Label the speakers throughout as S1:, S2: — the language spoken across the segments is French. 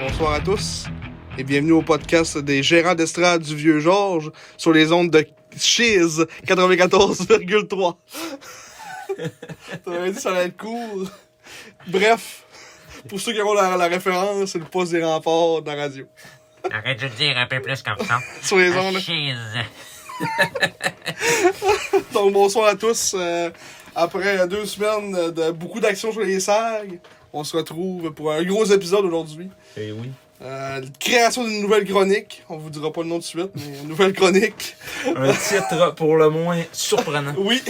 S1: Bonsoir à tous et bienvenue au podcast des gérants d'estrade du Vieux Georges sur les ondes de Cheese 94,3. T'avais dit que ça allait être court. Bref, pour ceux qui auront la, la référence, c'est le poste des remparts de la radio.
S2: Arrête de le dire un peu plus comme ça.
S1: Sur les ondes.
S2: Cheese.
S1: Donc bonsoir à tous. Euh, après deux semaines de beaucoup d'actions sur les sages, on se retrouve pour un gros épisode aujourd'hui.
S3: Eh oui.
S1: Euh, création d'une nouvelle chronique. On vous dira pas le nom de suite, mais une nouvelle chronique.
S3: Un titre pour le moins surprenant.
S1: Oui.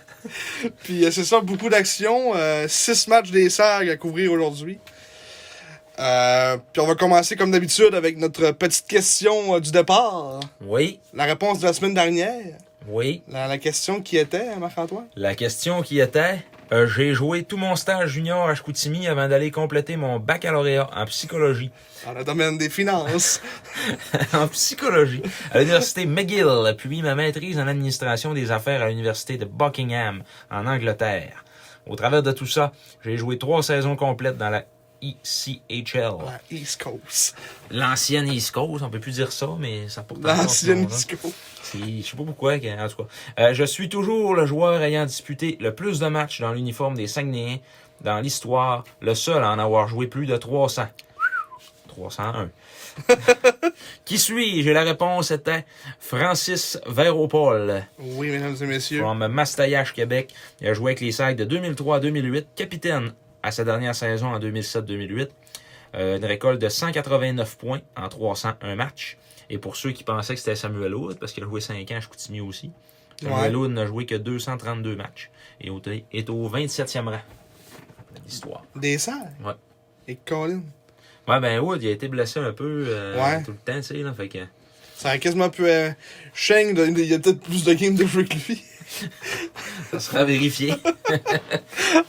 S1: Puis euh, c'est ça, beaucoup d'actions. Euh, six matchs des Sargues à couvrir aujourd'hui. Euh, puis on va commencer comme d'habitude avec notre petite question euh, du départ.
S3: Oui,
S1: La réponse de la semaine dernière.
S3: oui.
S1: La, la question qui était, hein, Marc-Antoine.
S3: La question qui était, euh, j'ai joué tout mon stage junior à Chicoutimi avant d'aller compléter mon baccalauréat en psychologie.
S1: Dans le domaine des finances.
S3: en psychologie à l'université McGill, puis ma maîtrise en administration des affaires à l'université de Buckingham, en Angleterre. Au travers de tout ça, j'ai joué trois saisons complètes dans la E ECHL.
S1: la East Coast.
S3: L'ancienne East Coast, on peut plus dire ça, mais ça porte encore son
S1: L'ancienne
S3: nom.
S1: East Coast.
S3: C'est- Je sais pas pourquoi, que- en tout cas. Euh, je suis toujours le joueur ayant disputé le plus de matchs dans l'uniforme des Saguenayens dans l'histoire, le seul à en avoir joué plus de 300. 301. Qui suis-je? Et La réponse était Francis Véropol,
S1: Oui, mesdames et messieurs.
S3: from Mastaillage, Québec. Il a joué avec les Sacs de 2003 à 2008, capitaine à sa dernière saison en 2007-2008. Euh, une récolte de 189 points en 301 matchs. Et pour ceux qui pensaient que c'était Samuel Hood, parce qu'il a joué 5 ans à Chicoutimi aussi, Samuel Hood n'a joué que 232 matchs et au- est au 27e rang de l'histoire.
S1: Des Sargues.
S3: Ouais.
S1: Et Colin.
S3: Ouais, ben Hood, il a été blessé un peu euh,
S1: Ouais.
S3: tout le temps, tu sais, là, fait que...
S1: Ça a quasiment pu... Euh, Shang, il y a peut-être plus de games de jeu que lui.
S3: Ça sera vérifié.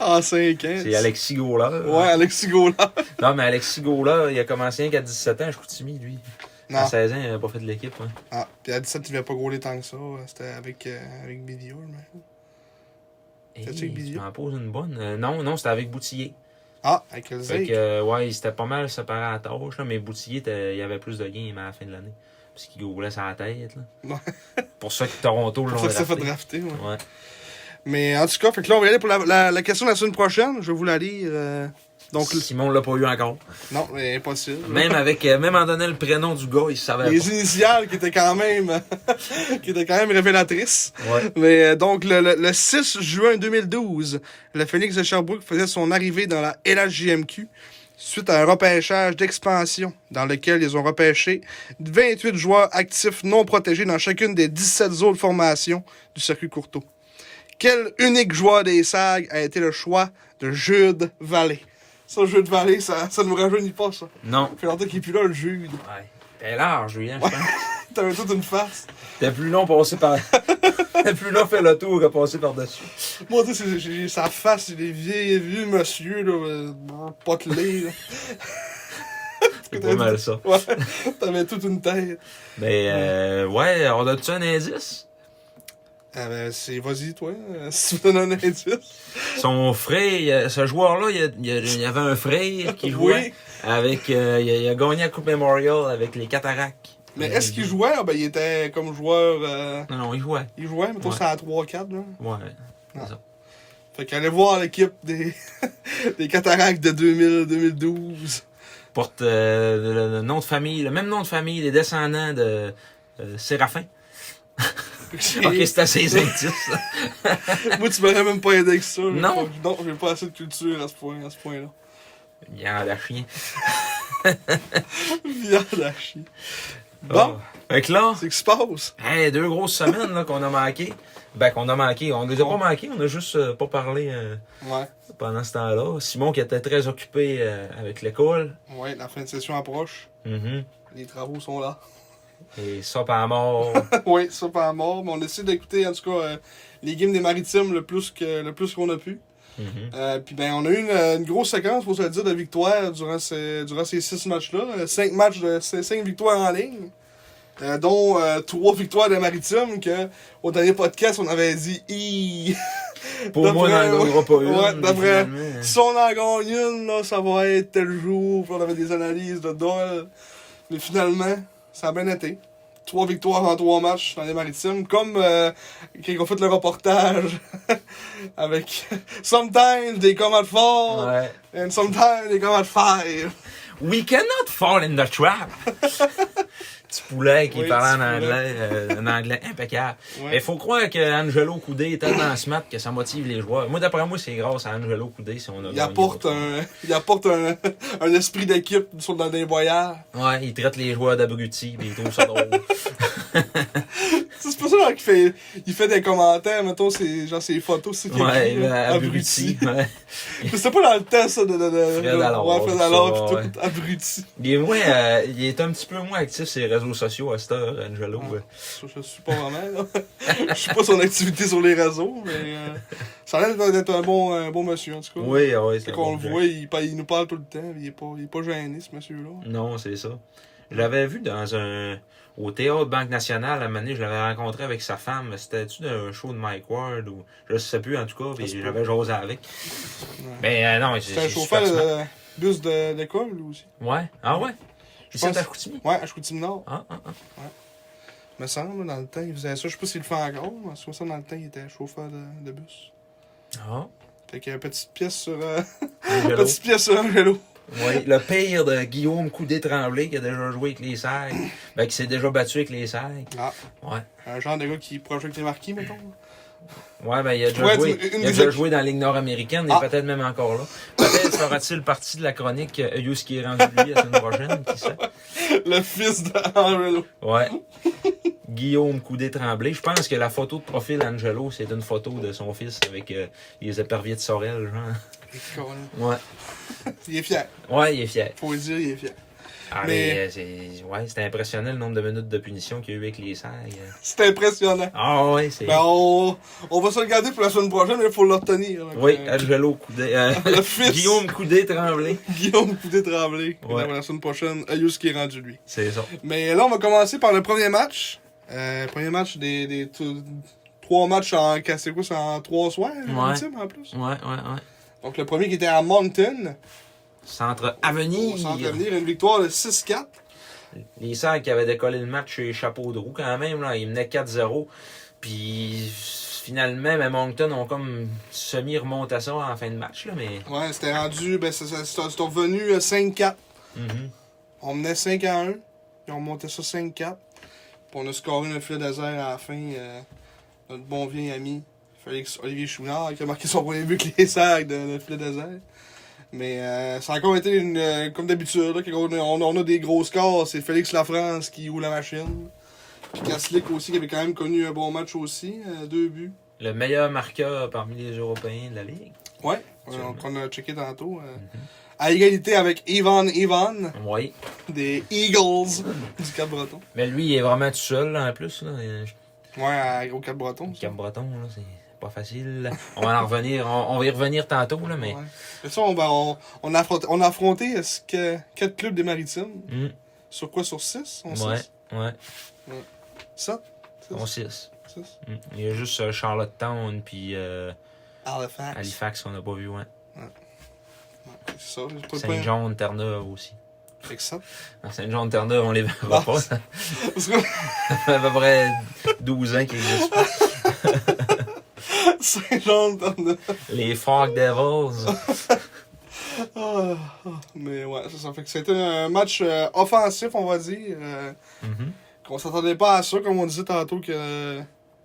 S1: en 5 Ah, ans.
S3: C'est Alexis Gaulard.
S1: Ouais, Alexis Gaulard.
S3: Non, mais Alexis Gaulard, il a commencé rien qu'à 17 ans à Chicoutimi, lui.
S1: Non.
S3: À 16 ans, il n'avait pas fait de l'équipe, hein.
S1: Ah, puis à 17, il devait pas gauler tant que ça. hein, C'était avec, euh, avec Biddy Hall, mais...
S3: Hey,
S1: T'as-tu avec Bizier?
S3: tu m'en poses une bonne. Euh, non, non, c'était avec Boutillier.
S1: Ah, avec le
S3: Fait
S1: Zeke.
S3: que, euh, ouais, c'était pas mal séparé à la tâche, là, mais Boutillier, était- il y avait plus de gains à la fin de l'année. Parce qu'il roulait sa tête. Là. Pour ça que Toronto
S1: C'est
S3: l'ont
S1: pour ça que ça fait
S3: drafté.
S1: drafter, ouais.
S3: Ouais.
S1: Mais en tout cas, fait que là, on va y aller pour la, la, la question de la semaine prochaine. Je vais vous la lire. euh, Donc,
S3: Donc, Simon l'a pas eu encore.
S1: non, mais impossible.
S3: Même euh, avec, euh, même en donnant le prénom du gars, il savait
S1: Les initiales qui étaient quand même, qui étaient quand même révélatrices.
S3: pas. Ouais.
S1: Mais euh, donc, le, le, le 6 juin 2012, le Phoenix de Sherbrooke faisait son arrivée dans la LHJMQ suite à un repêchage d'expansion dans lequel ils ont repêché 28 joueurs actifs non protégés dans chacune des 17 autres formations du circuit Courteau. Quel unique joueur des SAG a été le choix de Jude Vallée? Ça, Jude Vallée, ça, ça ne me rajeunit pas, ça.
S3: Non.
S1: Ça fait longtemps qu'il est plus là, le Jude.
S3: Ouais. T'es large, Julien, je pense.
S1: T'avais toute une face.
S3: T'es plus long passé par. T'es plus long fait le tour que passer par-dessus.
S1: Moi, tu sais, c'est- j'ai j'ai sa face, c'est des vieux, vieux monsieur, là, euh, potelé, là.
S3: C'est pas mal ça.
S1: Ouais, t'avais toute une tête.
S3: Mais, euh, ouais, on a-tu un indice?
S1: Ah ben, c'est, vas-y, toi, euh, si tu me donnes un indice.
S3: Son frère, euh, ce joueur-là, il, y a- il y a- il y avait un frère qui jouait avec. euh, il, a, il a gagné la Coupe Memorial avec les Cataractes.
S1: Mais est-ce qu'il jouait? Ah Ben, il était comme joueur, euh,
S3: Non, non, il jouait.
S1: il jouait, mettons,
S3: Ouais.
S1: c'est à 3-4, là.
S3: Ouais.
S1: Ah. Fait qu'allez voir l'équipe des, des Cataractes de 2000, 2012.
S3: porte euh, le, le nom de famille, le même nom de famille des descendants de euh, Séraphin. Ok, c'est assez indice.
S1: Moi, tu m'aurais même pas aidé avec ça. là.
S3: Non.
S1: Non, j'ai pas assez de culture à ce point- à ce point-là.
S3: Viande à chien.
S1: Viande à chier. Bon,
S3: Oh. Fait que là,
S1: c'est ce qui se passe.
S3: hey, deux grosses semaines là, qu'on a manqué. Ben, qu'on a manqué. On les a pas manqué, on a juste euh, pas parlé euh,
S1: Ouais.
S3: pendant ce temps-là. Simon qui était très occupé euh, avec l'école.
S1: Ouais, la fin de session approche.
S3: Mhm.
S1: Les travaux sont là.
S3: Et ça, par mort.
S1: oui, ça pas mort. Mais on essaie d'écouter, en tout cas, euh, les games des maritimes le plus que le plus qu'on a pu.
S3: Mhm.
S1: Euh, Puis ben, on a eu une, euh, une grosse séquence, faut se le dire, de victoires durant ces, durant ces six matchs-là. Euh, Cinq matchs, de, cinq cinq victoires en ligne. euh, dont euh, trois victoires de maritimes que au dernier podcast on avait dit Hi!
S3: Pour moi, on
S1: D'après-
S3: n'en gagnera pas une.
S1: Ouais,
S3: mais
S1: d'après-
S3: finalement, hein.
S1: Si on en gagne une, là, ça va être tel jour. Puis on avait des analyses de Doyle. Mais finalement, ça a bien été. Trois victoires en trois matchs dans les maritimes. Comme euh, quand on fait le reportage avec Sometimes they come at four
S3: Ouais.
S1: and sometimes they come at five.
S3: We cannot fall in the trap. petit poulet qui
S1: Oui,
S3: parlait en
S1: petit poulet.
S3: anglais, euh, un anglais impeccable.
S1: Ouais.
S3: Mais faut croire qu'Angelo Coudé est tellement smart que ça motive les joueurs. Moi, d'après moi, c'est grâce à Angelo Coudé si on a
S1: Il
S3: gagné
S1: apporte
S3: notre-
S1: un, il apporte un, un esprit d'équipe sur dans les voyages.
S3: Ouais, il traite les joueurs d'abrutis, puis il trouve ça drôle.
S1: Tu sais, C'est pas ça là, qu'il fait, il fait des commentaires, mettons, c'est genre ses photos, c'est
S3: ouais,
S1: écrit, là,
S3: abrutis. Ouais.
S1: Mais c'était pas dans le temps, ça, de. de, de
S3: Fred Allard,
S1: Ouais, Fred
S3: ça,
S1: Allard, pis
S3: ouais.
S1: tout, abruti.
S3: Il est moins, euh, il est un petit peu moins actif sur les réseaux sociaux à cette heure, Angelo. euh.
S1: Ouais. Je, je suis pas vraiment, là. Je suis pas son activité sur les réseaux, mais. euh, ça a l'air d'être- d'être un bon, un bon monsieur, en tout cas.
S3: Oui, oui, c'est
S1: Quand
S3: un
S1: on
S3: bon
S1: le
S3: gars.
S1: voit, il, pa- il nous parle tout le temps, il est pas, il est pas gêné, ce monsieur-là.
S3: Non, c'est ça. Je l'avais vu dans un. Au théâtre Banque Nationale, à un moment donné, je l'avais rencontré avec sa femme. C'était-tu d'un show de Mike Ward ou. Je sais plus, en tout cas, puis
S1: se peut.
S3: j'avais jasé avec. Mais euh, non, c'est.
S1: C'est un
S3: c'est
S1: chauffeur
S3: super smart.
S1: de bus de l'école, lui aussi.
S3: Ouais. Ah ouais?
S1: Je
S3: Je pense.
S1: pense-
S3: à Chicoutimi?
S1: Ouais, à Chicoutimi-Nord.
S3: Ah, ah, ah.
S1: Me semble, dans le temps, il faisait ça. Je sais pas s'il le fait encore, mais je ça, dans le temps, il était chauffeur de, de bus.
S3: Ah.
S1: Fait qu'il y a une petite pièce sur. euh,
S3: Angelo.
S1: petite pièce sur un vélo.
S3: Oui, le pire de Guillaume Coudé Tremblay qui a déjà joué avec les sacs. Ben, qui s'est déjà battu avec les sacs.
S1: Ah.
S3: Ouais.
S1: Un genre de gars qui projette les marquis, mettons.
S3: Ouais, ben, il a déjà,
S1: Ouais,
S3: joué,
S1: tu- une
S3: il a
S1: des
S3: déjà
S1: équipes.
S3: joué dans la Ligue nord-américaine
S1: Ah.
S3: et peut-être même encore là. Peut-être fera-t-il partie de la chronique euh, Eus qui est rendu lui la semaine prochaine, qui sait.
S1: Le fils d'Angelo.
S3: Ouais. Guillaume Coudé Tremblay. Je pense que la photo de profil d'Angelo, c'est une photo de son fils avec euh, les éperviers de Sorel, genre. Ouais.
S1: Il est fier.
S3: Ouais, il est fier.
S1: Faut le dire, il est fier.
S3: Ah,
S1: Mais-
S3: mais, euh, c'est, ouais, c'était impressionnant le nombre de minutes de punition qu'il y a eu avec les sacs.
S1: C'est impressionnant.
S3: Ah, ouais, c'est.
S1: Ben, on, on va se le garder pour la semaine prochaine, mais il faut le retenir. Donc,
S3: Oui,
S1: euh,
S3: Angelo Coudé. euh,
S1: Le fils.
S3: Guillaume Coudé Tremblay.
S1: Guillaume Coudé Tremblay.
S3: Ouais.
S1: On a pour La semaine prochaine, Ayus qui est rendu lui.
S3: C'est ça.
S1: Mais là, on va commencer par le premier match. Euh, premier match des, des t- trois matchs en c'est quoi, c'est en trois soirs,
S3: Ouais.
S1: ultime, en plus.
S3: Ouais, ouais, ouais.
S1: Donc le premier qui était à Moncton,
S3: Centre Avenir.
S1: au centre avenir, une victoire de 6-4.
S3: Les Sacs qui avaient décollé le match chez Chapeau de Roue quand même, là, ils menaient 4-0. Puis finalement, ben, Moncton ont comme semi-remonté à ça en fin de match, là, mais.
S1: Ouais, c'était rendu, ben c'est c'est- c'est revenu euh, 5-4.
S3: Mhm.
S1: On menait 5 à 1. Puis on montait ça 5-4. Puis on a scoré un filet désert à la fin. euh, notre bon vieil ami, Félix Olivier Chouinard, qui a marqué son premier but avec les sacs de notre filet désert. Mais euh, ça a encore été une, euh, comme d'habitude. là, quand On, a- on a- on a des gros scores. C'est Félix Lafrance qui roule la machine. Puis Kaslik aussi, qui avait quand même connu un bon match aussi. euh, deux buts.
S3: Le meilleur marqueur parmi les Européens de la Ligue.
S1: Ouais, euh, qu'on a checké tantôt. euh, À égalité avec Ivan Ivan.
S3: Oui.
S1: des Eagles du Cap-Breton.
S3: Mais lui, il est vraiment tout seul, là, en plus, là. Euh,
S1: Ouais, à- au Cap-Breton. ça.
S3: Cap Breton, là, c'est pas facile. On va en revenir, on, on va y revenir tantôt, là, mais.
S1: Ouais. Mais ça, on, va- on, on a affronté, on a affronté euh, ce que, quatre clubs des Maritimes.
S3: Mm.
S1: Sur quoi Sur 6 On
S3: Ouais, ouais.
S1: 7
S3: On
S1: 6
S3: 6. Il y a juste euh, Charlottetown, puis euh,
S1: Halifax.
S3: Halifax, on n'a pas vu, ouais.
S1: C'est ça. j'ai pas- pas-
S3: Saint-John, Terre-Neuve aussi.
S1: Fait que ça.
S3: À Saint-Jean-de-Terre-Neuve, on les verra
S1: Non,
S3: pas.
S1: c'est-
S3: Ça
S1: Parce que
S3: fait à peu près 12 ans qu'ils existent. pas.
S1: Saint-Jean, t'en as-
S3: Les Forks des Roses.
S1: Ah, Ah, ah, mais ouais, ça, ça fait que c'était un match euh, offensif, on va dire. euh,
S3: Mhm.
S1: qu'on s'attendait pas à ça, comme on disait tantôt que euh,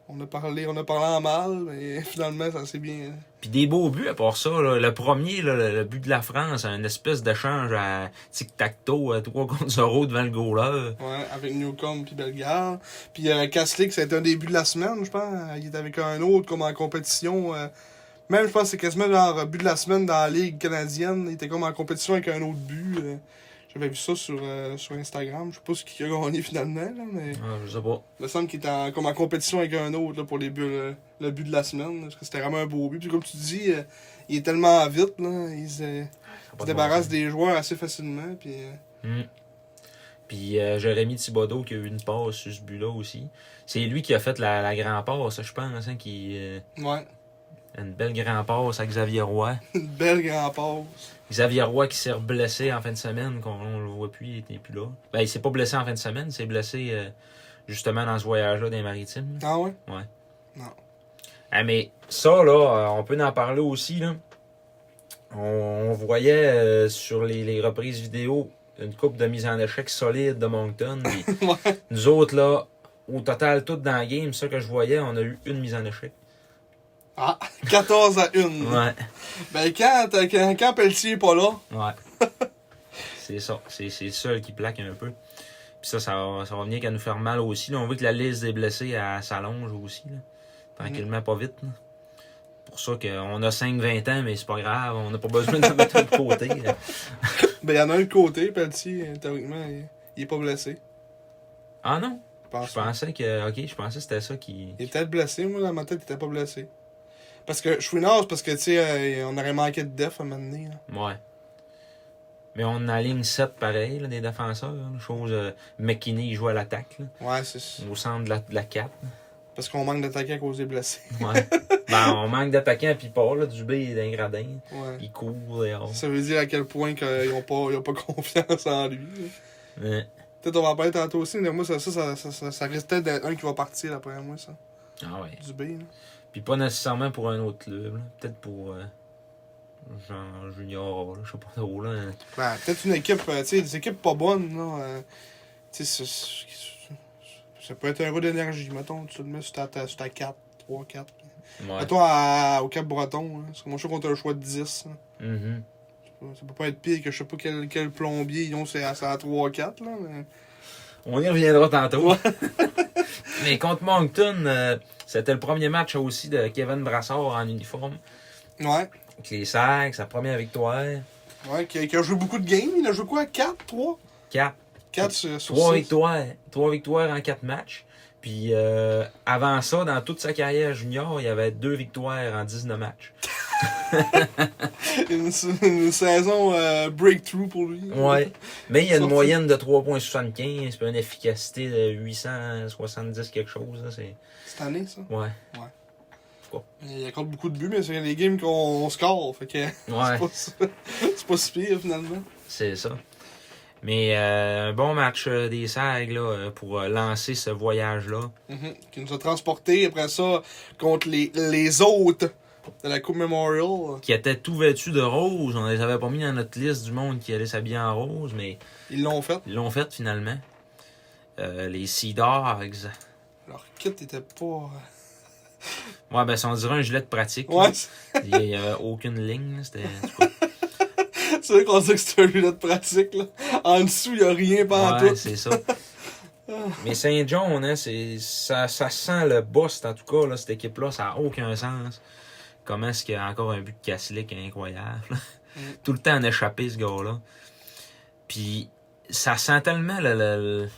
S1: on a parlé, on a parlé en mal, mais finalement ça s'est bien.
S3: Puis des beaux buts à part ça. là. Le premier, là, le, le but de la France, un espèce d'échange à tic-tac-toe, à 3 contre 0 devant le goaler.
S1: Ouais, avec Newcombe puis Bellegarde. Puis euh, Kaslik, ça a été un début de la semaine, je pense. Il était avec un autre comme en compétition. euh, même je pense que c'est quasiment genre euh, but de la semaine dans la Ligue canadienne. Il était comme en compétition avec un autre but. euh. J'avais vu ça sur, euh, sur Instagram. Je sais pas ce qui a gagné finalement, là, mais
S3: Ah, je sais pas.
S1: il me semble qu'il était en- comme en compétition avec un autre là, pour les buts, le, le but de la semaine. Parce que c'était vraiment un beau but. Puis comme tu dis, euh, il est tellement vite, là, il se, il
S3: Ça a
S1: se
S3: pas de bon
S1: débarrasse
S3: sens.
S1: des joueurs assez facilement. Puis, euh,
S3: Mm. Puis euh, Jérémy Thibodeau qui a eu une passe sur ce but-là aussi. C'est lui qui a fait la, la grand passe, je pense, hein, qui euh,
S1: ouais,
S3: une belle grand passe à Xavier Roy.
S1: une belle grande pause.
S3: Xavier Roy qui s'est blessé en fin de semaine, qu'on on le voit plus, il était plus là. Ben, il s'est pas blessé en fin de semaine, il s'est blessé euh, justement dans ce voyage-là des maritimes.
S1: Ah ouais?
S3: Ah, mais ça, là, euh, on peut en parler aussi, là. On, on voyait euh, sur les, les reprises vidéo une coupe de mise en échec solide de Moncton. puis
S1: Ouais.
S3: nous autres, là, au total, tout dans la game, ça que je voyais, on a eu une mise en échec.
S1: Ah, 14 à 1.
S3: Ouais,
S1: Ben quand, t'as- quand, quand Pelletier est pas là,
S3: ouais. c'est ça. C'est c'est ça qui plaque un peu. Puis ça, ça va, ça va venir qu'à nous faire mal aussi. là. On voit que la liste des blessés elle s'allonge aussi. là. Tranquillement, pas vite. là. Pour ça qu'on a 5-20 ans, mais c'est pas grave. On n'a pas besoin de mettre de côté. là.
S1: ben y en a un de côté, Pelletier, euh, théoriquement, il, il est pas blessé.
S3: Ah non?
S1: Je
S3: Je
S1: pense.
S3: pensais que. Ok, je pensais que c'était ça qui.
S1: Il est peut-être blessé, moi dans ma tête, il était pas blessé. Parce que je suis nage parce que tu sais, euh, on aurait manqué de def à un moment donné. là.
S3: Ouais. Mais on a ligne 7 pareil, là, des défenseurs. là. Chose. euh, McKinney, il joue à l'attaque, là,
S1: Ouais, c'est sûr.
S3: au centre de la, de la 4.
S1: Parce qu'on manque d'attaquants à cause des blessés.
S3: Ouais. ben, on manque d'attaquants, puis pas, là. Dubé il est d'un gradin.
S1: Ouais.
S3: Il court et hors.
S1: Ça veut dire à quel point qu'ils n'ont pas, ils ont pas confiance en lui. là.
S3: Ouais.
S1: Peut-être on va en parler tantôt aussi, mais moi, ça, ça, ça, ça, ça, ça risque peut-être d'être un qui va partir après moi, ça.
S3: Ah ouais.
S1: Du B, là.
S3: Puis pas nécessairement pour un autre club, là. Peut-être pour. euh, genre Junior, là, je sais pas trop, là.
S1: Ben, peut-être une équipe, euh, tu sais, des équipes pas bonnes, là. euh, tu sais, c'est- c'est- ça peut être un gros d'énergie, mettons. Tu le mets sur ta, ta- sur ta 4, 3, 4.
S3: Ouais.
S1: Mettons à- au Cap-Breton, là. Parce que moi, je suis contre un choix de 10. là.
S3: Mhm.
S1: Ça peut pas être pire que je sais pas quel, quel plombier ils ont, c'est à, c'est à 3, 4, là. mais-
S3: On y reviendra tantôt. Mais contre Moncton, euh, c'était le premier match aussi de Kevin Brassard en uniforme.
S1: Ouais.
S3: Avec les sacs, sa première victoire.
S1: Ouais, qui a, qui a joué beaucoup de games. Il a joué quoi 4, 3
S3: Quatre.
S1: 4 sur, sur
S3: Trois
S1: six.
S3: victoires. Trois victoires en quatre matchs. Puis euh, avant ça, dans toute sa carrière junior, il y avait deux victoires en 19 matchs.
S1: Une, sa- une saison euh, breakthrough pour lui.
S3: Ouais. Mais il y a une
S1: Sorti.
S3: moyenne de 3.75, puis une efficacité de 870 quelque chose. là, c'est...
S1: Cette année, ça.
S3: Ouais.
S1: Il accorde beaucoup de buts, mais c'est des games qu'on on score. Fait que c'est
S3: Ouais,
S1: pas si- c'est pas si pire, finalement.
S3: c'est ça. Mais euh, un bon match euh, des Sags là, euh, pour euh, lancer ce voyage-là.
S1: Mhm. Qui nous a transportés après ça contre les, les autres de la Coupe Memorial.
S3: Qui était tout vêtu de rose. On les avait pas mis dans notre liste du monde qui allait s'habiller en rose, mais
S1: Ils l'ont fait.
S3: ils l'ont fait finalement. Euh, les Sea Dogs.
S1: Leur kit était pas.
S3: Ouais, ben, ça on dirait un gilet de pratique. là.
S1: Ouais, c'est
S3: Il n'y avait aucune ligne. là, C'était. en tout cas,
S1: c'est vrai qu'on disait que c'était un jeu de pratique. Là. En dessous, il a rien pendant
S3: Ouais,
S1: tout.
S3: c'est ça. Mais Saint John, hein, c'est ça, ça sent le boss en tout cas, là, cette équipe-là, ça n'a aucun sens. Comment est-ce qu'il y a encore un but de Kaslik incroyable? là?
S1: Mm.
S3: tout le temps en échappé, ce gars-là. Puis ça sent tellement le, le- le-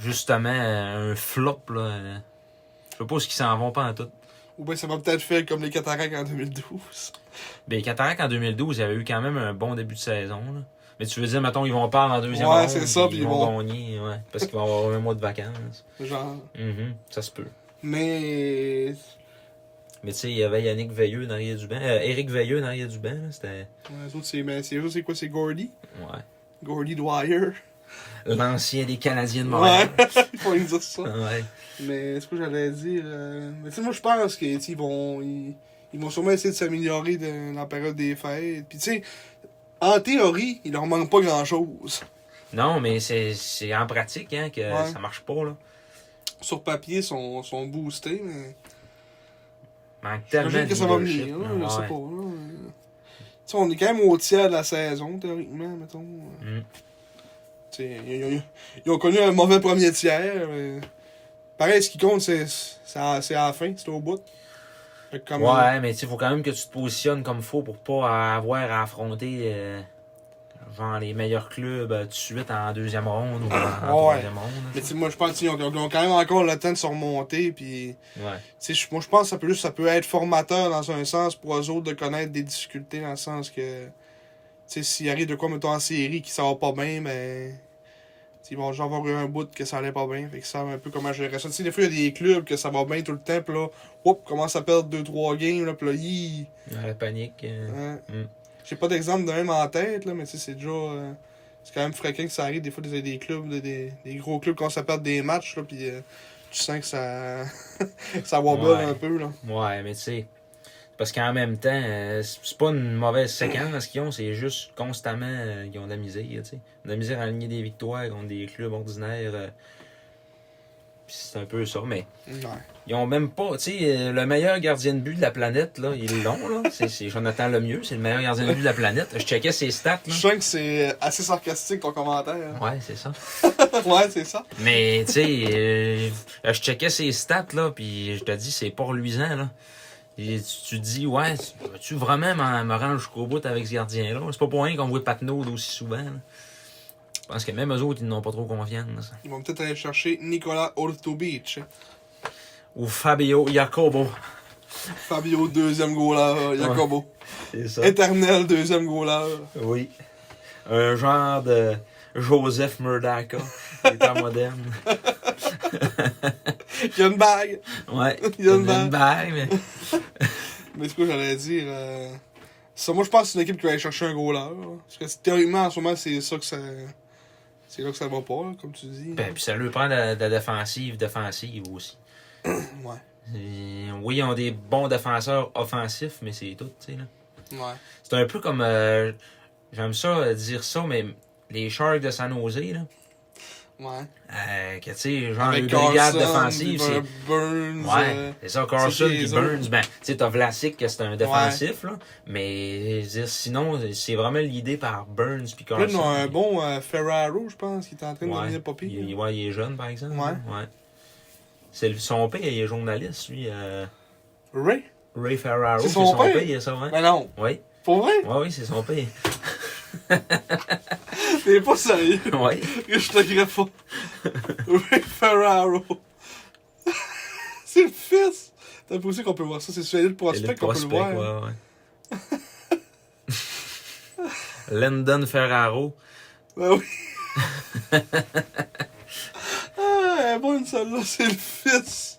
S3: justement euh, un flop. Là. Je sais pas ce qu'ils s'en vont pas en tout.
S1: Ou bien ça va peut-être faire comme les cataractes en 2012.
S3: Ben, les Cataractes en 2012, il y avait eu quand même un bon début de saison. là. Mais tu veux dire, mettons, ils vont perdre en deuxième
S1: Ouais,
S3: ronde,
S1: c'est ça, puis
S3: ils
S1: ils
S3: vont
S1: vont-
S3: gagner, ouais, parce qu'ils vont avoir un mois de vacances.
S1: Genre.
S3: Mhm, ça se peut.
S1: Mais.
S3: Mais tu sais, il y avait Yannick Veilleux dans l'arrière du banc. Euh, Eric Veilleux dans l'arrière du banc, là, c'était.
S1: Ouais, Les autres, c'est ben, c'est- eux, c'est quoi C'est Gordy
S3: Ouais.
S1: Gordy Dwyer.
S3: L'ancien des Canadiens de
S1: Ouais,
S3: Montréal.
S1: il faut lui dire ça.
S3: Ouais.
S1: Mais ce que j'allais dire. euh, Mais tu sais, moi, je pense que, tu sais, ils vont. Ils... ils vont sûrement essayer de s'améliorer de- dans la période des fêtes. Puis, tu sais, en théorie, il leur manque pas grand-chose.
S3: Non, mais c'est c'est en pratique hein, que
S1: Ouais.
S3: ça marche pas. Là.
S1: Sur papier, ils sont, sont boostés, mais...
S3: Manque tellement
S1: J'imagine
S3: de
S1: que ça va
S3: leadership,
S1: venir, là,
S3: là.
S1: je sais
S3: Ouais.
S1: pas. là. Tu sais, on est quand même au tiers de la saison, théoriquement, mettons.
S3: Mm.
S1: Tu sais, Ils, ils- ils ont connu un mauvais premier tiers. mais Pareil, ce qui compte, c'est c'est à, c'est à la fin, c'est au bout. Fait que comment-
S3: Ouais, mais il faut quand même que tu te positionnes comme faut pour pas avoir à affronter euh, genre les meilleurs clubs euh, tout de suite en deuxième ronde ou en, en
S1: Ouais.
S3: troisième ronde.
S1: Mais tu sais, moi, je pense qu'ils ont, ils ont quand même encore le temps de se remonter. Puis,
S3: Ouais.
S1: tu sais, je- moi, je pense que ça peut, juste, ça peut être formateur dans un sens pour eux autres de connaître des difficultés dans le sens que, tu sais, s'il arrive de quoi, mettons, en série qui ça va pas bien, ben, tu sais, ils vont déjà avoir eu un bout que ça allait pas bien. Fait qu'ils savent un peu comment gérer ça. Tu sais, des fois, il y a des clubs que ça va bien tout le temps, puis là, oups, commence à perdre 2-3 games, là, puis là, hi,
S3: La panique. euh,
S1: hein.
S3: Mm.
S1: J'ai pas d'exemple de même en tête, là, mais tu sais, c'est déjà. euh, c'est quand même fréquent que ça arrive des fois des, des clubs, des, des, des gros clubs quand ça perd des matchs, là, puis euh, tu sens que ça. ça wobble
S3: Ouais.
S1: un peu, là.
S3: Ouais, mais tu sais. Parce qu'en même temps, euh, c'est c'est pas une mauvaise séquence qu'ils ont, c'est juste constamment euh, ils ont de la misère, tu sais. De la misère à aligner des victoires contre des clubs ordinaires. euh, Puis c'est un peu ça, mais
S1: Ouais.
S3: Ils ont même pas, tu sais, euh, le meilleur gardien de but de la planète, là, ils l'ont, là. C'est, c'est Jonathan Lemieux, c'est le meilleur gardien de but de la planète. Je checkais ses stats,
S1: Je
S3: là.
S1: sens que c'est euh, assez sarcastique ton commentaire. hein.
S3: Ouais, c'est ça.
S1: ouais, c'est ça.
S3: Mais, tu sais, euh, je checkais ses stats, là, puis je te dis, c'est pas reluisant, là. Et tu, tu te dis, ouais, tu- vas-tu vraiment m'en- me rendre jusqu'au bout avec ce gardien-là? C'est pas pour rien qu'on voit Patnaud aussi souvent, là. Je pense que même eux autres, ils n'ont pas trop confiance.
S1: Ils vont peut-être aller chercher Nicolas hein. Ortobich.
S3: Ou Fabio Jacobo.
S1: Fabio, deuxième goaler. euh, Jacobo.
S3: C'est ça.
S1: Éternel, deuxième goaler.
S3: Oui. Un genre de Joseph Murdaka, des temps modernes.
S1: Il y a une bague.
S3: Ouais.
S1: Il y a une
S3: une bague, mais.
S1: Mais c'est quoi j'allais dire? euh, Ça, moi, je pense que c'est une équipe qui va aller chercher un goaler. là. Parce que théoriquement, en ce moment, c'est ça que ça. C'est là que ça va pas, là, comme tu dis.
S3: Ben, puis ça lui prend de la, de la défensive, défensive aussi.
S1: Ouais.
S3: Et oui, ils ont des bons défenseurs offensifs, mais c'est tout, tu sais, là.
S1: Ouais.
S3: C'est un peu comme. euh, J'aime ça euh, dire ça, mais les Sharks de San Jose, là.
S1: Ouais.
S3: euh, que, tu sais, genre, une brigade défensive, c'est.
S1: Bur- Ben, Burns. euh,
S3: Ouais, c'est ça, Carson
S1: c'est
S3: puis
S1: les
S3: Burns. Ben, tu sais, t'as Vlasic, que c'est un défensif, là. Mais je veux dire, sinon, c'est vraiment l'idée par Burns puis
S1: Là,
S3: Carson.
S1: ils ont un
S3: puis-
S1: bon euh, Ferraro, je pense, qui est en train de
S3: Ouais.
S1: devenir Poppy.
S3: Il, ouais, il est jeune, par exemple.
S1: Ouais.
S3: hein, ouais. C'est le- son père, il est journaliste, lui. euh,
S1: Ray?
S3: Ray Ferraro,
S1: C'est son père?
S3: ça, ouais.
S1: Ben non,
S3: Oui,
S1: pour vrai?
S3: oui, oui, c'est son père.
S1: T'es pas sérieux?
S3: ouais.
S1: Je te dirais pas. Ray Ferraro. c'est le fils! T'as pas aussi qu'on peut voir ça, c'est sur la liste
S3: C'est
S1: prospect
S3: le
S1: qu'on peut le
S3: prospect,
S1: voir.
S3: ouais, ouais. Landon Ferraro.
S1: Ben oui. ah, elle est bonne celle-là, c'est le fils.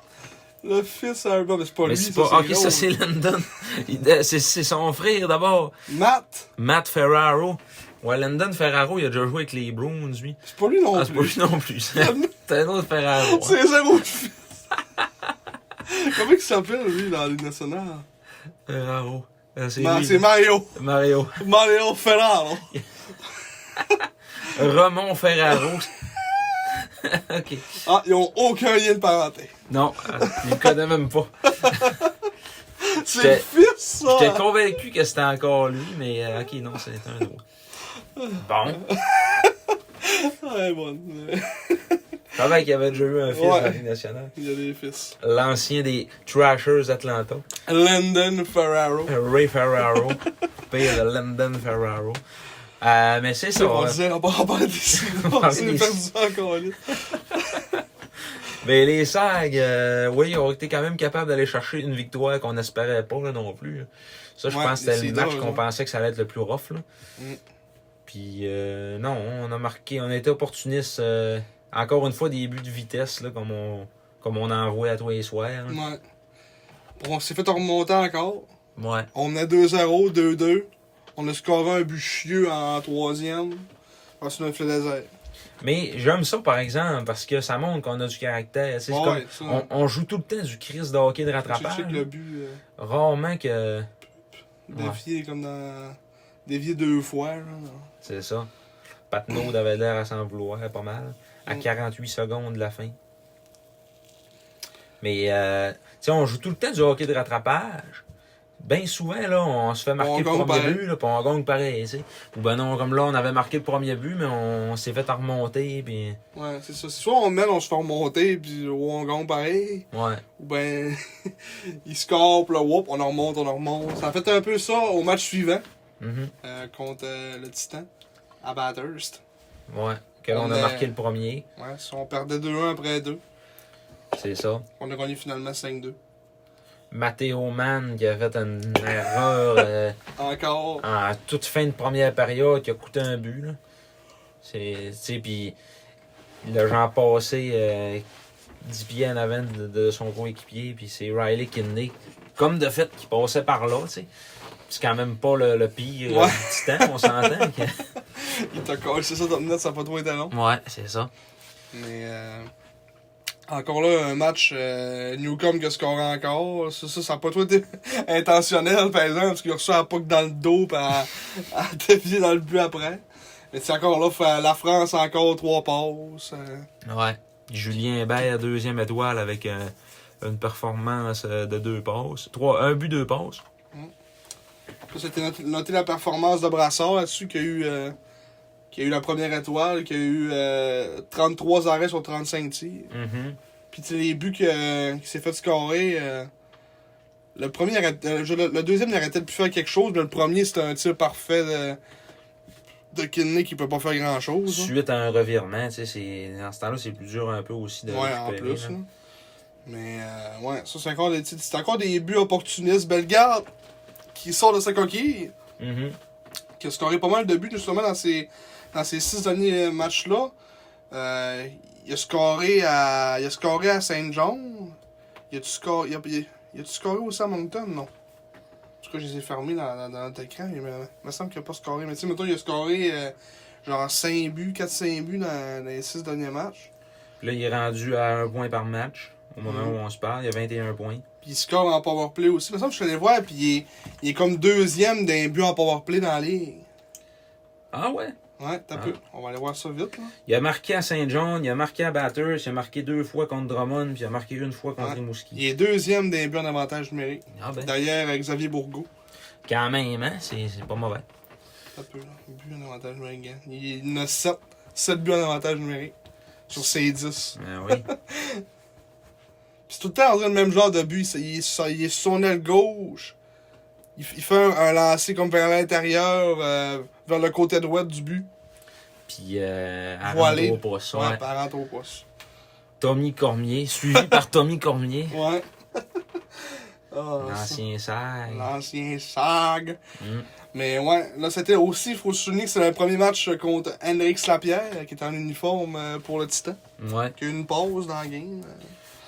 S1: Le fils à Urban, mais c'est pas
S3: Mais
S1: lui,
S3: c'est pas. Ok,
S1: l'autre.
S3: ça, c'est Landon. Il- euh, c'est- C'est son frère, d'abord.
S1: Matt,
S3: Matt Ferraro. Ouais, Landon Ferraro, il a déjà joué avec les Bruins, lui.
S1: c'est pas lui non
S3: Ah, c'est pas
S1: plus.
S3: lui non plus. c'est un autre Ferraro. hein.
S1: C'est zéro de fils. Comment il s'appelle, lui, dans la Ligue nationale?
S3: Ferraro. Euh, C'est
S1: Ma-
S3: lui,
S1: C'est Mario.
S3: Mario.
S1: Mario Ferraro.
S3: Ramon Ferraro. ok.
S1: Ah, ils ont aucun lien de parenté.
S3: Non, euh, il me connaît même pas.
S1: C'est le fils, ça!
S3: J'étais convaincu que c'était encore lui, mais euh, ok, non, c'est un autre. Bon.
S1: Ouais, bon. euh,
S3: Je savais qu'il avait déjà eu un fils
S1: Ouais.
S3: dans la Ligue nationale.
S1: Il y a des fils.
S3: L'ancien des Trashers Atlanta.
S1: Landon Ferraro.
S3: Ray Ferraro. père de Landon Ferraro. Euh, mais c'est ça.
S1: On
S3: hein.
S1: disait, on va en parler d'ici.
S3: On
S1: C'est
S3: est
S1: une personne encore là.
S3: Mais les SAG, euh, oui, ont été quand même capables d'aller chercher une victoire qu'on n'espérait pas là, non plus. Ça, je
S1: Ouais,
S3: pense que
S1: c'est
S3: c'était le match
S1: drôle,
S3: qu'on
S1: ouais.
S3: pensait que ça allait être le plus rough. Là.
S1: Mm.
S3: Puis euh, non, on a marqué, on a été opportuniste. euh, encore une fois, des buts de vitesse, là, comme on comme on en voit à tous les soirs. hein.
S1: Ouais. Bon, On s'est fait remonter encore.
S3: Ouais.
S1: On menait 2-0, 2-2. On a scoré un but chieux en troisième. Parce qu'on a fait le désert.
S3: Mais j'aime ça, par exemple, parce que ça montre qu'on a du caractère. tu sais, c'est
S1: Ah Ouais,
S3: comme-
S1: ça.
S3: on, on joue tout le temps du crise de hockey de
S1: Tu sais
S3: rattrapage.
S1: que le but euh,
S3: Rarement que...
S1: défié comme dans dévié deux fois. là.
S3: C'est ça. Patnaud avait l'air à s'en vouloir pas mal. À
S1: Mm.
S3: 48 secondes de la fin. Mais, euh, tu sais, on joue tout le temps du hockey de rattrapage. Bien souvent, là, on se fait marquer
S1: On
S3: le
S1: gagne
S3: premier
S1: pareil.
S3: but, là, puis on gagne pareil, tu sais. Ou ben non, comme là, on avait marqué le premier but, mais on s'est fait en remonter, puis...
S1: Ouais, c'est ça. Soit on mène, on se fait remonter, puis ou on gagne pareil.
S3: Ouais.
S1: Ou ben, il score, puis là, whoop, on en remonte, on en remonte. Ça a fait un peu ça au match suivant
S3: Mhm.
S1: euh, contre euh, le Titan à Bathurst.
S3: Ouais. Que là, on,
S1: On
S3: a
S1: a-
S3: marqué le premier,
S1: Ouais, si on perdait 2-1 après 2,
S3: c'est ça.
S1: on a gagné finalement 5-2.
S3: Matteo Mann qui a fait une erreur euh,
S1: Encore.
S3: en toute fin de première période qui a coûté un but. là. C'est, tu sais, puis le gens passé euh, 10 pieds en avant de, de son coéquipier, puis c'est Riley Kidney, comme de fait, qui passait par là, tu sais. C'est quand même pas le, le pire
S1: Ouais.
S3: euh, du titan, on s'entend. que-
S1: Il t'a collé ça dans le net, ça n'a pas trop été long.
S3: Ouais, c'est ça.
S1: Mais euh, encore là, un match euh, Newcombe qui a score encore. Ça, ça n'a pas trop été intentionnel, par exemple, parce qu'il a reçu un puck dans le dos puis à, à dévier dans le but après. Mais c'est encore là, fa- la France encore trois passes. euh,
S3: Ouais. Julien Hébert, deuxième étoile avec euh, une performance euh, de deux passes. Trois, un but, deux passes.
S1: ça, C'était noté, noté la performance de Brassard là-dessus qui a eu. euh, qui a eu la première étoile, qui a eu euh, 33 arrêts sur 35 tirs.
S3: Mhm.
S1: Puis tu sais, les buts que- qu'il s'est fait scorer, euh, le premier arrête- euh, je- le, le deuxième il arrêtait de plus faire quelque chose, mais le premier c'était un tir parfait de, de Kidney qui peut pas faire hein. grand chose.
S3: Suite à un revirement, tu sais, c'est- dans ce temps-là, c'est plus dur un peu aussi de
S1: Ouais, en
S3: récupérer, hein.
S1: plus.
S3: là.
S1: là. Mais euh, ouais, ça c'est encore des tu sais, c'est encore des buts opportunistes. Bellegarde qui sort de sa coquille,
S3: Mhm.
S1: qui a scoré pas mal de buts justement dans ces dans ces six derniers euh, matchs-là. Euh, il a scoré à. Il a scoré à Saint-John. Il a-tu scoré. Il a, il a- il a-tu scoré aussi à Moncton, non? En tout cas, je les ai fermés dans, dans, dans notre écran. mais Il me, il me semble qu'il a pas scoré. Mais tu sais, mettons, il a scoré euh, genre 5 buts, 4-5 buts dans, dans les 6 derniers matchs.
S3: Puis Là, il est rendu à un point par match. Au moment
S1: Mhm.
S3: où on se parle, il y a 21 points.
S1: Puis il score en powerplay aussi. Il me semble que je suis allé voir, puis il est, il est comme deuxième d'un but en powerplay dans la ligue.
S3: Ah ouais?
S1: Ouais, t'as
S3: Ah.
S1: peu. On va aller voir ça vite, là.
S3: Il a marqué à Saint-John, il a marqué à Batters, il a marqué deux fois contre Drummond, puis il a marqué une fois contre
S1: Ouais.
S3: Rimouski.
S1: Ah. Il est deuxième d'un but en avantage numérique.
S3: Ah ben,
S1: Derrière euh, Xavier Bourgault.
S3: quand même, hein? C'est c'est pas mauvais.
S1: Un peu, là. But en avantage numérique. hein. Il en a 7. 7 buts en avantage numérique. Sur ses 10. Puis
S3: Ah oui.
S1: c'est tout le temps on dirait le même genre de but. C'est- Il est, sur- il est sur son aile gauche. Il, f- il fait un, un lancer comme vers l'intérieur, euh, vers le côté droit du but.
S3: Puis, euh,
S1: Voilé.
S3: Aaron Bropos, ouais.
S1: Ouais, par rentre au poste.
S3: Tommy Cormier, suivi par Tommy Cormier,
S1: Ouais. Ah, ça.
S3: l'ancien serre.
S1: L'ancien SAG.
S3: Mm.
S1: Mais ouais, là, c'était aussi, il faut se souvenir que c'est le premier match contre Hendrix Lapierre, euh, qui était en uniforme euh, pour le Titan,
S3: Ouais.
S1: qui a eu une pause dans le game. euh.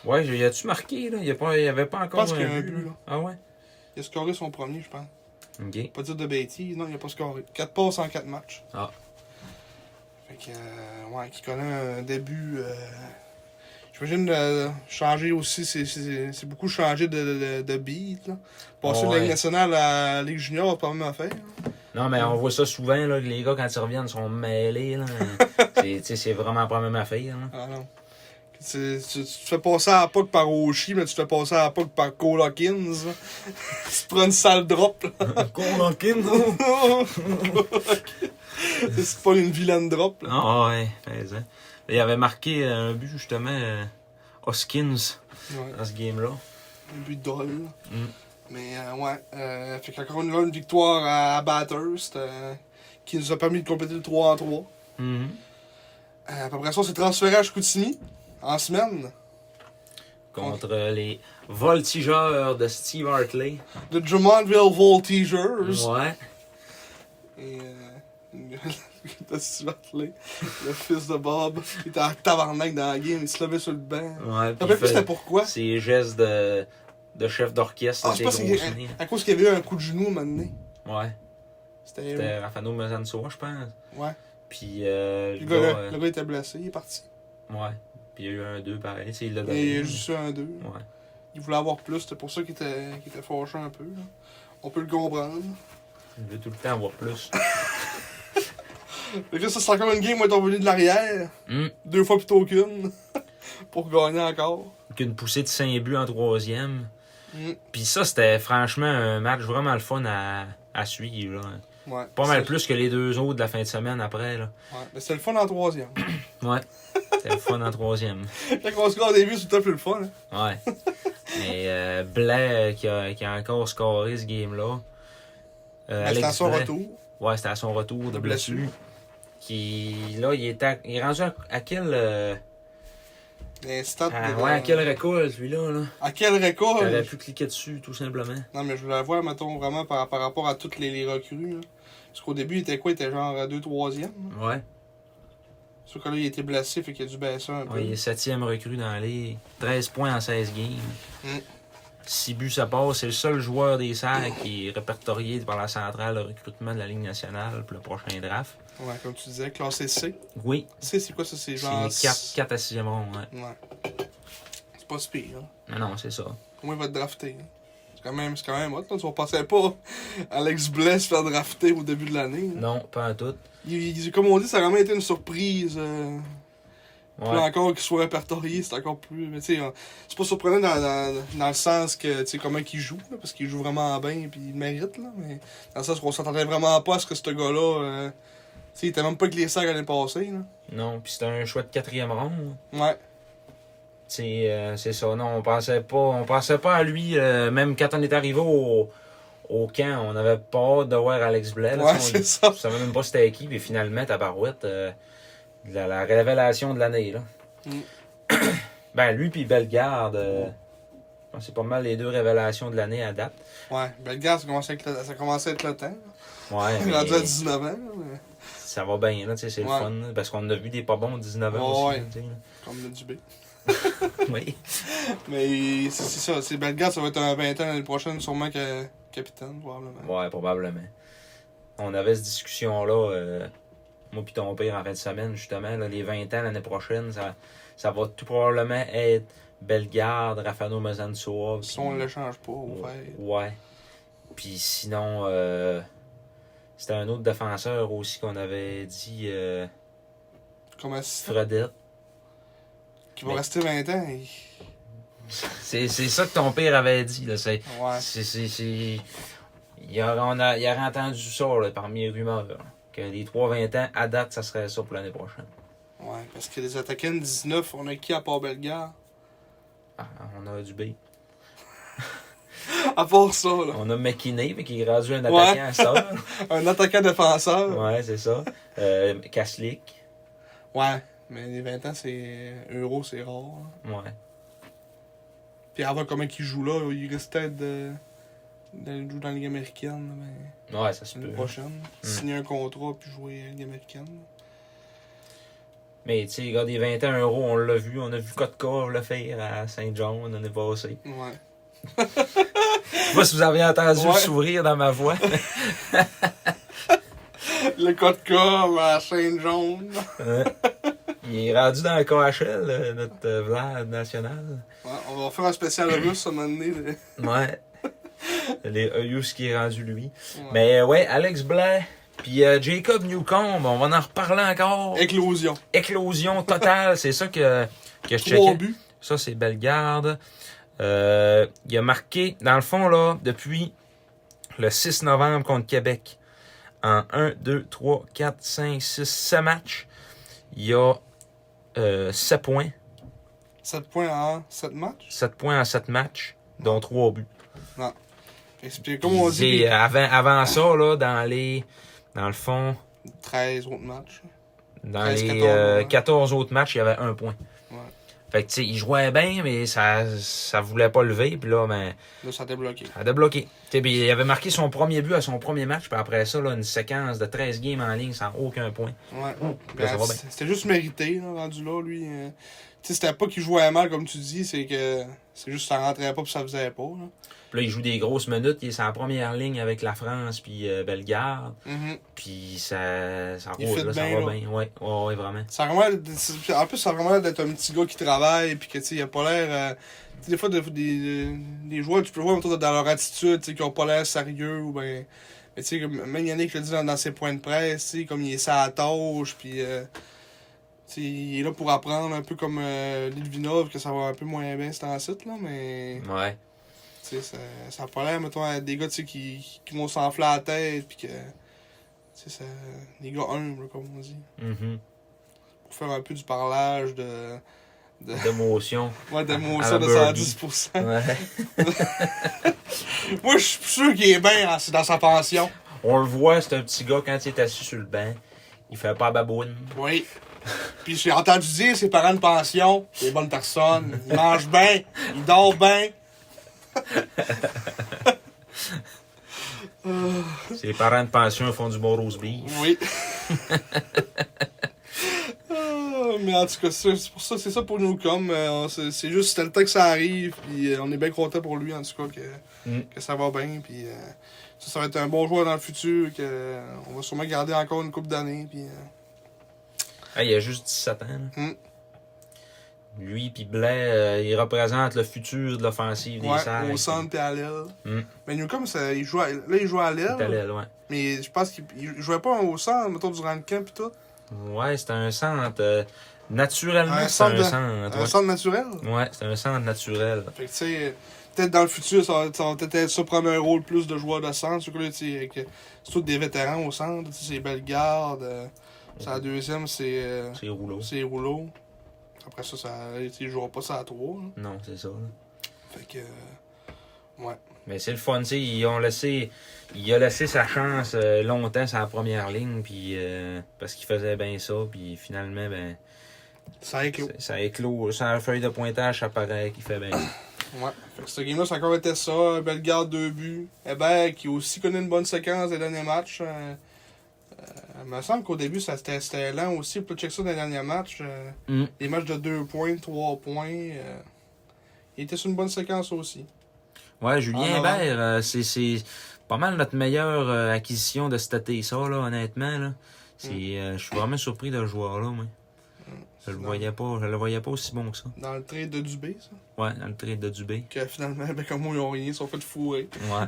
S3: Ouais, y a-tu marqué, là? Il y, a pas- il y avait pas encore
S1: pense qu'il y a un but, là.
S3: Ah ouais?
S1: Il a scoré son premier, je pense.
S3: OK.
S1: Pas dire de bêtises, non, il a pas scoré. 4 passes en 4 matchs.
S3: Ah.
S1: Fait que, euh, ouais, qui connaît un début. euh, J'imagine euh, changer aussi, c'est- c'est c'est beaucoup changer de, de, de beat. Là. Passer de
S3: Ouais.
S1: la Ligue nationale à la Ligue junior, c'est pas même affaire. là.
S3: Non, mais on voit ça souvent, là, que les gars, quand ils reviennent, sont mêlés, là. c'est, tu sais, c'est vraiment pas la même affaire, là.
S1: Ah non. Tu, tu- tu te fais passer à la puck par Oshie, mais tu te fais passer à la puck par Cole Hawkins. là. tu te prends une sale drop. là. c'est pas une vilaine drop. là.
S3: Ah ouais, mais, hein. Il avait marqué euh, un but, justement, euh, Hoskins,
S1: Ouais.
S3: dans ce game-là.
S1: un but d'ol.
S3: Mm.
S1: Mais euh, ouais, euh, fait qu'encore une, fois, une victoire à, à Bathurst euh, qui nous a permis de compléter le 3 en 3.
S3: Mhm.
S1: Euh, après ça, on s'est transféré à Chicoutimi en semaine
S3: Contre euh, les voltigeurs de Steve Hartley.
S1: de Drummondville Voltigeurs.
S3: Ouais.
S1: Et euh, une- de Stuart Lee, le fils de Bob, il était en tabarnak dans la game, il se levait sur le banc.
S3: Ouais.
S1: Je
S3: puis
S1: me rappelle
S3: il
S1: plus c'était
S3: fait
S1: pourquoi.
S3: Ses gestes de, de chef d'orchestre,
S1: Ah, je
S3: ses
S1: pense que
S3: grosses
S1: c'est
S3: nez.
S1: à, à cause qu'il y avait eu un coup de genou maintenant.
S3: Ouais.
S1: C'était.
S3: C'était Rafano Mesansoa, je pense.
S1: Ouais.
S3: Puis, euh,
S1: Le
S3: le
S1: gars,
S3: gars,
S1: le,
S3: euh,
S1: le gars était blessé, il est parti.
S3: ouais. Puis il y a eu un 2 pareil. tu sais, Il l'a
S1: Et il a
S3: donné.
S1: juste eu un 2.
S3: Ouais.
S1: Il voulait avoir plus, c'était pour ça qu'il était, qu'il était fâché un peu. là. On peut le comprendre.
S3: Il veut tout le temps avoir plus.
S1: Fait que là, ça, c'est encore une game où ils sont venus de l'arrière,
S3: Hum.
S1: deux fois plutôt qu'une, pour gagner encore.
S3: Qu'une poussée de 5 buts en troisième.
S1: Mm.
S3: Puis ça, c'était franchement un match vraiment le fun à, à suivre. là.
S1: Ouais.
S3: Pas mal
S1: C'est-
S3: plus que les deux autres de la fin de semaine après. Là.
S1: Ouais. Mais c'est le fun en troisième.
S3: Ouais. C'était le fun en troisième.
S1: Quand on score des buts, c'est tout à fait le fun. hein.
S3: Ouais. Mais euh, Blais euh, qui, a, qui a encore scoré ce game-là. Euh,
S1: Mais c'est
S3: Alex
S1: à son
S3: Blais.
S1: retour.
S3: Ouais, c'était à son retour de
S1: De blessure.
S3: blessure. Qui, là, il est, à- il est rendu à, à quel. euh,
S1: Les stats
S3: à-
S1: de-
S3: Ah, ouais, à quel record, lui-là, là.
S1: à quel record?
S3: T'aurais pu cliquer dessus, tout simplement.
S1: Non, mais je voulais voir, mettons, vraiment par, par rapport à toutes les, les recrues. là. Parce qu'au début, il était quoi? Il était genre 2-3e.
S3: Ouais.
S1: Sauf que là, il était blessé, fait qu'il a dû baisser un peu.
S3: il est septième recrue dans les 13 points en 16 games.
S1: Mm.
S3: 6 buts, ça passe. C'est le seul joueur des Serres qui est répertorié par la centrale de recrutement de la Ligue nationale pour le prochain draft.
S1: Ouais, comme tu disais, classé C.
S3: Oui,
S1: C, c'est quoi ça? C'est
S3: c'est
S1: genre.
S3: 4, 4 à 6 ronde. Ouais.
S1: Ouais. C'est pas si pire. Hein.
S3: Non, non, c'est ça.
S1: Au moins, il va te drafter. hein. C'est quand même, c'est quand même hot. hein. Là. Tu ne pensais pas Alex Blais se faire drafter au début de l'année. là.
S3: Non, pas en tout.
S1: Il- il- comme on dit, ça a vraiment été une surprise. euh,
S3: Ouais.
S1: Puis là encore qu'il soit répertorié, c'est encore plus. Mais tu sais, euh, c'est pas surprenant dans, dans, dans le sens que, tu sais, comment qu'il joue, là, parce qu'il joue vraiment bien et il le mérite, là. Mais dans le sens qu'on s'attendait vraiment pas à ce que ce gars-là. euh, tu sais, il était même pas que les sacs allaient passer, là.
S3: Non, puis c'était un choix de quatrième ronde.
S1: Ouais.
S3: C'est euh, c'est ça. Non, on pensait pas, on pensait pas à lui. euh, même quand on est arrivé au, au camp, on avait pas hâte de voir Alex Blais. là,
S1: Ouais,
S3: on-
S1: c'est ça.
S3: On savait même pas c'était qui. Puis finalement, Tabarouette, euh, la, la révélation de l'année. là.
S1: Mm.
S3: ben, lui puis Bellegarde, euh, je pense que c'est pas mal les deux révélations de l'année à date.
S1: Ouais. Ben, le gars, ça commençait, à être le- ça commençait à être le temps. là.
S3: Ouais,
S1: Il est rendu à
S3: mais
S1: 19 ans, là, mais-
S3: ça va bien, là, tu sais, c'est
S1: Ouais.
S3: le fun. là, parce qu'on a vu des pas bons 19 ans
S1: Ouais,
S3: aussi. tu sais, là.
S1: comme le Dubé.
S3: Oui.
S1: Mais c'est c'est ça. C'est Bellegarde, ça va être un 20 ans l'année prochaine, sûrement que capitaine, probablement.
S3: Ouais, probablement. On avait cette discussion-là, euh, moi puis ton père, en fin de semaine, justement, là, les 20 ans l'année prochaine, ça, ça va tout probablement être Bellegarde, Rafano Mazansoa.
S1: Si on le change pas, on fait.
S3: Ouais. Puis sinon, euh, c'était un autre défenseur aussi qu'on avait dit, euh,
S1: Comme assistant.
S3: Fredette.
S1: Qui va
S3: Mais-
S1: rester 20 ans. il-
S3: C'est c'est ça que ton père avait dit, là. C'est.
S1: Ouais.
S3: c'est- c'est- c'est- Il aurait, on a- il aurait entendu ça là, parmi les rumeurs. là, que les 3-20 ans, à date, ça serait ça pour l'année prochaine.
S1: Ouais, parce que les attaquants de 19, on a qui à part Bellegarde?
S3: Ah, on a du B.
S1: À part ça, là.
S3: On a McKinney, mais qui est rendu un
S1: Ouais.
S3: attaquant à ça.
S1: Un attaquant défenseur. Ouais.
S3: ouais, c'est ça. Euh, Kaslik.
S1: mais les 20 ans, c'est. Euro, c'est rare. là.
S3: Ouais.
S1: Puis avant, comment qu'il joue là, il risque peut-être de. d'aller jouer dans la Ligue américaine, là, mais.
S3: Ouais, Mm. ça se peut.
S1: l'année prochaine. Signer un contrat, puis jouer à la Ligue américaine.
S3: Mais tu sais, les gars, des 21 euros, on l'a vu. On a vu Kotkov le faire à Saint-John l'année passée.
S1: Ouais.
S3: Je sais pas si vous avez entendu
S1: Ouais.
S3: le sourire dans ma voix.
S1: Le Kotka à Saint-John.
S3: Ouais. Il est rendu dans le KHL, euh, notre euh, Vlad national.
S1: Ouais, on va faire un spécial russe à un moment donné. là. Ouais.
S3: Ouais. Les euh, Eus qui est rendu lui. Mais euh, ouais, Alex Blais, puis euh, Jacob Newcomb, on va en reparler encore.
S1: Éclosion.
S3: Éclosion totale, c'est ça que, que je
S1: Trois
S3: checkais.
S1: buts.
S3: Ça, c'est Bellegarde. Euh, il a marqué, dans le fond, là, depuis le 6 novembre contre Québec, en 1, 2, 3, 4, 5, 6, 7 matchs, il y a euh, 7 points.
S1: 7 points en 7 matchs.
S3: 7 points en 7 matchs, dont 3 buts.
S1: Fait que c'est- comme on dit,
S3: Et avant, avant ça, là, dans les. Dans le fond,
S1: 13 autres matchs.
S3: dans
S1: 13,
S3: les
S1: 14,
S3: euh,
S1: ouais.
S3: 14 autres matchs, il y avait un point.
S1: Ouais.
S3: Fait que, tu sais, il jouait bien, mais ça, ça voulait pas lever. Puis là, ben,
S1: Là, ça a débloqué.
S3: ça a débloqué. Tu sais, puis il avait marqué son premier but à son premier match, puis après ça, là, une séquence de 13 games en ligne sans aucun point.
S1: Ouais.
S3: Ben, ça va bien.
S1: c- c'était juste mérité, là, rendu là, lui. euh, tu sais, c'était pas qu'il jouait mal, comme tu dis, c'est que c'est juste que ça rentrait pas puis ça faisait pas. Là.
S3: Puis là, il joue des grosses minutes, il est sur la première ligne avec la France, puis euh, Bellegarde,
S1: Mhm.
S3: puis ça, ça
S1: Il
S3: roule,
S1: fit
S3: là, ça
S1: bien,
S3: va
S1: là.
S3: bien. Ouais, ouais, ouais, vraiment.
S1: Ça a vraiment, c'est- en plus, ça a vraiment l'air d'être un petit gars qui travaille, puis que, tu sais, il a pas l'air. euh, tu sais, des fois, des, des, des joueurs, tu peux voir autour de- dans leur attitude, tu sais, qui ont pas l'air sérieux, ou ben. Mais tu sais, comme- même Yannick le dit dans, dans ses points de presse, tu sais, comme il est ça à tâche, puis euh, tu sais, il est là pour apprendre, un peu comme euh, Litvinov, que ça va un peu moins bien, c'est en site, là, mais
S3: Ouais.
S1: tu sais, ça, ça a pas l'air, mettons, à hein, des gars, tu sais, qui, qui vont s'enfler la tête, puis que, tu sais, ça, des gars humbles, comme on dit,
S3: Mhm.
S1: pour faire un peu du parlage de, de,
S3: De motion.
S1: ouais, de mon
S3: À
S1: ça
S3: la
S1: de
S3: Birdie.
S1: 110%.
S3: Ouais.
S1: Moi, je suis sûr qu'il est bien dans, dans sa pension.
S3: On le voit, c'est un petit gars quand il est assis sur le banc. Il fait pas baboune.
S1: Oui. Puis j'ai entendu dire ses parents de pension, c'est des bonnes personnes, ils mangent bien, ils dorment bien.
S3: Ses parents de pension font du bon roast beef.
S1: Oui. Ah, Mais en tout cas, c'est c'est pour ça, c'est ça pour nous comme. euh, on- c'est c'est juste c'était le temps que ça arrive, puis euh, on est bien content pour lui en tout cas que,
S3: Mm.
S1: que ça va bien, puis euh, ça, ça va être un bon joueur dans le futur, que euh, on va sûrement garder encore une coupe d'années, puis. euh,
S3: Ah, il a juste 17 ans. là.
S1: Mm.
S3: Lui puis Blais, euh, il représente le futur de l'offensive des Saints.
S1: ouais, au centre et à l'aile.
S3: Mm.
S1: Mais Newcombe, ça, il joue à- là, il joue à
S3: Il est
S1: l'aile.
S3: allé loin.
S1: Mais je pense qu'il il jouait pas au centre, mettons, durant le camp pis tout.
S3: Ouais, c'est un centre. euh, naturellement,
S1: Un
S3: c'est un
S1: centre de-
S3: centre.
S1: Un
S3: ouais.
S1: Euh, centre naturel.
S3: Ouais, c'est un centre naturel.
S1: Fait que, tu sais, peut-être dans le futur, ça va, ça va peut-être être ça prendre un rôle plus de joueur de centre. Surtout que là, tu sais, avec, euh, c'est tous des vétérans au centre. Tu sais, c'est Bellegarde. euh, c'est la deuxième, c'est, euh,
S3: C'est rouleau.
S1: c'est Rouleau. Après ça, ça tu sais, ils joueront pas ça à trois. là.
S3: Non, c'est ça. là.
S1: Fait que. euh,
S3: Mais c'est le fun, tu sais, ils ont laissé, il a laissé sa chance euh, longtemps sur la première ligne, puis euh, parce qu'il faisait bien ça, puis finalement, ben,
S1: ça éclos.
S3: ça- ça éclot, sur la feuille de pointage, ça paraît qu'il fait bien.
S1: Ouais. Fait que ce game-là, ça a encore été ça. Bellegarde, deux buts. Hébert, qui aussi connaît une bonne séquence des derniers matchs. euh, euh, il me semble qu'au début, ça c'était- c'était lent aussi. Puis check ça dans les derniers matchs. euh,
S3: Mm.
S1: Les matchs de deux points, trois points. euh, il était sur une bonne séquence aussi.
S3: Ouais,
S1: Ah,
S3: Julien
S1: non, non.
S3: Hébert, euh, c'est, c'est pas mal notre meilleure euh, acquisition de cet été, ça, là, honnêtement, là. C'est, euh, je suis vraiment surpris de ce joueur-là, moi.
S1: Mm.
S3: Je le
S1: Non.
S3: voyais pas, je le voyais pas aussi bon que ça.
S1: Dans le trade de Dubé, ça.
S3: Ouais, dans le trade de Dubé.
S1: Que finalement, ben, comme moi, ils ont rien, ils sont fait fourrer.
S3: Ouais,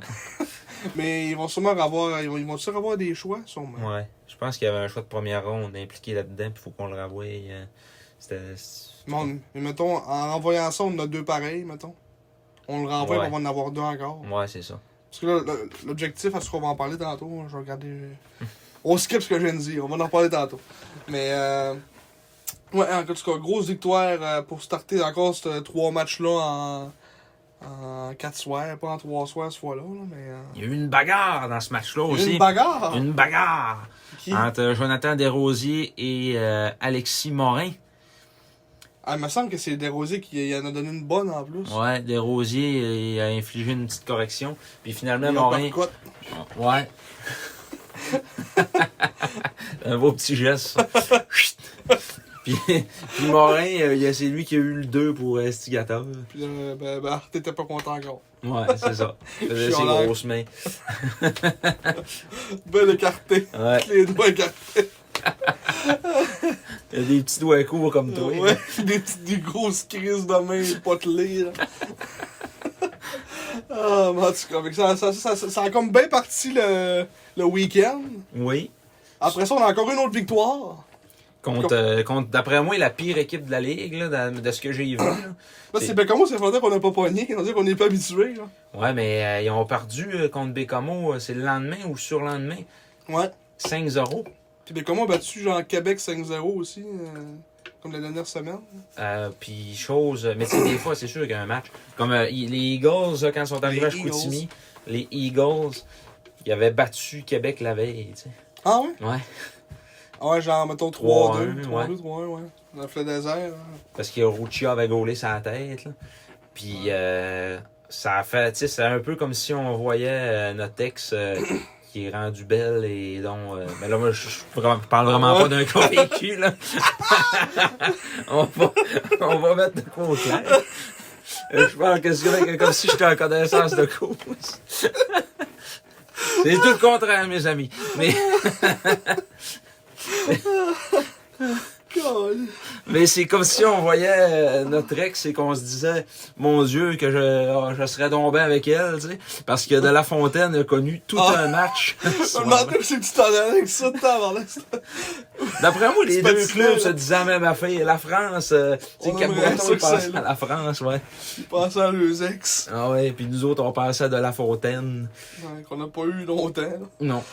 S1: Mais ils vont sûrement avoir, ils vont, ils vont sûrement avoir des choix, sûrement.
S3: ouais. Je pense qu'il y avait un choix de première ronde impliqué là-dedans, puis faut qu'on le renvoie. euh, c'était.
S1: Mais, on- mais mettons, en renvoyant ça, on en a deux pareils, mettons. On le renvoie,
S3: Ouais.
S1: puis on va en avoir deux encore.
S3: Ouais, c'est ça.
S1: Parce que là, le- l'objectif, parce qu'on va en parler tantôt, hein, je vais regarder. je- On skip ce que je viens de dire, on va en parler tantôt. Mais, euh, ouais, en tout cas, grosse victoire euh, pour starter encore ces trois matchs-là en, en quatre soirs, pas en trois soirs ce fois-là, là, mais. euh,
S3: Il y a eu une bagarre dans ce
S1: il
S3: match-là
S1: y a eu
S3: aussi.
S1: Une bagarre!
S3: Une bagarre
S1: Qui...
S3: entre Jonathan Desrosiers et euh, Alexis Morin.
S1: Ah, il me semble que c'est Desrosiers qui il en a donné une bonne en plus.
S3: Ouais, Desrosiers euh, il a infligé une petite correction. Puis finalement,
S1: Il a
S3: Morin.
S1: uppercut.
S3: Ouais. Un beau petit geste. ça. Chut. puis, puis Morin, euh, il y a- c'est lui qui a eu le 2 pour Instigateur.
S1: Puis là, ben, ben, t'étais pas content encore.
S3: Ouais, c'est ça. Il faisait ses
S1: Chialard.
S3: grosses mains.
S1: Belle écarté.
S3: Ouais.
S1: Les doigts écartés.
S3: Il a des petits doigts courts comme toi.
S1: Ouais, des, petites- des grosses crises de main potelées. là. Ah, mais en tout cas, fait que ça, ça, ça, ça- ça a comme bien parti le, le week-end.
S3: Oui.
S1: Après ça, on a encore une autre victoire.
S3: Contre, euh, contre d'après moi, la pire équipe de la Ligue, là, dans- de ce que j'ai vu. là.
S1: Là, c'est Bécamo, c'est Fontaine qu'on n'a pas pogné. On dirait qu'on n'est pas habitué. là.
S3: Ouais, mais euh, ils ont perdu euh, contre Bécamo, euh, c'est le lendemain ou sur le surlendemain,
S1: Ouais.
S3: 5-0
S1: Puis Bécamo a battu genre Québec 5-0 aussi, euh, comme la dernière semaine.
S3: Euh, puis chose, euh, mais tu sais, des fois, c'est sûr qu'il y a un match. Comme euh, i- les Eagles, là, quand ils sont arrivés
S1: Les
S3: à Chicoutimi, les Eagles, ils avaient battu Québec la veille, tu sais.
S1: Ah ouais?
S3: Ouais.
S1: Ah ouais, genre, mettons
S3: 3-1,
S1: 3-2. 3-2,
S3: ouais.
S1: 3-1, ouais. Dans le fleuve désert. hein.
S3: Parce que Rucci avait gaulé sa tête, là. Puis euh, ça a fait, tu sais, c'est un peu comme si on voyait euh, notre ex euh, qui est rendu belle et dont. euh, ben là, moi, je, je parle vraiment pas d'un cas vécu, là. on, va, on va mettre de quoi au clair. Euh, Je parle que c'est comme si j'étais en connaissance de cause. c'est tout le contraire, mes amis. Mais. Mais c'est comme si on voyait euh, notre ex et qu'on se disait, mon Dieu, que je, ah, je serais tombé avec elle, tu sais. Parce que De La Fontaine a connu tout
S1: Ah.
S3: un match.
S1: Je me demande si tu t'en allais avec ça de temps avant là.
S3: D'après moi, les
S1: pas
S3: deux
S1: difficile,
S3: clubs
S1: là.
S3: se disaient la même affaire. La France, euh, tu sais,
S1: On
S3: Cap
S1: aimerait
S3: Breton,
S1: ça
S3: il
S1: que ça
S3: passe
S1: aille
S3: à la France, ouais.
S1: Pensant à leurs ex.
S3: Ah ouais, puis nous autres, on passait à De La Fontaine.
S1: Ouais, Qu'on n'a pas eu longtemps. là.
S3: Non.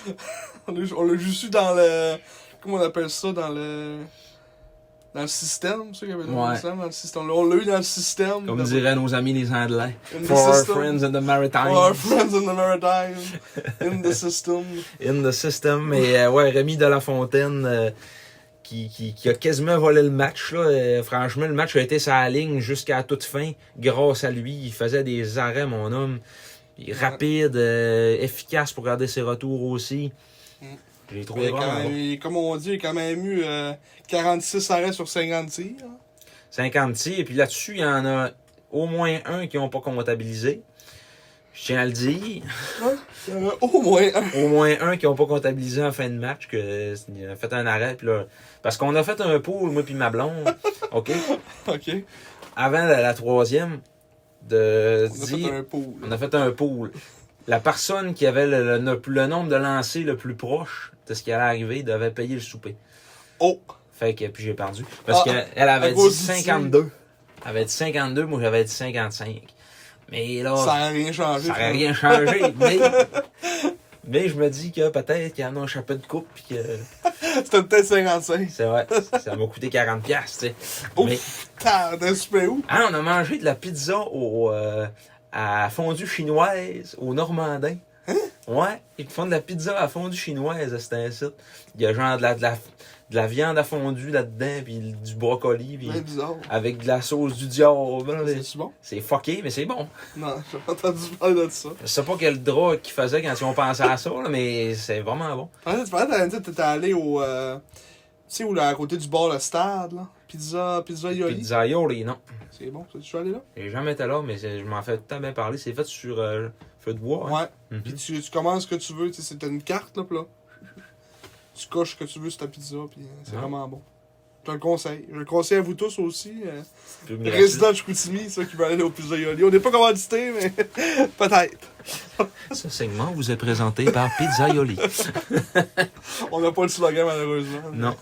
S1: On l'a on l'a juste eu dans le. Comment on appelle ça Dans le. Dans le système, c'est ça qu'il y avait dans
S3: Ouais.
S1: le système, dans le système. On l'a eu dans le système.
S3: Comme
S1: dans-
S3: diraient nos amis les Anglais.
S1: In the
S3: For our
S1: system.
S3: friends in the
S1: For our
S3: maritime.
S1: friends in the maritime. In the system.
S3: In the system. Mais euh, ouais, Rémi de la Fontaine euh, qui, qui, qui a quasiment volé le match. Là. Euh, franchement, le match a été sa ligne jusqu'à la toute fin. Grâce à lui, il faisait des arrêts, mon homme. Il est rapide, euh, efficace pour garder ses retours aussi. J'ai
S1: Il
S3: trouvé
S1: a Mm. quand
S3: vraiment
S1: même-
S3: bon. hein.
S1: il- comme on dit, il a quand même eu euh, 46 arrêts sur 50 tirs. hein.
S3: 50 tirs. Et puis là-dessus, il y en a au moins un qui n'ont pas comptabilisé. Je tiens à le dire.
S1: Il y en a au moins un.
S3: au moins un qui n'ont pas comptabilisé en fin de match, que euh, il a fait un arrêt. puis là, parce qu'on a fait un pot, moi puis ma blonde, OK?
S1: Ok.
S3: Avant la, la troisième, de
S1: On a
S3: dire-
S1: fait un pool.
S3: on a fait un pool. La personne qui avait le, le- le- le nombre de lancers le plus proche de ce qui allait arriver devait payer le souper.
S1: Oh!
S3: Fait que puis j'ai perdu. Parce
S1: Ah,
S3: qu'elle elle
S1: à
S3: avait dit
S1: cause du
S3: 52. Elle avait dit 52, moi j'avais dit 55. Mais là,
S1: Ça n'a rien changé.
S3: ça aurait
S1: finalement.
S3: rien changé, mais, mais je me dis que peut-être qu'il y en a un chapeau de coupe puis que
S1: C'était peut-être 55.
S3: c'est vrai, ça m'a coûté 40 pièces, tu sais.
S1: Ouf.
S3: Mais
S1: Putain, t'es super où?
S3: ah, on a mangé de la pizza au euh, à fondue chinoise au Normandin.
S1: Hein?
S3: Ouais, ils te font de la pizza à fondue chinoise, c'était un site. Il y a genre de la, de la, de la viande à fondue là-dedans puis du brocoli puis
S1: C'est bizarre.
S3: avec de la sauce du diable.
S1: C'est-tu bon?
S3: C'est fucké, mais c'est bon.
S1: Non, j'ai pas entendu parler de ça.
S3: Je sais pas quel drap qu'ils faisaient quand ils ont pensé à ça, là, mais c'est vraiment bon.
S1: En fait, tu parlais de la t'étais allé au. euh, tu sais, où, là, à côté du bar, le stade, là. Pizza, pizza Yoli.
S3: Pizza Yoli, non.
S1: C'est bon, ça, tu suis allé là?
S3: J'ai jamais été là, mais c'est- je m'en fais tout le temps bien parler. C'est fait sur euh, feu de bois. hein.
S1: Ouais.
S3: Mhm.
S1: Puis tu, tu commandes ce que tu veux, tu sais, c'est une carte, là, pis là. Tu coches ce que tu veux sur ta pizza, puis euh, c'est
S3: Ah.
S1: vraiment bon. Je te le conseille. Je le conseille à vous tous aussi. euh,
S3: Pub gratuite.
S1: résident de Chicoutimi, ceux qui veulent aller au Pizza Yoli. On n'est pas commandité, mais peut-être.
S3: Ce segment vous est présenté par Pizza Yoli.
S1: On n'a pas le slogan, malheureusement.
S3: non.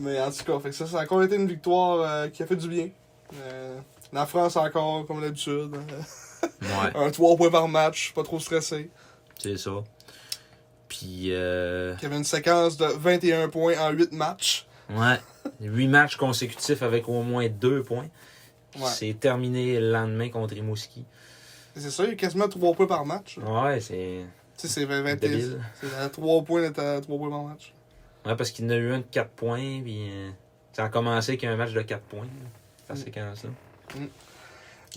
S1: Mais en tout cas, fait que ça, ça a encore été une victoire euh, qui a fait du bien. Euh, la France encore, comme d'habitude. Euh,
S3: Ouais,
S1: Un 3 points par match, pas trop stressé.
S3: c'est ça. Puis, euh,
S1: Qui avait une séquence de 21 points en 8 matchs.
S3: ouais. Huit matchs consécutifs avec au moins deux points.
S1: Ouais.
S3: C'est terminé le lendemain contre Rimouski.
S1: Et C'est ça, il y a quasiment 3 points par match.
S3: Ouais, c'est
S1: Tu sais, c'est 21.
S3: débile.
S1: C'est à 3 points d'être à 3 points par match.
S3: Ouais, parce qu'il y en a eu un de 4 points, puis euh, ça a commencé qu'un match de 4 points, là, la
S1: Mm.
S3: séquence-là.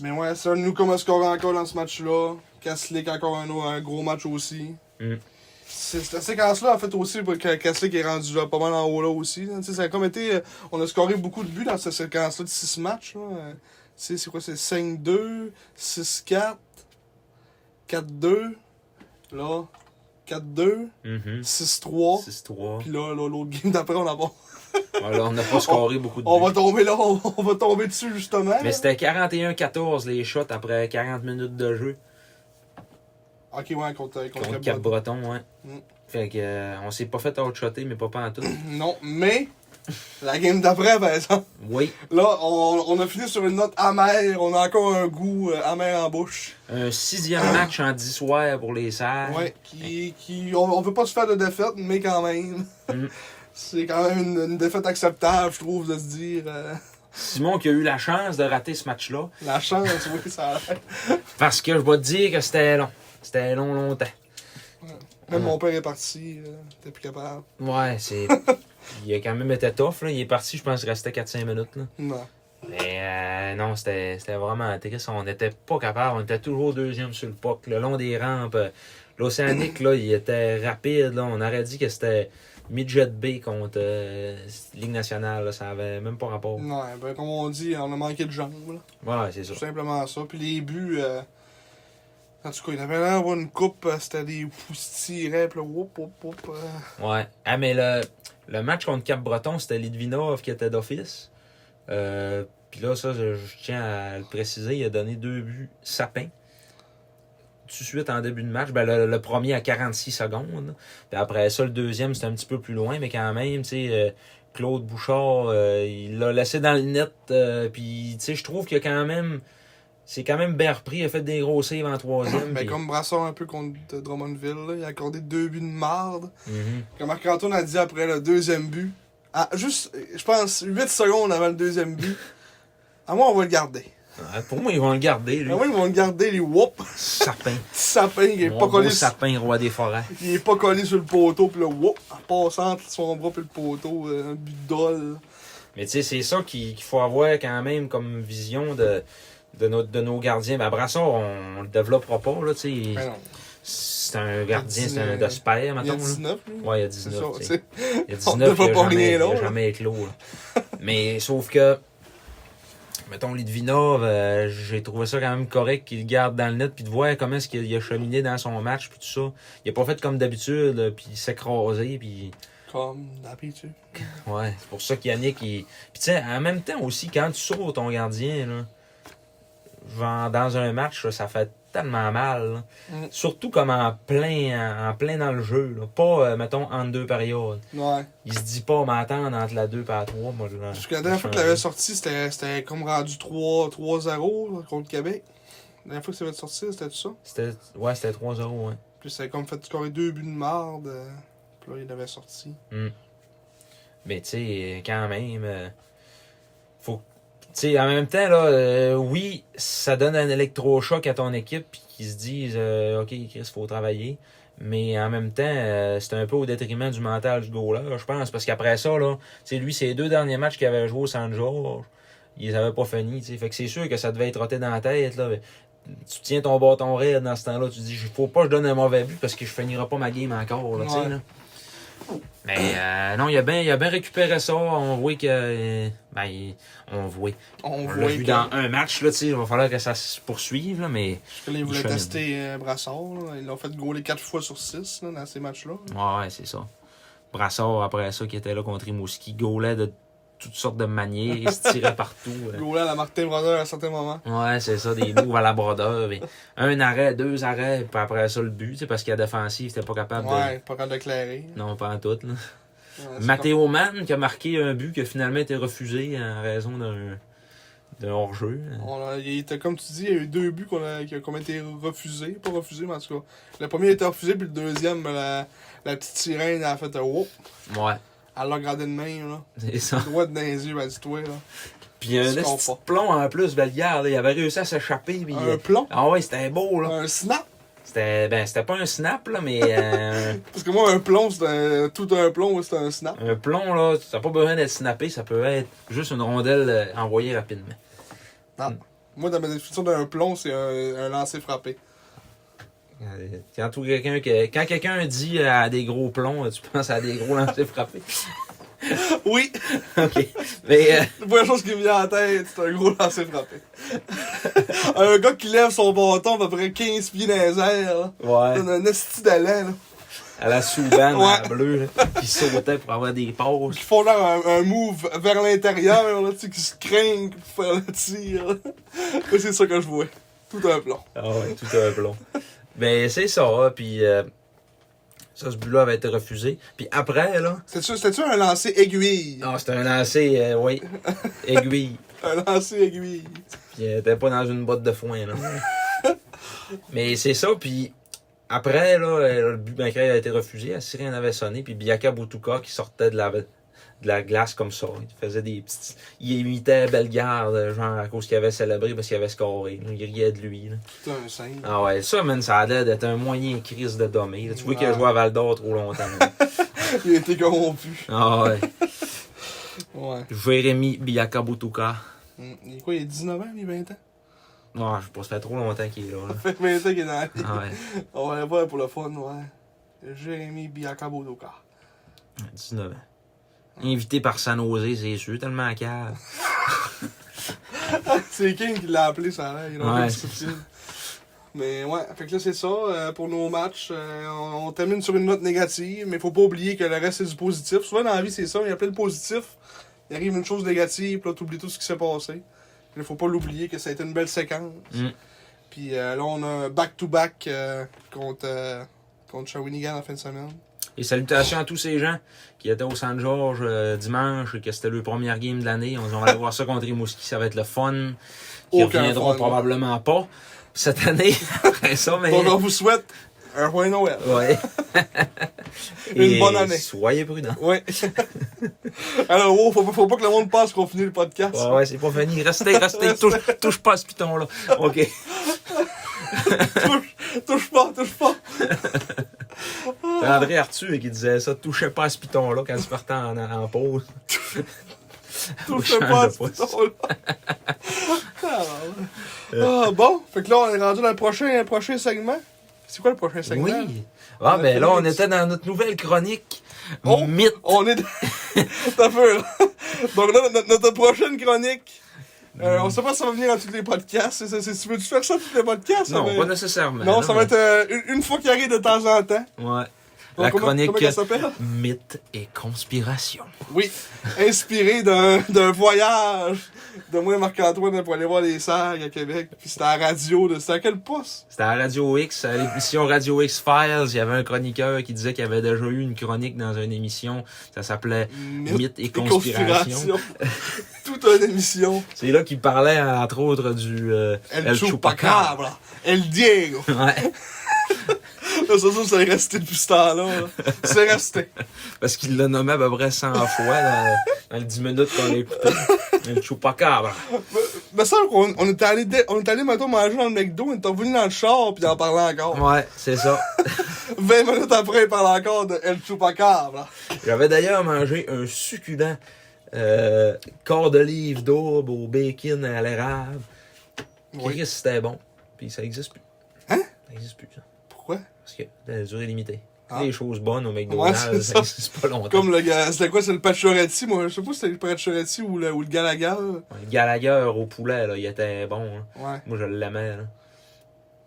S1: Mais ouais, ça, nous, comme on score encore dans ce match-là. Kasslik, encore un, autre- un gros match aussi.
S3: Mm.
S1: C'est- Cette séquence-là, en fait, aussi, parce que Kasslik est rendu là, pas mal en haut là aussi. là. Tu sais, Ça a comme été. euh, On a scoré beaucoup de buts dans cette séquence-là de 6 matchs. là. Euh, tu sais, C'est quoi C'est 5-2, 6-4, 4-2, là, 4-2,
S3: Mhm.
S1: 6-3.
S3: 6-3.
S1: Puis là, là, l'autre game d'après, on a bon.
S3: Voilà, on n'a pas scoré beaucoup de
S1: On
S3: buts.
S1: va tomber là, on va- on va tomber dessus justement.
S3: Mais
S1: là.
S3: c'était 41-14 les shots après 40 minutes de jeu
S1: Ok, ouais, contre, contre, Cap-Breton.
S3: contre Cap-Breton, ouais.
S1: Mm.
S3: Fait que euh, on s'est pas fait outshotter, mais pas en tout.
S1: Non, mais la game d'après, par exemple,
S3: Oui,
S1: là, on, on a fini sur une note amère. On a encore un goût euh, amer en bouche.
S3: un sixième match en 10 soirs pour les Serres.
S1: Ouais, qui, qui, on, on veut pas se faire de défaite, mais quand même.
S3: Mm.
S1: C'est quand même une, une défaite acceptable, je trouve, de se dire euh,
S3: Simon qui a eu la chance de rater ce match-là,
S1: la chance, oui, ça a l'air.
S3: parce que je vais te dire que c'était long. C'était long longtemps.
S1: Même mon père est parti, euh, t'es plus capable.
S3: Ouais, c'est... Il a quand même été tough, là. Il est parti, je pense, il restait 4-5 minutes, là.
S1: Non.
S3: Mais euh, non, c'était c'était vraiment triste. On n'était pas capable. On était toujours deuxième sur le POC, le long des rampes. L'Océanique, là, il était rapide. Là. On aurait dit que c'était Midget B contre euh, Ligue nationale. là. Ça avait même pas rapport.
S1: Non, ben, comme on dit, on a manqué de jambes. là.
S3: Ouais, c'est ça.
S1: Tout simplement ça. Puis les buts, euh, En tout cas, il avait l'air d'avoir une coupe, euh, c'était des poussières, puis là, whoop, whoop, whoop. euh.
S3: Ouais. Ah, mais le, le match contre Cap-Breton, c'était Litvinov qui était d'office. Euh, Puis là, ça, je, je tiens à le préciser, il a donné deux buts sapins. Tout de suite en début de match, ben le, le premier à 46 secondes. Puis après ça, le deuxième, c'était un petit peu plus loin, mais quand même, tu sais, euh, Claude Bouchard, euh, il l'a laissé dans le net. euh, Puis, tu sais, je trouve qu'il a quand même. C'est quand même bien repris. Il a fait des gros saves en troisième.
S1: Mais
S3: puis-
S1: Ben, comme Brassard un peu contre euh, Drummondville, là, il a accordé deux buts de marde.
S3: Mhm.
S1: Comme Marc-Antoine a dit après le deuxième but, à juste, euh, je pense, 8 secondes avant le deuxième but, à moi, on va le garder.
S3: Ouais, Pour moi, ils vont le garder, lui.
S1: À moi, ils vont le garder, les whoop, petit
S3: Sapin.
S1: sapin qui est,
S3: Mon
S1: pas
S3: beau
S1: collé, sur-
S3: sapin, roi des forêts.
S1: qui est pas collé sur le poteau, puis là, whoop, en passant entre son bras puis le poteau, euh, un but d'ol.
S3: Mais tu sais, c'est ça qu'il qu'il faut avoir quand même comme vision de, de, nos, de nos gardiens. Ben, Brassard, on, on le développera pas, là, tu sais. Il-
S1: Ben non,
S3: C'est un
S1: Il
S3: gardien,
S1: y a
S3: c'est un
S1: dix-
S3: d'Osper,
S1: il y a
S3: mettons. là.
S1: 19, lui.
S3: Ouais, il y a
S1: C'est ça,
S3: 19, tu
S1: tu
S3: sais.
S1: sais.
S3: Il y a
S1: On
S3: 19,
S1: devrait
S3: il
S1: pas
S3: n'a jamais,
S1: rien
S3: il a
S1: d'autre.
S3: jamais éclos, là. Mais sauf que, mettons, Litvinov, euh, j'ai trouvé ça quand même correct qu'il le garde dans le net, puis de voir comment est-ce qu'il a- il a cheminé dans son match, puis tout ça. Il a pas fait comme d'habitude, là, puis il s'est crasé, puis...
S1: Comme d'habitude.
S3: Ouais, c'est pour ça qu'Yannick, il... Puis tu sais, en même temps aussi, quand tu sauves ton gardien, là, genre, dans un match, là, ça fait tellement mal. là.
S1: Mm.
S3: Surtout comme en plein, en, en plein dans le jeu. là. Pas, euh, mettons, en deux périodes.
S1: Ouais.
S3: Il se dit pas, m'attendre entre la 2 et la 3. Moi, je-
S1: Parce que la dernière fois qu'il l'avait sorti, c'était c'était comme rendu 3 3-0 contre Québec. La dernière fois que ça avait été sorti, c'était tout ça.
S3: C'était... Ouais, c'était 3-0, ouais.
S1: Puis c'était comme fait scorer deux buts de marde. euh, Puis là, il l'avait sorti.
S3: Mais tu sais, quand même, euh, faut. Tu sais, en même temps, là, euh, oui, ça donne un électrochoc à ton équipe puis qu'ils se disent euh, OK, Chris, faut travailler. Mais en même temps, euh, c'est un peu au détriment du mental du goaler, je pense. Parce qu'après ça, là, tu sais, lui, ses deux derniers matchs qu'il avait joué au San Georges, il les avait pas finis. tu sais. Fait que c'est sûr que ça devait être roté dans la tête. Là. Tu tiens ton bâton raide dans ce temps-là, tu dis faut pas que je donne un mauvais but parce que je finirai pas ma game encore. Là, tu sais,
S1: Ouais.
S3: là. Mais euh, non, il a bien il a bien récupéré ça. On voit que. euh, ben, il- on voit.
S1: On,
S3: On l'a
S1: voit
S3: vu
S1: que,
S3: dans un match, là, tu sais, il va falloir que ça se poursuive, là, mais.
S1: parce que là, ils voulaient
S3: Michel.
S1: tester euh, Brassard. là. Ils l'ont fait gauler 4 fois sur 6 dans ces matchs-là.
S3: Ouais, c'est ça. Brassard, après ça, qui était là contre Rimouski, gaulait de toutes sortes de manières, il se tirait partout. euh.
S1: Gauler à la Martin Brodeur à un certain moment.
S3: Ouais, c'est ça, des moves à la brodeur. mais Un arrêt, deux arrêts, puis après ça, le but, tu sais, parce qu'il a défensif, c'était pas capable
S1: Ouais, pas capable d'éclairer.
S3: de. Non, pas en tout, là.
S1: Ouais, c'est
S3: Matteo Mann, qui a marqué un but qui a finalement été refusé en raison d'un d'un hors-jeu.
S1: comme- On a- il était, comme tu dis, il y a eu deux buts qu'on a, qui ont comme été refusés. Pas refusés, mais en tout cas. Le premier a été refusé, puis le deuxième, la, la petite sirène, elle a fait un whoop.
S3: Ouais,
S1: Elle l'a regardé de main, là.
S3: c'est ça.
S1: Droite dans les yeux, elle dit toi, là.
S3: Puis un
S1: Tu comprends.
S3: petit plomb en plus, Bellegarde, là, il avait réussi à s'échapper. puis
S1: Un plomb.
S3: Ah ouais, c'était beau, là.
S1: Un snap.
S3: C'était ben, c'était pas un snap, là, mais euh,
S1: Parce que moi, un plomb, c'est un... tout un plomb, c'est un snap.
S3: un plomb, là, ça n'a pas besoin d'être snappé, ça peut être juste une rondelle euh, envoyée rapidement.
S1: Moi, dans ma définition d'un plomb, c'est un, un lancer frappé.
S3: Euh, Quand tout quelqu'un que- quand quelqu'un dit euh, à des gros plombs, euh, tu penses à des gros lancers frappés.
S1: Oui,
S3: OK. Mais euh,
S1: la première chose qui me vient en tête, c'est un gros lancer frappé. un gars qui lève son bâton à peu près 15 pieds dans les airs, là.
S3: ouais,
S1: Donne un esti d'allant, là.
S3: à la soubane, à
S1: Ouais.
S3: la bleue, là, qui sautait pour avoir des
S1: Qui
S3: pauses.
S1: font là un, un move vers l'intérieur, là, tu sais, qui se craignent pour faire le tir. là. Moi, c'est ça que je vois. Tout un plomb.
S3: Ah ouais, tout un plomb. Mais c'est ça, hein, puis euh, ça, ce but-là avait été refusé. Puis après, là,
S1: C'était-tu c'était-tu un lancer aiguille?
S3: non, c'était un lancer, euh, oui, aiguille.
S1: Un lancer aiguille.
S3: Puis elle était pas dans une botte de foin, là. Mais c'est ça, puis après, là, euh, le but bancaire a été refusé, la sirène avait sonné, puis Biaka Boutouka qui sortait de la, de la glace comme ça. Il faisait des petites. Il imitait Bellegarde, genre à cause qu'il avait célébré parce qu'il avait scoré. là. Il riait de lui. là.
S1: Tout un singe.
S3: Ah ouais, ça, man, ça a l'air d'être un moyen crise de domé. là. Tu vois qu'il a
S1: Ouais.
S3: joué à Val d'Or trop longtemps. là.
S1: Il a été corrompu.
S3: ah ouais.
S1: Ouais.
S3: Jérémy Biaka Boutouka.
S1: Mm. Il est quoi, il a 19 ans, lui, 20 ans?
S3: Non, Ah, je pense que ça fait trop longtemps qu'il est là. là.
S1: Ça fait 20 ans qu'il est dans la ligue.
S3: Ah ouais.
S1: On va le voir pour le fun, ouais. Jérémy Biakabodoka.
S3: 19 ans. Invité par San Jose, c'est sûr, tellement cave.
S1: C'est King qui l'a appelé, ça a l'air. Il a
S3: Ouais.
S1: ouais. subtil. Mais ouais, fait que là, c'est ça euh, pour nos matchs. Euh, on, on termine sur une note négative, mais faut pas oublier que le reste, c'est du positif. Souvent, dans la vie, c'est ça. Il y a plein de positifs. Il arrive une chose négative, puis là, t'oublies tout ce qui s'est passé. Il faut pas l'oublier que ça a été une belle séquence.
S3: Mm.
S1: Puis euh, là, on a un back-to-back euh, contre, euh, contre Shawinigan en fin de semaine.
S3: Et salutations à tous ces gens qui étaient au San George euh, dimanche et que c'était leur première game de l'année. On, on va aller voir ça contre Rimouski, ça va être le fun. Ils
S1: Aucun
S3: reviendront
S1: fun.
S3: probablement pas cette année. Après ça, mais...
S1: Donc, on vous souhaite un Roy Noël.
S3: Ouais.
S1: Une
S3: Et
S1: bonne année.
S3: Soyez prudents.
S1: Ouais. Alors, wow, faut, pas- faut pas que le monde pense qu'on finit le podcast.
S3: Ouais, ouais, c'est pas fini. Restez, restez. touche, touche pas à ce piton-là. OK.
S1: touche, touche pas, touche pas.
S3: C'est André Arthur qui disait ça. Touchez pas à ce piton-là quand tu partais en, en pause.
S1: Touche
S3: Au champ
S1: pas à
S3: de
S1: ce
S3: pouce.
S1: piton-là. Ah, ouais. Ah, bon, fait que là, on est rendu dans le prochain, prochain segment. C'est quoi le prochain segment?
S3: Oui. Ah,
S1: On a
S3: ben
S1: fait
S3: là, on
S1: une-
S3: était dans notre nouvelle chronique.
S1: Oh!
S3: Mythe.
S1: On est. T'as peur. Donc là, notre, notre prochaine chronique. euh, on sait pas si ça va venir dans tous les podcasts. C'est- c'est- c'est- tu veux-tu faire ça dans tous les podcasts? ça
S3: Non,
S1: va-
S3: pas nécessairement.
S1: Non, ça va
S3: mais-
S1: être euh, une, une fois qu'il arrive de temps en temps.
S3: Ouais.
S1: Donc,
S3: La
S1: comment-
S3: chronique
S1: comment elle s'appelle?
S3: Mythe et conspiration.
S1: Oui. Inspiré d'un d'un voyage de moi et Marc-Antoine pour aller voir les serres à Québec. Puis c'était à la radio. de- C'était à quel poste?
S3: C'était à Radio X, à l'émission Radio X Files, il y avait un chroniqueur qui disait qu'il avait déjà eu une chronique dans une émission. Ça s'appelait Mythe et conspiration.
S1: Toute une émission.
S3: C'est là qu'il parlait, entre autres, du euh,
S1: El,
S3: El Chupacabra.
S1: Chupacabra. El Diego.
S3: Ouais,
S1: Là, ça, ça, c'est resté depuis ce temps-là. là. C'est resté.
S3: parce qu'il l'a nommé à peu près 100 fois dans, dans les 10 minutes qu'on l'écoutait. El Chupacabra.
S1: Mais ça, on, on était allé, dé- on est allé, mettons, manger dans le McDo, on est revenu dans le char, puis en parlait encore.
S3: Ouais, c'est ça.
S1: 20 minutes après, il parle encore de El Chupacabra.
S3: J'avais d'ailleurs mangé un succulent euh, corps d'olive d'aube au bacon à l'érable.
S1: Oui.
S3: Chris, c'était bon. Puis ça n'existe plus. Hein? Ça n'existe plus, ça.
S1: Pourquoi?
S3: Parce que la durée limitée.
S1: Ah.
S3: Les choses bonnes au
S1: Ouais, c'est
S3: McDonald's,
S1: ça.
S3: ça n'existe pas longtemps.
S1: Comme le gars, c'était quoi, c'est le Pachoretti, moi, je sais pas si c'était le Pachoretti ou le, ou le Galaga, là.
S3: Le Gallagher au poulet, là, il était bon. hein.
S1: Ouais,
S3: Moi, je l'aimais. là.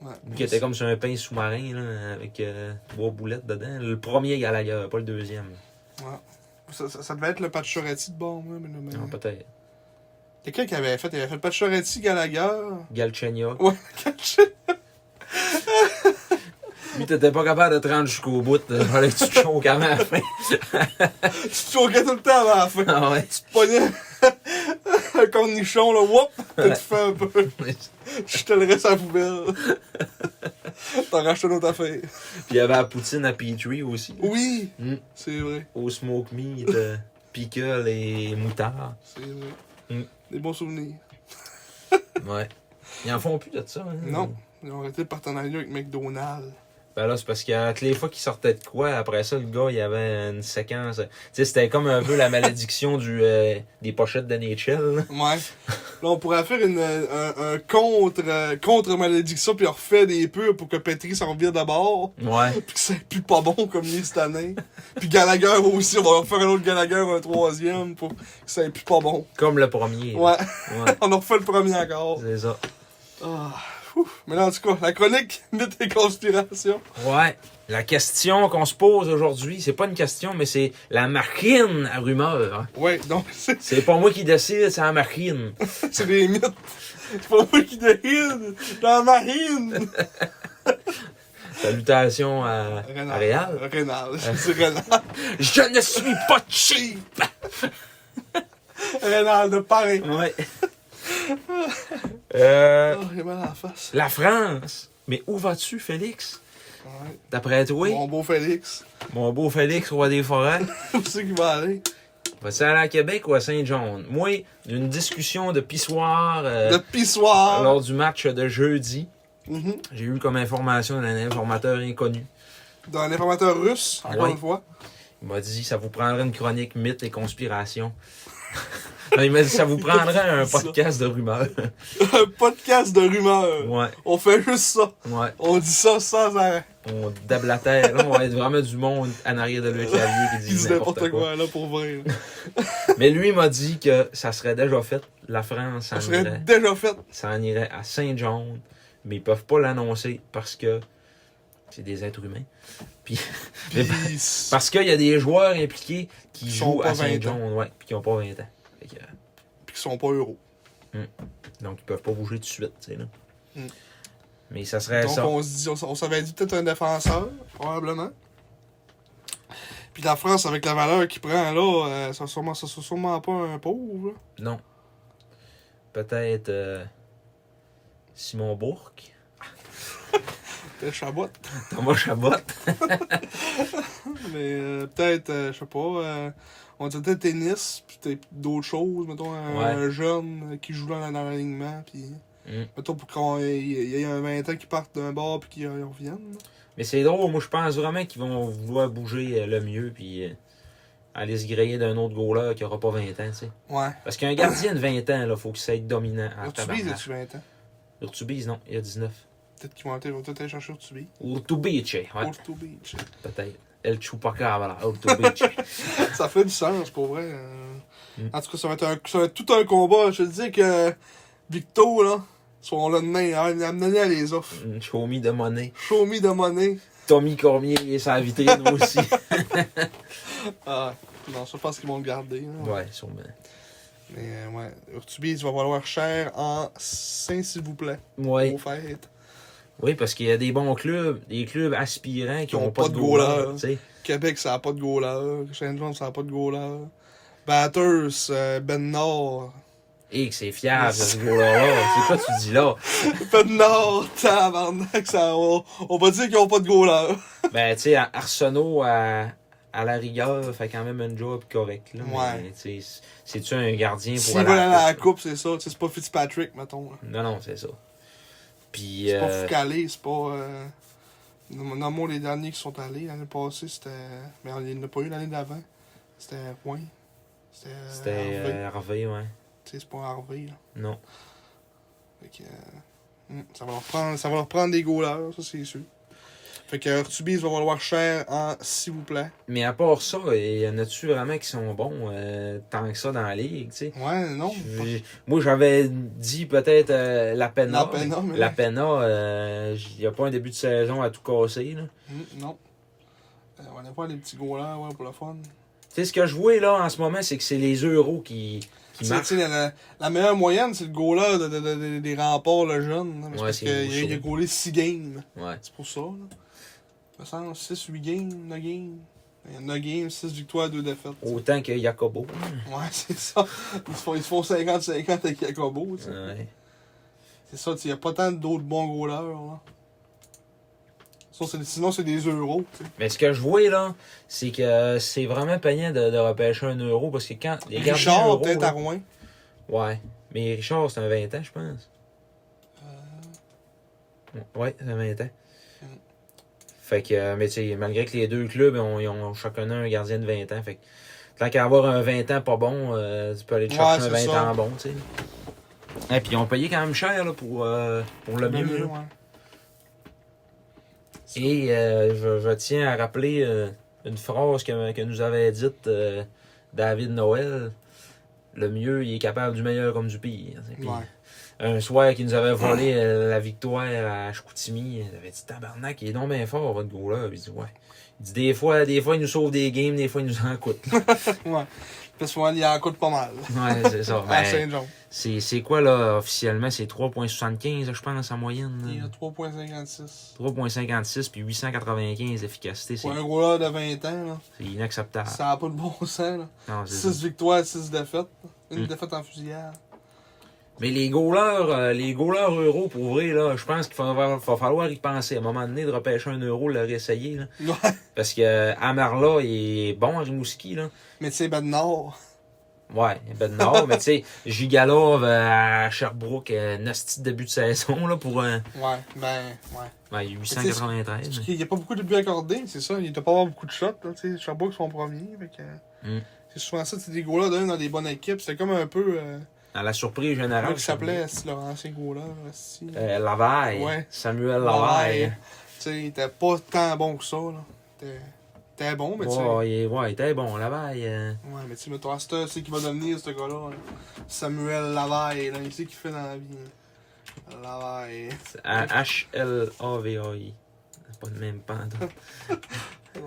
S1: ouais.
S3: Lui qui était comme sur un pain sous-marin là, avec euh, trois boulettes dedans. Le premier Gallagher, pas le deuxième.
S1: Ça, ça- ça devait être le Pachoretti de bon, moi, mais non, mais...
S3: Non, peut-être.
S1: Quelqu'un qui avait fait, il avait fait le Pachoretti, Galaga.
S3: Galchenia.
S1: Ouais, caché.
S3: Lui, t'étais pas capable de te rendre jusqu'au bout. Il fallait que tu te choques avant la fin.
S1: tu te choquais tout le temps avant la fin.
S3: Ah ouais.
S1: Tu te pognais un cornichon, là, whoop, tu te fais un peu. Je te le reste à la poubelle. T'en rachètes une autre affaire.
S3: Puis il y avait la poutine à Petrie aussi.
S1: Oui,
S3: Mm.
S1: c'est vrai,
S3: Au smoke meat, euh, pickle et moutarde.
S1: c'est vrai.
S3: Mm.
S1: Des bons souvenirs.
S3: Ouais. Ils en font plus de ça. Hein?
S1: Non, ils ont arrêté le partenariat avec McDonald's.
S3: Ben là, c'est parce que euh, toutes les fois qu'il sortait de quoi, après ça, le gars, il y avait une séquence. Tu sais, c'était comme un peu la malédiction du, euh, des pochettes de NHL. là.
S1: Ouais. Là, on pourrait faire une, euh, un, un contre, euh, contre malédiction, puis on refait des pubs pour que Petri s'en revienne d'abord,
S3: Ouais.
S1: puis que ça pue pas bon comme lui cette année. puis Gallagher aussi, on va leur faire un autre Gallagher, un troisième, pour que ça pue pas bon.
S3: Comme le premier. là.
S1: Ouais,
S3: Ouais.
S1: on en refait le premier encore.
S3: C'est ça.
S1: Ah, ouf. Mais là, en tout cas, la chronique mythes et conspirations.
S3: Ouais. La question qu'on se pose aujourd'hui, c'est pas une question, mais c'est la machine à rumeur. hein.
S1: Ouais, donc c'est
S3: C'est pas moi qui décide, c'est la machine.
S1: c'est des mythes. C'est pas moi qui décide dans la marine.
S3: Salutations à, à Réal.
S1: Rénal, Euh. c'est Rénal.
S3: Je ne suis pas cheap!
S1: Rénal de Paris.
S3: Ouais. Euh,
S1: Oh, j'ai mal à la face.
S3: la France. Mais où vas-tu, Félix?
S1: Ouais.
S3: D'après toi?
S1: Mon beau Félix.
S3: Mon beau Félix, roi des forêts,
S1: Où c'est qu'il va aller?
S3: vas-tu aller à Québec ou à Saint-John? Moi, une discussion de pissoir euh,
S1: Le pissoir.
S3: lors du match de jeudi,
S1: Mhm.
S3: j'ai eu comme information d'un informateur inconnu.
S1: D'un informateur russe, encore
S3: Ouais.
S1: une fois.
S3: Il m'a dit, ça vous prendrait une chronique mythe et conspiration. Non, Il m'a dit, ça vous prendrait un podcast de rumeurs.
S1: Un podcast de rumeurs.
S3: ouais,
S1: On fait juste ça.
S3: ouais.
S1: On dit ça sans arrêt.
S3: On déblatère. Là, on va être vraiment du monde en arrière de le clavier qui
S1: Ils
S3: dit
S1: disent n'importe quoi, là, pour vrai. là.
S3: Mais lui, il m'a dit que ça serait déjà fait. La France
S1: Ça
S3: en
S1: serait
S3: irait.
S1: déjà fait.
S3: Ça en irait à Saint-John. mais ils peuvent pas l'annoncer parce que c'est des êtres humains. Puis, mais par-
S1: Puis, c'est-
S3: parce qu'il y a des joueurs impliqués qui,
S1: Qui sont
S3: jouent
S1: pas
S3: à
S1: 20
S3: Saint
S1: ans.
S3: John, ouais, puis qui n'ont pas 20 ans. Fait que, euh,
S1: puis qu'ils sont pas euros.
S3: donc ils peuvent pas bouger tout de suite, tu sais là.
S1: Mm.
S3: Mais ça serait
S1: Donc
S3: ça.
S1: on se dit, on, s- on s'avait dit peut-être un défenseur, probablement. Puis la France, avec la valeur qu'il prend là, euh, ça sûrement, ça sera sûrement pas un pauvre. là.
S3: Non. Peut-être euh, Simon Bourque.
S1: Peut-être Chabot.
S3: Thomas Chabot.
S1: Mais euh, peut-être, euh, je sais pas, euh, on dit peut-être tennis, puis peut-être d'autres choses, mettons, un,
S3: Ouais.
S1: un jeune euh, qui joue dans, dans l'alignement, puis
S3: Mm.
S1: mettons pour qu'il y ait un 20 ans qui parte d'un bar puis qu'il euh, revienne.
S3: Mais c'est drôle, moi je pense vraiment qu'ils vont vouloir bouger euh, le mieux puis euh, aller se griller d'un autre goaler qui aura pas 20 ans, tu sais.
S1: Ouais.
S3: Parce qu'un gardien de 20 ans, là, faut qu'il soit dominant en
S1: Urtubis,
S3: Ah, tabarnak.
S1: Ah, as-tu 20 ans?
S3: Urtubis, non, il y a 19.
S1: Peut-être qu'ils vont aller- vont peut-être aller chercher Urtubis.
S3: Urtubice, ouais,
S1: Urtubis.
S3: peut-être. El Chupacabra, Urtubice.
S1: ça fait du sens, pour vrai. Euh,
S3: Mm.
S1: En tout cas, ça va être un- ça va être tout un combat. Je te dis que Victo, là, hein, son le nain, amenez-la les offres.
S3: Mm, Show me de money.
S1: Show me de money.
S3: Tommy Cormier il est sur la vitrine aussi.
S1: Ah, non, ça, je pense qu'ils vont le garder. hein. là.
S3: ouais, sûrement.
S1: Mais euh, ouais, Urtubis, il va valoir cher en 5, s'il vous plaît,
S3: Ouais.
S1: au fait.
S3: Oui, parce qu'il y a des bons clubs, des clubs aspirants qui
S1: ont
S3: n'ont pas,
S1: pas
S3: de
S1: de
S3: goaler.
S1: goaler.
S3: tu sais.
S1: Québec, ça n'a pas de goaler. Saint-Jean, ça n'a pas de goaler. Batters, euh, Ben Nord.
S3: Et que c'est fiable, ce goaler-là. C'est quoi tu dis là?
S1: Ben Nord, tabarnak, ça, on, on va dire qu'ils n'ont pas de goaler.
S3: Ben, tu sais, à- Arsenault, à, à la rigueur, fait quand même un job correct. Là,
S1: Ouais.
S3: Mais, tu sais, C'est-tu un gardien pour
S1: S'ils
S3: aller
S1: veulent aller à la
S3: coupe?
S1: coupe, c'est ça. Tu sais, C'est pas Fitzpatrick, mettons. là.
S3: Non, non, c'est ça. Puis,
S1: C'est pas
S3: euh,
S1: Foucalé, c'est pas. Euh... nom- Nommons les derniers qui sont allés. L'année passée, c'était. Mais il n'y en a pas eu l'année d'avant. C'était Rouen. C'était. euh,
S3: c'était
S1: Harvey.
S3: euh, Harvey, ouais.
S1: Tu sais, c'est pas Harvey, là.
S3: Non.
S1: Fait que. euh, mm, Ça va, leur prendre, ça va leur prendre des goalers, ça c'est sûr. Fait que Urtubis va valoir cher en s'il vous plaît.
S3: Mais à part ça, il y en a-tu vraiment qui sont bons euh, tant que ça dans la ligue, tu sais?
S1: Ouais, non.
S3: Je- Moi, j'avais dit peut-être euh, la Pena.
S1: La Pena, mais-
S3: La Pena, euh, j- il n'y a pas un début de saison à tout casser. là.
S1: Mm, non. Euh, on n'a pas les petits goalers, ouais, pour le fun.
S3: Tu sais, ce que je vois là en ce moment, c'est que c'est les euros qui, qui
S1: Tu sais, tu
S3: marchent.
S1: sais, la, la- la meilleure moyenne, c'est le goaler de, de- de- de- des remparts, le jeune. là, mais c'est
S3: Ouais,
S1: parce
S3: c'est
S1: qu'il a, il a
S3: chaud.
S1: goalé 6 games.
S3: Ouais.
S1: C'est pour ça. Là. Il me semble 6, 8 games, 9 games. 9 games, 6 victoires, 2 défaites.
S3: Autant que Jacobo.
S1: Ouais, c'est ça. Ils se font ils se font 50-50 avec Jacobo. tu sais.
S3: Ouais.
S1: C'est ça, tu sais, il n'y a pas tant d'autres bons goalers. Là. Ça, c'est- sinon, c'est des euros. tu sais.
S3: Mais ce que je vois là, c'est que c'est vraiment payant de, de repêcher un euro parce que quand les gardiens
S1: Richard,
S3: euros,
S1: peut-être à
S3: là-
S1: Rouen.
S3: Ouais. Mais Richard, c'est un 20 ans, je pense.
S1: Euh.
S3: Ouais, c'est un 20 ans.
S1: Mm.
S3: Fait que, euh, mais tu sais, malgré que les deux clubs ont, ils ont chacun un gardien de 20 ans, fait que tant qu'à avoir un 20 ans pas bon, euh, tu peux aller te
S1: Ouais,
S3: chercher un 20
S1: c'est ça.
S3: ans bon, tu sais. Et puis ils ont payé quand même cher là, pour, euh, pour le mieux. là.
S1: ouais.
S3: Et euh, je, je tiens à rappeler euh, une phrase que, que nous avait dite euh, David Noël. Le mieux, il est capable du meilleur comme du pire. Puis,
S1: Ouais.
S3: Un soir qui nous avait volé euh, la victoire à Chicoutimi, il avait dit Tabarnak, il est donc bien fort, votre goaler. Il dit Ouais. Il dit Des fois, des fois, il nous sauve des games, des fois, il nous en coûte.
S1: ouais. Parce qu'il y en coûte pas mal.
S3: ouais, c'est ça.
S1: à
S3: Ben,
S1: Saint-Jean.
S3: c'est c'est quoi, là, officiellement C'est 3,75, je pense, en moyenne.
S1: Il y a
S3: là.
S1: 3,56.
S3: 3,56 puis 895 d'efficacité. C'est
S1: Pour un goaler de 20 ans, là.
S3: c'est inacceptable.
S1: Ça n'a pas de bon sens. Là.
S3: Non, Ah, c'est ça.
S1: 6 victoires, 6 défaites. Une
S3: Mm.
S1: défaite en fusillade.
S3: Mais les goalers, euh, les goalers euros, pour vrai, là, je pense qu'il va, va falloir y penser. À un moment donné, de repêcher un euro, le réessayer. Là.
S1: Ouais.
S3: Parce que euh, Amarla est bon à Rimouski. Là.
S1: Mais tu sais, ben Nord.
S3: Ouais, ben non, mais tu sais, Gigalov euh, à Sherbrooke, euh, nasty début de saison là, pour euh,
S1: Ouais, ben, ouais.
S3: ouais,
S1: Parce
S3: 893.
S1: qu'il n'y a pas beaucoup de buts accordés, c'est ça. Il doit pas avoir beaucoup de shots. Là, tu sais, Sherbrooke sont premiers. Fait que,
S3: Mm.
S1: C'est souvent ça, c'est des goalers d'un dans des bonnes équipes. C'est comme un peu. Euh,
S3: À la surprise générale.
S1: comment il s'appelait, c'est leur ancien goaler. Si.
S3: Euh, Lavaille.
S1: Ouais.
S3: Samuel
S1: Tu
S3: Lavaille.
S1: sais, il était pas tant bon que ça. Là. Il était- il était bon, mais tu sais.
S3: Ouais, il est- ouais, il était bon, Lavaille. euh,
S1: Ouais, mais tu sais, mettons, à cette heure, c'est qui va devenir ce gars-là. là. Samuel Lavaille, là, il sait qu'il fait dans la vie. là. Lavaille.
S3: H-L-A-V-A-I. Pas de même pardon.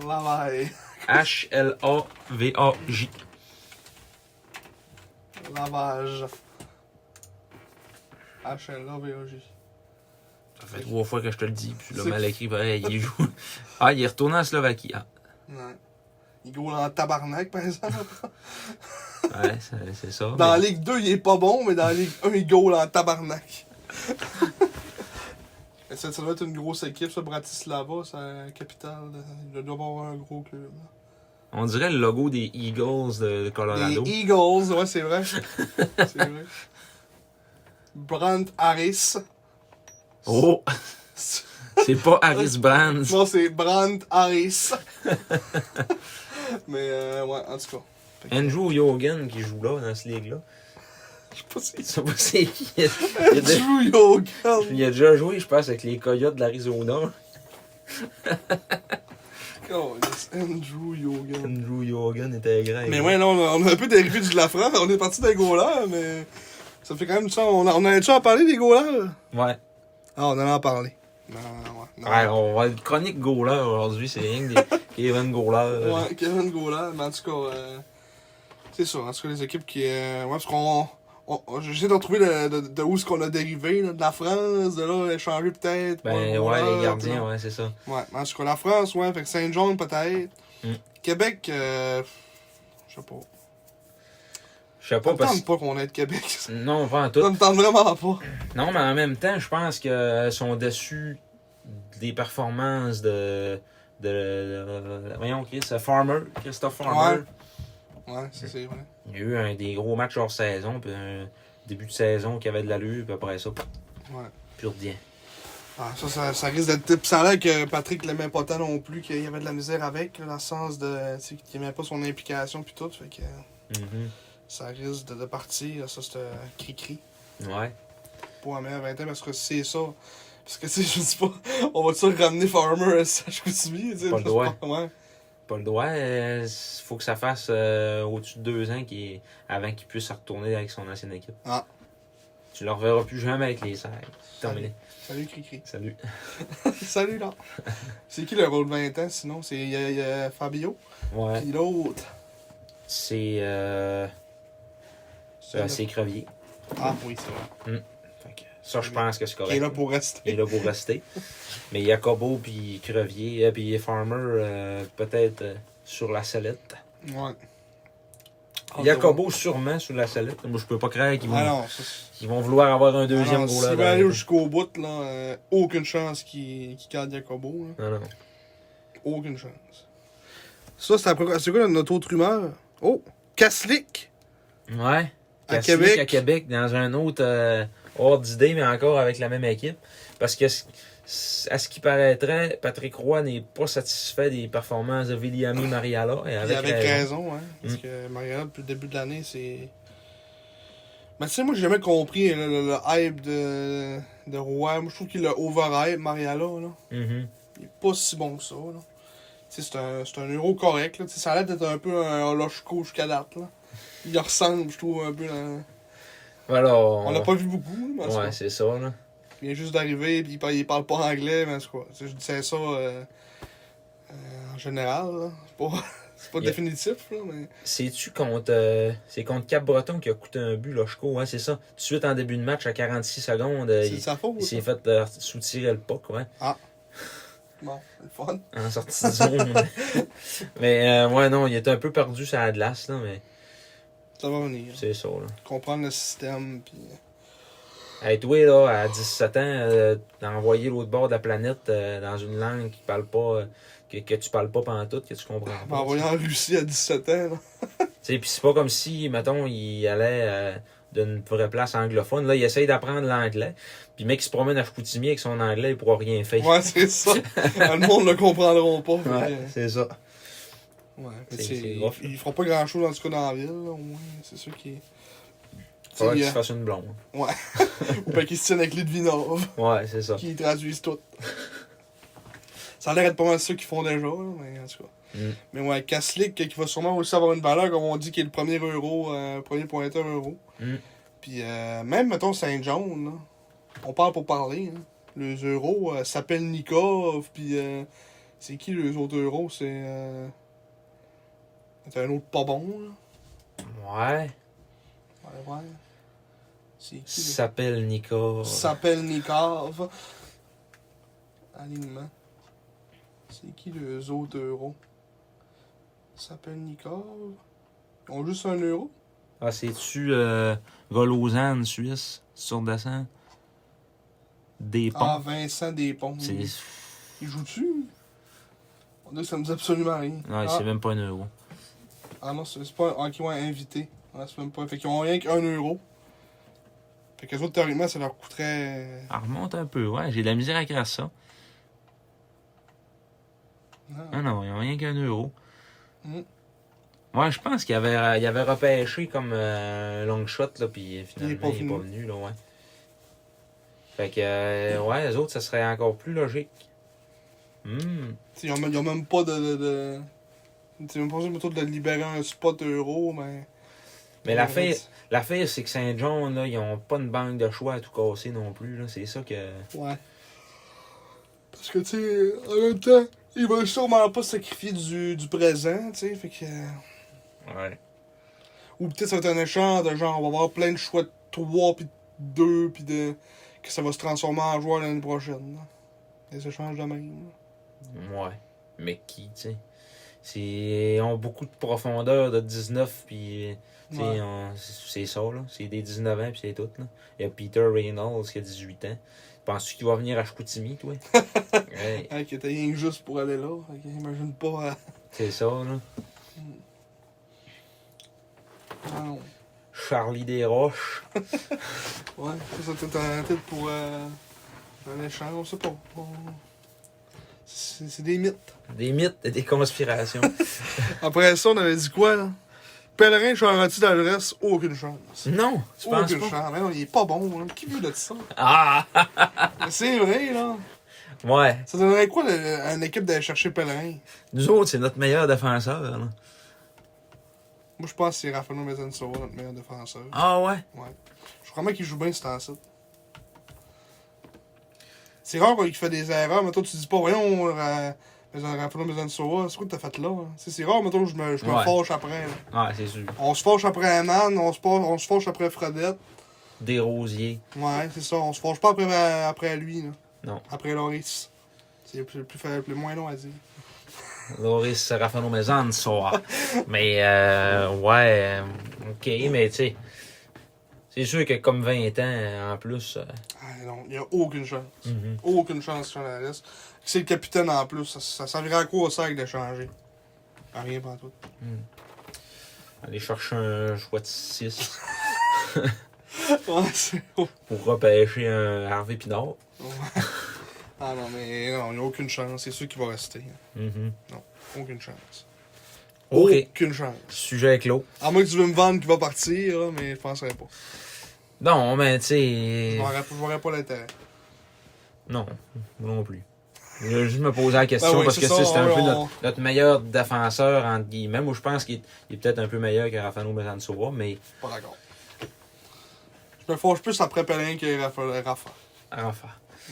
S1: Lavaille.
S3: H-L-A-V-A-J.
S1: Lavage. H-L-A-V-O-J.
S3: Ça fait trois fois que je te le dis, puis là,
S1: C'est-
S3: mal écrit, pareil, il joue. Ah, il est retourné en Slovaquie. Ah,
S1: Ouais. Il goal en tabarnak, par exemple.
S3: ouais, c'est c'est ça.
S1: Dans la
S3: mais-
S1: Ligue 2, il est pas bon, mais dans la Ligue 1, il goal en tabarnak. Et ça, ça doit être une grosse équipe, ça, Bratislava, c'est la capitale. de- Il doit avoir un gros club. là.
S3: On dirait le logo des Eagles de de Colorado.
S1: Les Eagles, ouais, c'est vrai. c'est vrai. Brandt Harris.
S3: Oh! C'est pas Harris Brands.
S1: Non, c'est Brandt Harris. mais, euh, ouais, en tout cas.
S3: Andrew Yogan qui joue là, dans cette ligue-là.
S1: Je sais pas si
S3: Je sais pas c'est qui. Il a, il a déjà-
S1: Drew Yogan.
S3: il a déjà joué, je pense, avec les Coyotes de l'Arizona.
S1: Calisse, Andrew Yogan.
S3: Andrew Yogan était grec.
S1: Mais ouais, là, on a, on a un peu dérivé du de la France. On est parti des goalers, mais ça fait quand même ça. On, a- on a déjà en parler des goalers?
S3: Ouais.
S1: Ah, on en a en parlé. Non, non, ouais. non.
S3: Ouais, on va être chronique goaler aujourd'hui, c'est rien que des Kevin goaler.
S1: Ouais, Kevin Gola, mais en tout cas, euh, c'est ça. En tout cas, les équipes qui. euh, ouais, parce qu'on. on- on- J'essaie de retrouver le- de, de où est-ce qu'on a dérivé, là, de la France, de là, échanger peut-être. pour
S3: Ben
S1: un
S3: ouais,
S1: goaler,
S3: les
S1: puis là.
S3: gardiens, ouais, c'est ça.
S1: Ouais, en tout cas, la France, ouais, fait que Saint-Jean peut-être.
S3: Mm.
S1: Québec, euh, je sais pas.
S3: Je sais
S1: Ça
S3: pas
S1: me
S3: parce
S1: tente
S3: que.
S1: pas qu'on ait de Québec. Ça
S3: Non, pas en tout.
S1: me tente vraiment pas.
S3: Non, mais en même temps, je pense qu'ils sont déçus des performances de. de, de- de- voyons, Chris, euh, Farmer, Christophe Farmer.
S1: Ouais. Ouais, ça, c'est vrai.
S3: Il y a eu un des gros matchs hors saison, puis un début de saison qui avait de l'allure, puis après ça,
S1: Ouais.
S3: plus rien.
S1: Ah, ça, ça, ça risque d'être. Puis ça a l'air que Patrick l'aimait pas tant non plus, qu'il y avait de la misère avec, là, dans le sens de. Tu sais, qu'il aimait pas son implication, puis tout. Fait que euh,
S3: Mhm.
S1: ça risque de, de partir, ça, c'est euh, cri-cri.
S3: Ouais.
S1: Pour amener à 20 ans, parce que c'est ça. Parce que, tu sais, je dis pas, on va-tu ramener Farmer à Sachukoutimi, tu sais.
S3: Pas
S1: je sais
S3: le droit.
S1: pas, Ouais.
S3: Pas le droit. Il faut que ça fasse euh, au-dessus de deux ans qu'il- avant qu'il puisse se retourner avec son ancienne équipe.
S1: Ah.
S3: Tu ne le reverras plus jamais avec les serres. Terminé.
S1: Salut, cri-cri.
S3: Salut.
S1: Salut, là. C'est qui le rôle de 20 ans, sinon C'est il y a- il y a Fabio,
S3: Ouais.
S1: puis l'autre.
S3: C'est. euh, euh, c'est Crevier.
S1: Ah, oui, c'est vrai.
S3: Fait que ça, je pense que c'est correct.
S1: Qui est là pour rester.
S3: Il est là pour rester. Mais Jacobo puis Crevier, euh, puis Farmer, euh, peut-être euh, sur la sellette.
S1: Ouais.
S3: Jacobo sûrement sur la sellette. Moi, je peux pas croire qu'ils vont,
S1: Ah non, ça, c'est-
S3: qu'ils vont vouloir avoir un
S1: Ah
S3: deuxième
S1: non,
S3: goaler.
S1: S'il
S3: dans
S1: va
S3: la
S1: aller
S3: ligue.
S1: jusqu'au bout, là, euh, aucune chance qu'il qu'il garde Jacobo. là.
S3: Non, non.
S1: Aucune chance. Ça, c'est après- c'est quoi notre autre rumeur? Oh! Kaslik!
S3: Ouais.
S1: À
S3: Cassius
S1: Québec.
S3: À Québec, dans un autre euh, hors d'idée, mais encore avec la même équipe. Parce que, c- c- à ce qui paraîtrait, Patrick Roy n'est pas satisfait des performances de
S1: Ah.
S3: Williami Mariala. Et
S1: Avec,
S3: avec,
S1: avec
S3: raison.
S1: raison, hein. Parce
S3: Mm.
S1: que Mariana, depuis le début de l'année, c'est. Mais tu sais, moi, j'ai jamais compris hein, le, le- le hype de, de Roy. Moi, je trouve qu'il a overhype, Mariala, là.
S3: Mhm.
S1: Il est pas si bon que ça, là. Tu sais, c'est un, c'est un euro correct, là. Tu sais, ça a l'air d'être un peu un Holochko jusqu'à date, là. Il ressemble, je trouve, un peu dans-
S3: Alors,
S1: On l'a pas vu beaucoup, mais en tout cas,
S3: Ouais, c'est ça, là.
S1: il vient juste d'arriver, puis il parle, il parle pas anglais, mais en tout cas, tu sais, je disais ça euh, euh, en général, là. C'est pas, c'est pas
S3: Yeah.
S1: définitif, là, mais...
S3: C'est-tu contre. euh, c'est contre Cap-Breton qui a coûté un but, Lochko, ouais, c'est ça. Tout de suite en début de match, à 46 secondes, euh,
S1: C'est de
S3: il,
S1: sa faute.
S3: il s'est fait euh, soutirer le puck, ouais,
S1: hein. Bon, c'est le fun.
S3: en sortie de zone. mais, euh, ouais, non, il était un peu perdu sur la glace, là, mais
S1: Ça va venir.
S3: c'est ça, là.
S1: Comprendre le système, puis... euh,
S3: Hey, toi, là, à 17 ans, euh, t'as envoyé l'autre bord de la planète euh, dans une langue qui parle pas. euh, que, que tu parles pas pendant tout, que tu comprends pas.
S1: M'envoyer en Russie à 17 ans, là.
S3: Tu sais, puis c'est pas comme si, mettons, il allait euh, d'une vraie place anglophone. Là, il essaye d'apprendre l'anglais. Puis le mec qui se promène à Chicoutimi avec son anglais, il pourra rien faire.
S1: Ouais, c'est ça. le monde le comprendront pas. fait
S3: Ouais,
S1: que-
S3: c'est ça.
S1: Ouais, mais
S3: C'est-
S1: tu sais,
S3: c'est
S1: ils,
S3: rough, là.
S1: ils feront pas grand-chose, en tout cas, dans la ville, là, au moins. C'est sûr qu'ils...
S3: Faudrait
S1: Tu
S3: qu'il
S1: sais,
S3: se fasse une blonde.
S1: Ou pas qu'ils se tiennent avec les Vinov.
S3: euh, Ouais, c'est ça.
S1: qui traduisent tout. ça a l'air d'être pas mal ceux qui font déjà, là, mais en tout cas.
S3: Mm.
S1: Mais ouais, Kaslik qui va sûrement aussi avoir une valeur, comme on dit, qui est le premier euro, euh, premier pointeur euro.
S3: Mm.
S1: Puis euh, même, mettons, Saint-John, là. on parle pour parler. hein. Les euros euh, s'appellent Nikov, puis euh, c'est qui les autres euros C'est. euh, c'est un autre pas bon, là.
S3: Ouais.
S1: Ouais, ouais. C'est qui le-
S3: S'appelle Nico.
S1: s'appelle Nikov. Alignement. C'est qui les autres euros? S'appelle Nikov. Ils ont juste un euro?
S3: Ah, c'est-tu euh, Volozane, Suisse, sur Dassin? Des ponts.
S1: Ah, Vincent Despont.
S3: c'est
S1: Il il joue dessus? On dirait que ça me dit absolument rien.
S3: non,
S1: ah,
S3: c'est même pas un euro.
S1: ah non, c'est c'est pas un hockey invité. Ah, c'est même pas. Fait qu'ils ont rien qu'un euro. Fait que les autres, théoriquement, ça leur coûterait.
S3: Ah, remonte un peu, ouais. J'ai de la misère à créer ça.
S1: Non.
S3: Ah non, ils n'ont rien qu'un euro.
S1: Mm.
S3: Ouais, je pense qu'il avait, euh, il avait repêché comme euh, un long shot, là, puis finalement,
S1: pas
S3: il n'est pas, venu, là, ouais. Fait que, euh, ouais, les autres, ça serait encore plus logique. Hmm.
S1: T'sais, Ils ont, même- ils ont même pas de. de, de... T'sais, même pas besoin plutôt de libérer un spot euro, mais.
S3: Mais la l'affaire, l'affaire, c'est que Saint John, là, ils ont pas une banque de choix à tout casser non plus, là. C'est ça que.
S1: Ouais. Parce que, tu sais, en même temps, ils veulent sûrement pas sacrifier du, du présent, tu sais, fait que...
S3: Ouais.
S1: Ou peut-être ça va être un échange de genre, on va avoir plein de choix de 3 puis de 2 puis de... que ça va se transformer en joueur l'année prochaine, là. Des échanges de même, là.
S3: Ouais. Mais qui, tu sais? C'est- Ils ont beaucoup de profondeur de 19, puis. Tu sais,
S1: Ouais.
S3: on- C'est ça, là. C'est des 19 ans, puis c'est tout, là. Il y a Peter Reynolds qui a 18 ans. Penses-tu qu'il va venir à Chicoutimi, toi? Ouais,
S1: Hein, qui était rien que juste pour aller là, fait que imagine pas... euh,
S3: c'est ça, là.
S1: Ah non.
S3: Charlie Desroches.
S1: Ouais, ça, ça peut-être un titre pour euh, un échange, on sait pas. On- C'est c'est des mythes.
S3: Des mythes et des conspirations.
S1: Après ça, on avait dit quoi, là? Pèlerin Charretier d'adresse, aucune chance.
S3: non! Tu penses
S1: Aucune
S3: pas?
S1: chance. Mais non, il est pas bon, hein. Qui veut de ça?
S3: Ah!
S1: Mais C'est vrai, là.
S3: Ouais.
S1: Ça donnerait quoi, le- à une équipe d'aller chercher Pèlerin?
S3: Nous autres, c'est notre meilleur défenseur, là.
S1: Moi, je pense que c'est Rafael Mezansova, notre meilleur défenseur.
S3: Ah ouais?
S1: Ouais. Je crois vraiment qu'il joue bien, cet ancien. C'est rare qu'il fait des erreurs, mais toi, tu dis pas, voyons, euh, Rafael Mezansova, c'est quoi que t'as fait là? hein? Tu sais, C'est rare, mais toi, je me, je me
S3: Ouais.
S1: fâche après. là.
S3: Ouais, Ah, c'est sûr.
S1: On se fâche après Aman, on se fâche- on se fâche après Fredette.
S3: Des rosiers.
S1: Ouais, c'est ça. On se forge pas après, après lui, là.
S3: Non.
S1: Après Loris. C'est le plus, le plus, fa- le moins long à dire.
S3: Loris Rafano Maison, soir. mais, euh, ouais, euh, ok, mais tu sais, c'est sûr que comme 20 ans en plus. euh,
S1: Ah non, il n'y a aucune chance. Aucune chance sur la liste. C'est le capitaine en plus. Ça, ça servirait à quoi au sac d'échanger? À rien pour tout.
S3: aller chercher un choix de 6
S1: Ouais, c'est...
S3: pour repêcher un Harvey Pinard.
S1: Ah non, mais non, il n'y a aucune chance. C'est sûr qu'il va rester. hein.
S3: Mhm.
S1: Mm-hmm. Aucune chance.
S3: Ok,
S1: Aucune chance.
S3: sujet clos.
S1: À moins que tu veux me vendre qu'il va partir, là, mais je penserais pas.
S3: Non, mais tu
S1: Je
S3: sais.
S1: n'aurais je verrais pas l'intérêt.
S3: Non, moi non plus. Je voulais juste me poser la question
S1: Ben oui,
S3: parce
S1: c'est
S3: que
S1: ça,
S3: c'est un
S1: on-
S3: peu notre, notre meilleur défenseur, entre guillemets. Moi, je pense qu'il est, il est peut-être un peu meilleur que Rafano Besansoa, mais
S1: Pas d'accord. Je me forge plus après Pelin que Rafa. Rafa.
S3: enfin.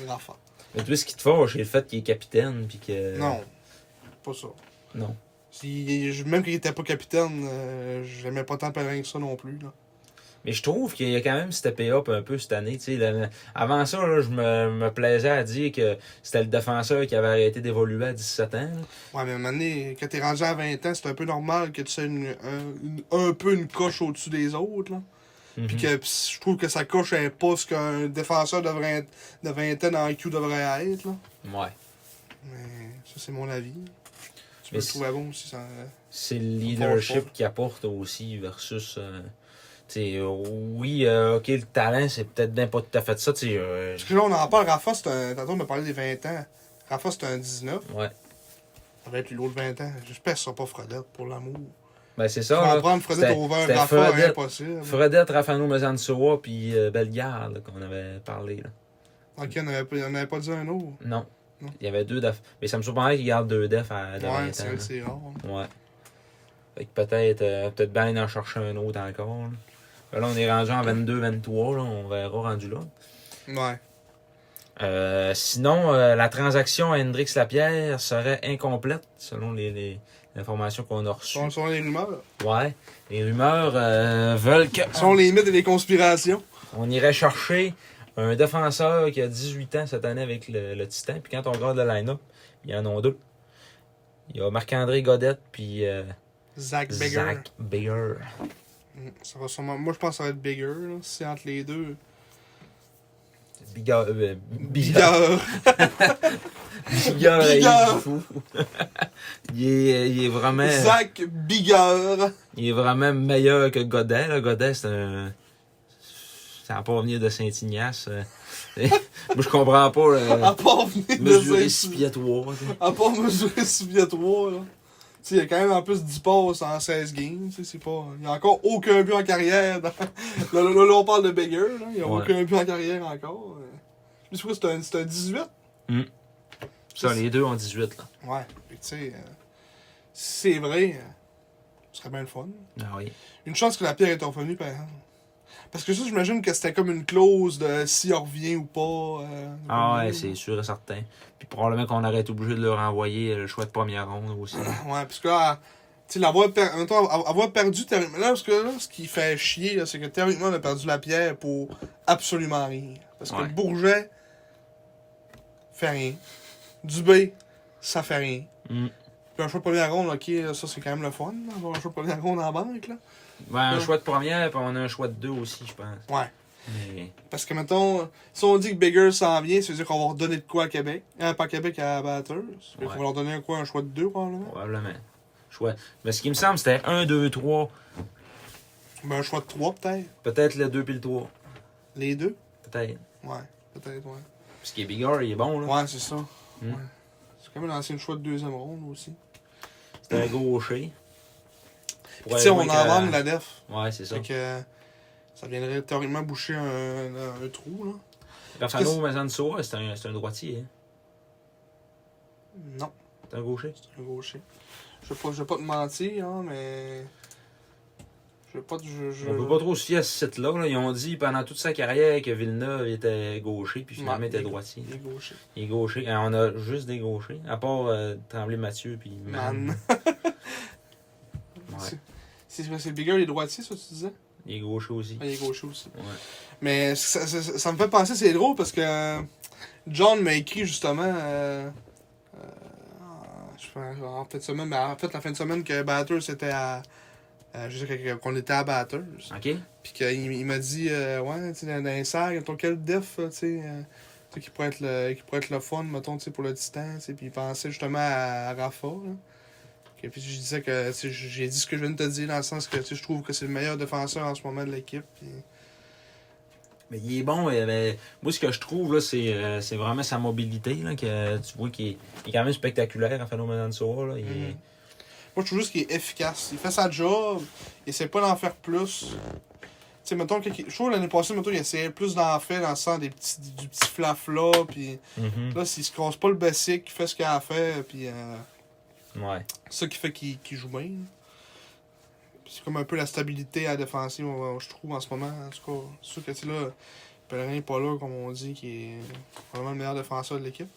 S1: Rafa.
S3: Mais plus ce qui te fâche, c'est le fait qu'il est capitaine puis que.
S1: Non, pas ça.
S3: Non.
S1: Si- je- même qu'il était pas capitaine, euh, je l'aimais pas tant Pellerin que ça non plus. Là.
S3: Mais je trouve qu'il a quand même steppé up un peu cette année. tu sais. La- Avant ça, là, je me, me plaisais à dire que c'était le défenseur qui avait arrêté d'évoluer à 17 ans. là.
S1: Ouais, mais à un moment donné, quand t'es rendu à 20 ans, c'est un peu normal que tu sois une- un, une- un peu une coche au-dessus des autres. Là.
S3: Mhm. Hmm.
S1: Puis que pis je trouve que sa coche n'est pas ce qu'un défenseur de 20, de 20 ans en Q devrait être. Là.
S3: Ouais.
S1: Mais ça, c'est mon avis. Tu
S3: Mais
S1: peux le
S3: c'est-
S1: trouver bon aussi. Ça... euh.
S3: C'est le leadership qu'il apporte aussi versus. euh, tu sais, euh, oui, euh, ok, le talent, c'est peut-être bien pas tout à fait ça. tu sais, euh,
S1: Parce que là, on en parle. Rafa, c'est un. Tantôt, on a parlé des 20 ans. Rafa, c'est un 19.
S3: ouais.
S1: Ça va être lui, l'autre 20 ans. J'espère que ce sera pas Fredette, pour l'amour.
S3: Ben, c'est ça. là.
S1: Comprendre prendre Fredette
S3: C'était-
S1: au vert,
S3: c'était
S1: Rafa,
S3: Fredette-
S1: impossible.
S3: Fredette, Rafano Mazansoa puis euh, Bellegarde là, qu'on avait parlé. Là.
S1: Ok, on n'avait avait pas dit un autre.
S3: Non.
S1: Non.
S3: Il y avait deux def. Mais ça me surprendrait qu'il garde deux def à de
S1: Ouais,
S3: 20
S1: c'est
S3: ans,
S1: vrai
S3: là.
S1: que c'est rare. hein.
S3: Ouais. Fait que peut-être euh, peut-être bien aller en chercher un autre Ben encore. Là. Là, on est rendu en 22-23, là, on verra rendu là.
S1: Ouais.
S3: Euh, sinon, euh, la transaction Hendrix-Lapierre serait incomplète, selon les, les informations qu'on a reçues.
S1: Sont, sont les rumeurs.
S3: Ouais. Les rumeurs euh, veulent que...
S1: Sont les mythes et les conspirations.
S3: On irait chercher un défenseur qui a 18 ans cette année avec le, le Titan. Puis quand on regarde le line-up, il y en a deux. Il y a Marc-André Godette puis euh,
S1: Zach Beggar.
S3: Zach Bayer.
S1: Mm, Ça va sûrement- Moi, je pense que ça va être Bigger. là. C'est entre les deux.
S3: Bigard. euh, Bigard.
S1: Bigger.
S3: Bigard, il est
S1: Bigard.
S3: fou. il, est, il est vraiment.
S1: Zach Bigger.
S3: Il est vraiment meilleur que Godet. Là. Godet, c'est un. Ça n'a pas venir de Saint-Ignace. euh. Moi, je comprends pas.
S1: À
S3: Euh,
S1: part venir
S3: mesurer
S1: Ah, de
S3: six
S1: Saint-
S3: pieds trois, tu sais.
S1: À part mesurer 6 pieds 3, là. Tu sais, il y a quand même en plus 10 passes en 16 games. tu sais, c'est pas... Il n'y a encore aucun but en carrière. Dans... Là, là, là, là, on parle de Beggar. là. Il n'y a
S3: Ouais.
S1: aucun but en carrière encore. Euh, Lui, c'est quoi? C'est un, c'est un 18?
S3: Ça, les deux ont 18. Là.
S1: Ouais. Fait que, tu sais, euh, si c'est vrai, euh, ce serait bien le fun.
S3: Ah oui.
S1: Une chance que la pierre est revenue, par exemple. Parce que ça, j'imagine que c'était comme une clause de s'il revient ou pas. euh,
S3: Ah
S1: comme-
S3: ouais, c'est sûr et certain. Puis probablement qu'on aurait été obligé de leur envoyer euh, le choix de première ronde aussi.
S1: Ouais, parce que là, tu sais, l'avoir per- en même temps, av- avoir perdu théoriquement. Là, parce que là, ce qui fait chier, là, c'est que théoriquement, on a perdu la pierre pour absolument rien. Parce que
S3: Ouais.
S1: Bourget fait rien. Dubé, ça fait rien.
S3: Mm.
S1: Puis un choix de première ronde, ok, là, ça c'est quand même le fun, là, avoir un choix de première ronde en banque, là.
S3: Ben, un
S1: Ouais.
S3: choix de première, puis on a un choix de deux aussi, je pense.
S1: Ouais.
S3: Mais...
S1: Parce que, mettons, si on dit que Bigger s'en vient, ça veut dire qu'on va redonner de quoi à Québec. Euh, pas à Québec, à Batters. Fait
S3: Ouais.
S1: qu'on va leur donner un quoi, un choix de deux, probablement.
S3: Probablement. Choix. Mais ce qui me semble, c'était 1, 2, 3.
S1: Ben, un choix de trois, peut-être.
S3: Peut-être le 2 puis le 3.
S1: Les deux.
S3: Peut-être.
S1: Ouais, peut-être, ouais.
S3: Parce qu'il est bigger, il est bon, là.
S1: Ouais, c'est ça.
S3: Mm.
S1: Ouais. C'est comme un ancien choix de deuxième ronde aussi.
S3: C'est un gaucher.
S1: Puis, tu sais, on en vend de la def.
S3: Ouais, c'est ça.
S1: Fait que euh, ça viendrait théoriquement boucher un, un- un trou, là.
S3: Perfano Mazansoa, c'est un, c'est un droitier. Hein.
S1: Non,
S3: C'est un gaucher.
S1: c'est un gaucher. Je vais pas, je vais pas te mentir, hein, mais. Je vais pas te. Je, je-
S3: On peut pas trop se fier à ce site-là. là. Ils ont dit pendant toute sa carrière que Villeneuve était gaucher, puis finalement
S1: Ouais,
S3: était
S1: il-
S3: droitier.
S1: Il est gaucher.
S3: Les gauchers. Euh, on a juste des gauchers. À part euh, Tremblay Mathieu puis Man.
S1: Man.
S3: Ouais.
S1: C'est c'est le bigger, il est droitier, ça, tu disais
S3: Les gauchers aussi.
S1: Ah, Il est gaucher aussi.
S3: Ouais.
S1: Mais ça, ça- ça- ça me fait penser, c'est drôle parce que euh, John m'a écrit justement, euh, euh, je sais pas, en fin de semaine, mais en fait la fin de semaine que Batters était à, euh, je sais que- qu'on était à Batters.
S3: OK?
S1: Puis qu'il il m'a dit, euh, ouais, tu sais, dans dans les serres, mettons, quel def, euh, tu sais, euh, tu sais, qui pourrait être le, qui pourrait être le fun, mettons, tu sais, pour le distant, tu sais, puis il pensait justement à, à Rafa, là. Et puis je disais que, tu sais, j- j'ai dit ce que je viens de te dire dans le sens que, tu sais, je trouve que c'est le meilleur défenseur en ce moment de l'équipe, puis...
S3: Mais il est bon. euh, mais moi, ce que je trouve, là, c'est, euh, c'est vraiment sa mobilité. Là, que tu vois qu'il est, il est quand même spectaculaire en phénomène de soir. Là. Il est-
S1: Mhm. Moi, je trouve juste qu'il est efficace. Il fait sa job, il essaie pas d'en faire plus. Tu sais, mettons, que- je trouve l'année passée, mettons, il essayait plus d'en faire dans le sens des petits, du petit flafla, puis
S3: Mhm.
S1: là, s'il se casse pas le basic, il fait ce qu'il a à faire, puis euh,
S3: Mhm. Ouais.
S1: c'est ça qui fait qu'il qu'il joue bien. Puis C'est comme un peu la stabilité à la défensive, on- je trouve, en ce moment. En tout cas, c'est sûr que, tu sais, là, Pellerin est pas là, comme on dit, qui est vraiment le meilleur défenseur de l'équipe.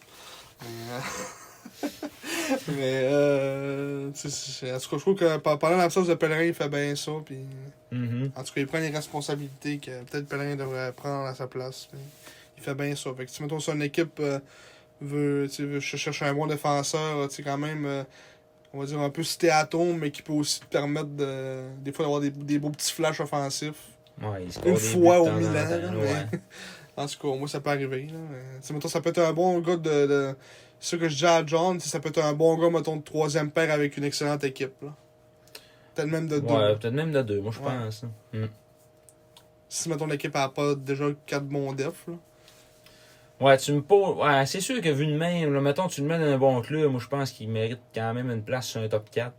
S1: Mais, euh, Mais, euh, tu sais, c'est- en tout cas, je trouve que par- pendant l'absence de Pellerin, il fait bien ça. Puis,
S3: Mhm.
S1: en tout cas, il prend les responsabilités que peut-être Pellerin devrait prendre à sa place. puis il fait bien ça. Fait que, si, mettons, si une équipe euh, veut, tu sais, veut ch- chercher un bon défenseur, euh, tu sais, quand même, euh, on va dire un peu cité à tombe, mais qui peut aussi te permettre, de, des fois, d'avoir des, des beaux petits flashs offensifs.
S3: Ouais, il score
S1: Une
S3: des buts
S1: fois
S3: de
S1: au
S3: temps en
S1: Milan,
S3: temps, là,
S1: mais-
S3: ouais.
S1: En tout cas, moi, ça peut arriver. Là. Euh, tu sais, mettons, ça peut être un bon gars de. de... C'est ce que je dis à John, tu sais, ça peut être un bon gars, mettons, de troisième paire avec une excellente équipe. là. Peut-être même de deux.
S3: Ouais, peut-être même de deux, moi, je
S1: Ouais.
S3: pense. hein. Mhm.
S1: Si, mettons, l'équipe n'a pas déjà quatre bons defs. Là.
S3: Ouais, tu me poses. Ouais, c'est sûr que vu de même, là, mettons, tu le mets dans un bon club, moi je pense qu'il mérite quand même une place sur un top 4.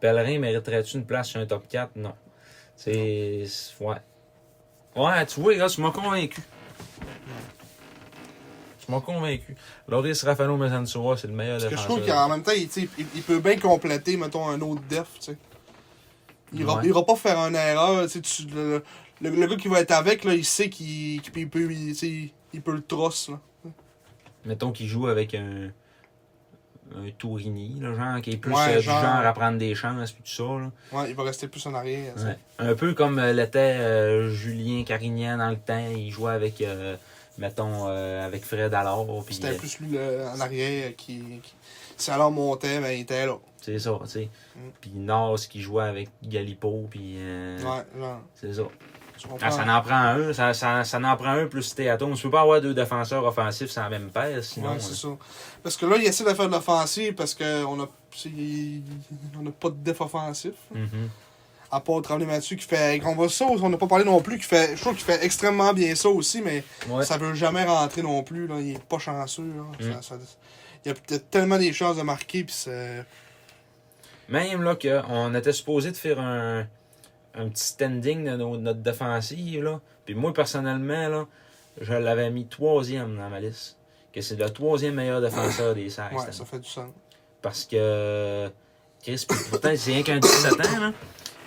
S3: Pellerin mériterait-tu une place sur un top 4 Non. C'est. c'est- Ouais. Ouais, tu vois, gars, tu m'as convaincu. Tu m'as convaincu. Loris Rafano Mezansoa, c'est le meilleur
S1: Parce que je
S3: défenseur.
S1: trouve qu'en même temps, il, tu sais, il, il peut bien compléter, mettons, un autre def, tu sais. Il ira,
S3: Ouais.
S1: il ira pas faire une erreur, tu sais, tu- le, le- le gars qui va être avec, là, il sait qu'il qu'il peut, il peut, il- tu sais, il peut le trosse, là.
S3: mettons qu'il joue avec un, un Tourigny, là, genre, qui est plus
S1: Ouais,
S3: euh, du
S1: genre-
S3: genre à prendre des chances, puis tout ça. Là.
S1: Ouais, il va rester plus en arrière. ça.
S3: Ouais. Un peu comme euh, l'était euh, Julien Carignan dans le temps, il jouait avec, euh, mettons, euh, avec Fred alors. puis,
S1: C'était
S3: euh,
S1: plus lui le- en arrière euh, qui, qui- Si alors montait, ben il était là.
S3: C'est ça, tu sais.
S1: Mm.
S3: Puis Nas qui jouait avec Galipo, puis. euh,
S1: Ouais, genre.
S3: C'est ça.
S1: Tu comprends?
S3: Ah, ça en prend un, ça, ça, ça en prend un plus Théaton. Tu peux pas avoir deux défenseurs offensifs sans la même paire, sinon.
S1: Ouais, c'est
S3: euh,
S1: ça. Parce que là, il essaie de faire de l'offensive parce qu'on a, c'est- on n'a pas de def offensif.
S3: mhm.
S1: À part Tremblay Mathieu qui fait qu'on va ça, on n'a pas parlé non plus, qui fait, je trouve qu'il fait extrêmement bien ça aussi, mais
S3: Ouais.
S1: ça veut jamais rentrer non plus. Là. Il est pas chanceux. là.
S3: Mm.
S1: Ça- ça- il y a peut-être tellement des choses à marquer, puis c'est.
S3: Même là qu'on était supposé de faire un, un petit standing de nos- notre défensive, là. Puis moi, personnellement, là, je l'avais mis troisième dans ma liste. Que c'est le troisième meilleur défenseur des 16.
S1: Ouais, ça fait du sens.
S3: Parce que. Chris, puis pourtant, c'est rien qu'un 17 ans, là.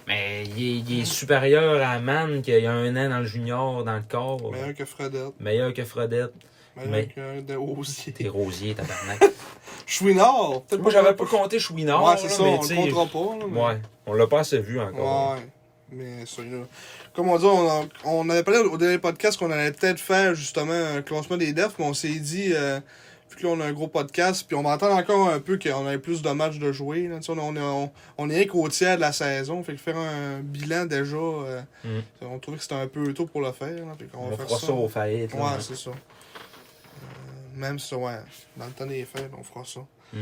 S3: Mais il est, il est supérieur à Mann, qu'il y a un an dans le junior, dans le corps.
S1: Meilleur que Fredette,
S3: Meilleur que Fredette.
S1: meilleur
S3: Mais-
S1: que De
S3: T'es
S1: Rosier.
S3: rosier, tabarnak.
S1: Chouinard, peut-être
S3: Moi, j'avais pas compté Chouinard.
S1: Ouais, c'est
S3: là,
S1: ça,
S3: mais
S1: on
S3: t'sais,
S1: le comptera pas. là, mais-
S3: Ouais, on l'a pas assez vu encore.
S1: Ouais. Mais celui-là. Comme on dit, on, en- on avait parlé au dernier podcast qu'on allait peut-être faire justement un classement des defs, mais on s'est dit, euh, vu que là on a un gros podcast, puis on va entendre encore un peu qu'on avait plus de matchs de jouer. là. Tu sais, on, on, est- on, on est rien qu'au tiers de la saison, fait que faire un bilan déjà, euh,
S3: Mm.
S1: on trouvait que c'était un peu tôt pour le faire. là, fait qu'on
S3: On,
S1: va faire
S3: fera ça aux faillites. là.
S1: Ouais, c'est ça. Euh, Même si, ouais, dans le temps des fêtes, on fera ça.
S3: Mm.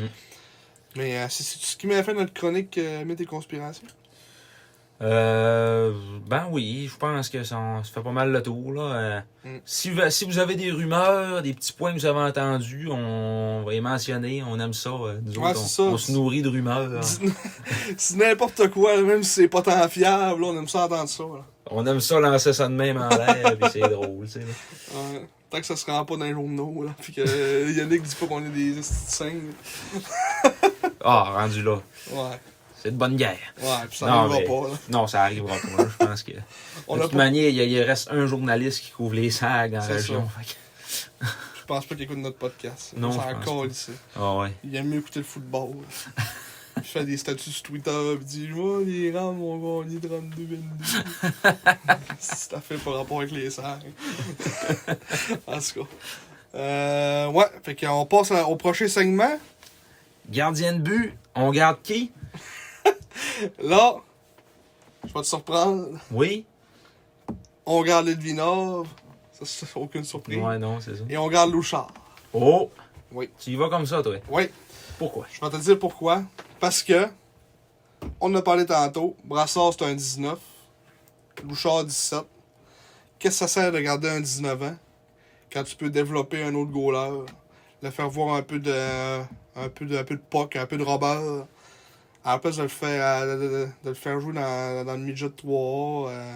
S1: Mais euh, c'est c'est ce qui m'a fait notre chronique euh, Mythes et Conspirations.
S3: Euh, ben oui, je pense que ça, on- ça fait pas mal le tour. Là. Euh,
S1: Mm.
S3: si, vous- si vous avez des rumeurs, des petits points que vous avez entendus, on va les mentionner. On aime ça. euh, nous
S1: Ouais,
S3: autres,
S1: c'est
S3: on,
S1: ça.
S3: on se nourrit de rumeurs.
S1: C'est n'importe quoi, même si c'est pas tant fiable, là, on aime ça entendre ça. là.
S3: On aime ça lancer ça de même en l'air, puis c'est drôle. tu sais, là.
S1: Ouais. tant que ça se rend pas dans les journaux, là, puis que euh, Yannick dit pas qu'on est des esti de singes.
S3: Ah, rendu là.
S1: Ouais,
S3: C'est de bonne guerre.
S1: ouais, puis ça
S3: Non,
S1: n'arrivera
S3: mais-
S1: pas. Là.
S3: Non, ça arrivera pas. là, Je pense que.
S1: On
S3: de
S1: a
S3: toute
S1: pas,
S3: manière, il, y a- il reste un journaliste qui couvre les sacs dans la
S1: C'est
S3: région. fait que-
S1: je pense pas qu'il écoute notre podcast.
S3: Non,
S1: Non,
S3: je pense
S1: encore
S3: pas.
S1: ici.
S3: Ah ouais.
S1: Il aime mieux écouter le football. Je fais des statuts sur Twitter, pis dit Moi, les Rams vont gagner 32 22. C'est à fait par rapport avec les serres. en tout cas. Euh, ouais, fait qu'on passe à- au prochain segment.
S3: Gardien de but, on garde qui
S1: Là, je vais te surprendre.
S3: Oui.
S1: On garde Edvinov. Ça, c'est aucune surprise.
S3: Ouais, non, c'est ça.
S1: Et on garde Louchard.
S3: Oh
S1: Oui.
S3: Tu y vas comme ça, toi
S1: Oui,
S3: Pourquoi
S1: je vais te dire pourquoi. Parce que, on en a parlé tantôt, Brassard c'est un 19, Louchard 17. Qu'est-ce que ça sert de garder un 19 ans quand tu peux développer un autre goaler, le faire voir un peu de un peu de, un peu de puck, un peu de robeur, à la place de le faire, euh, de, de- de le faire jouer dans, dans le midget 3A, euh,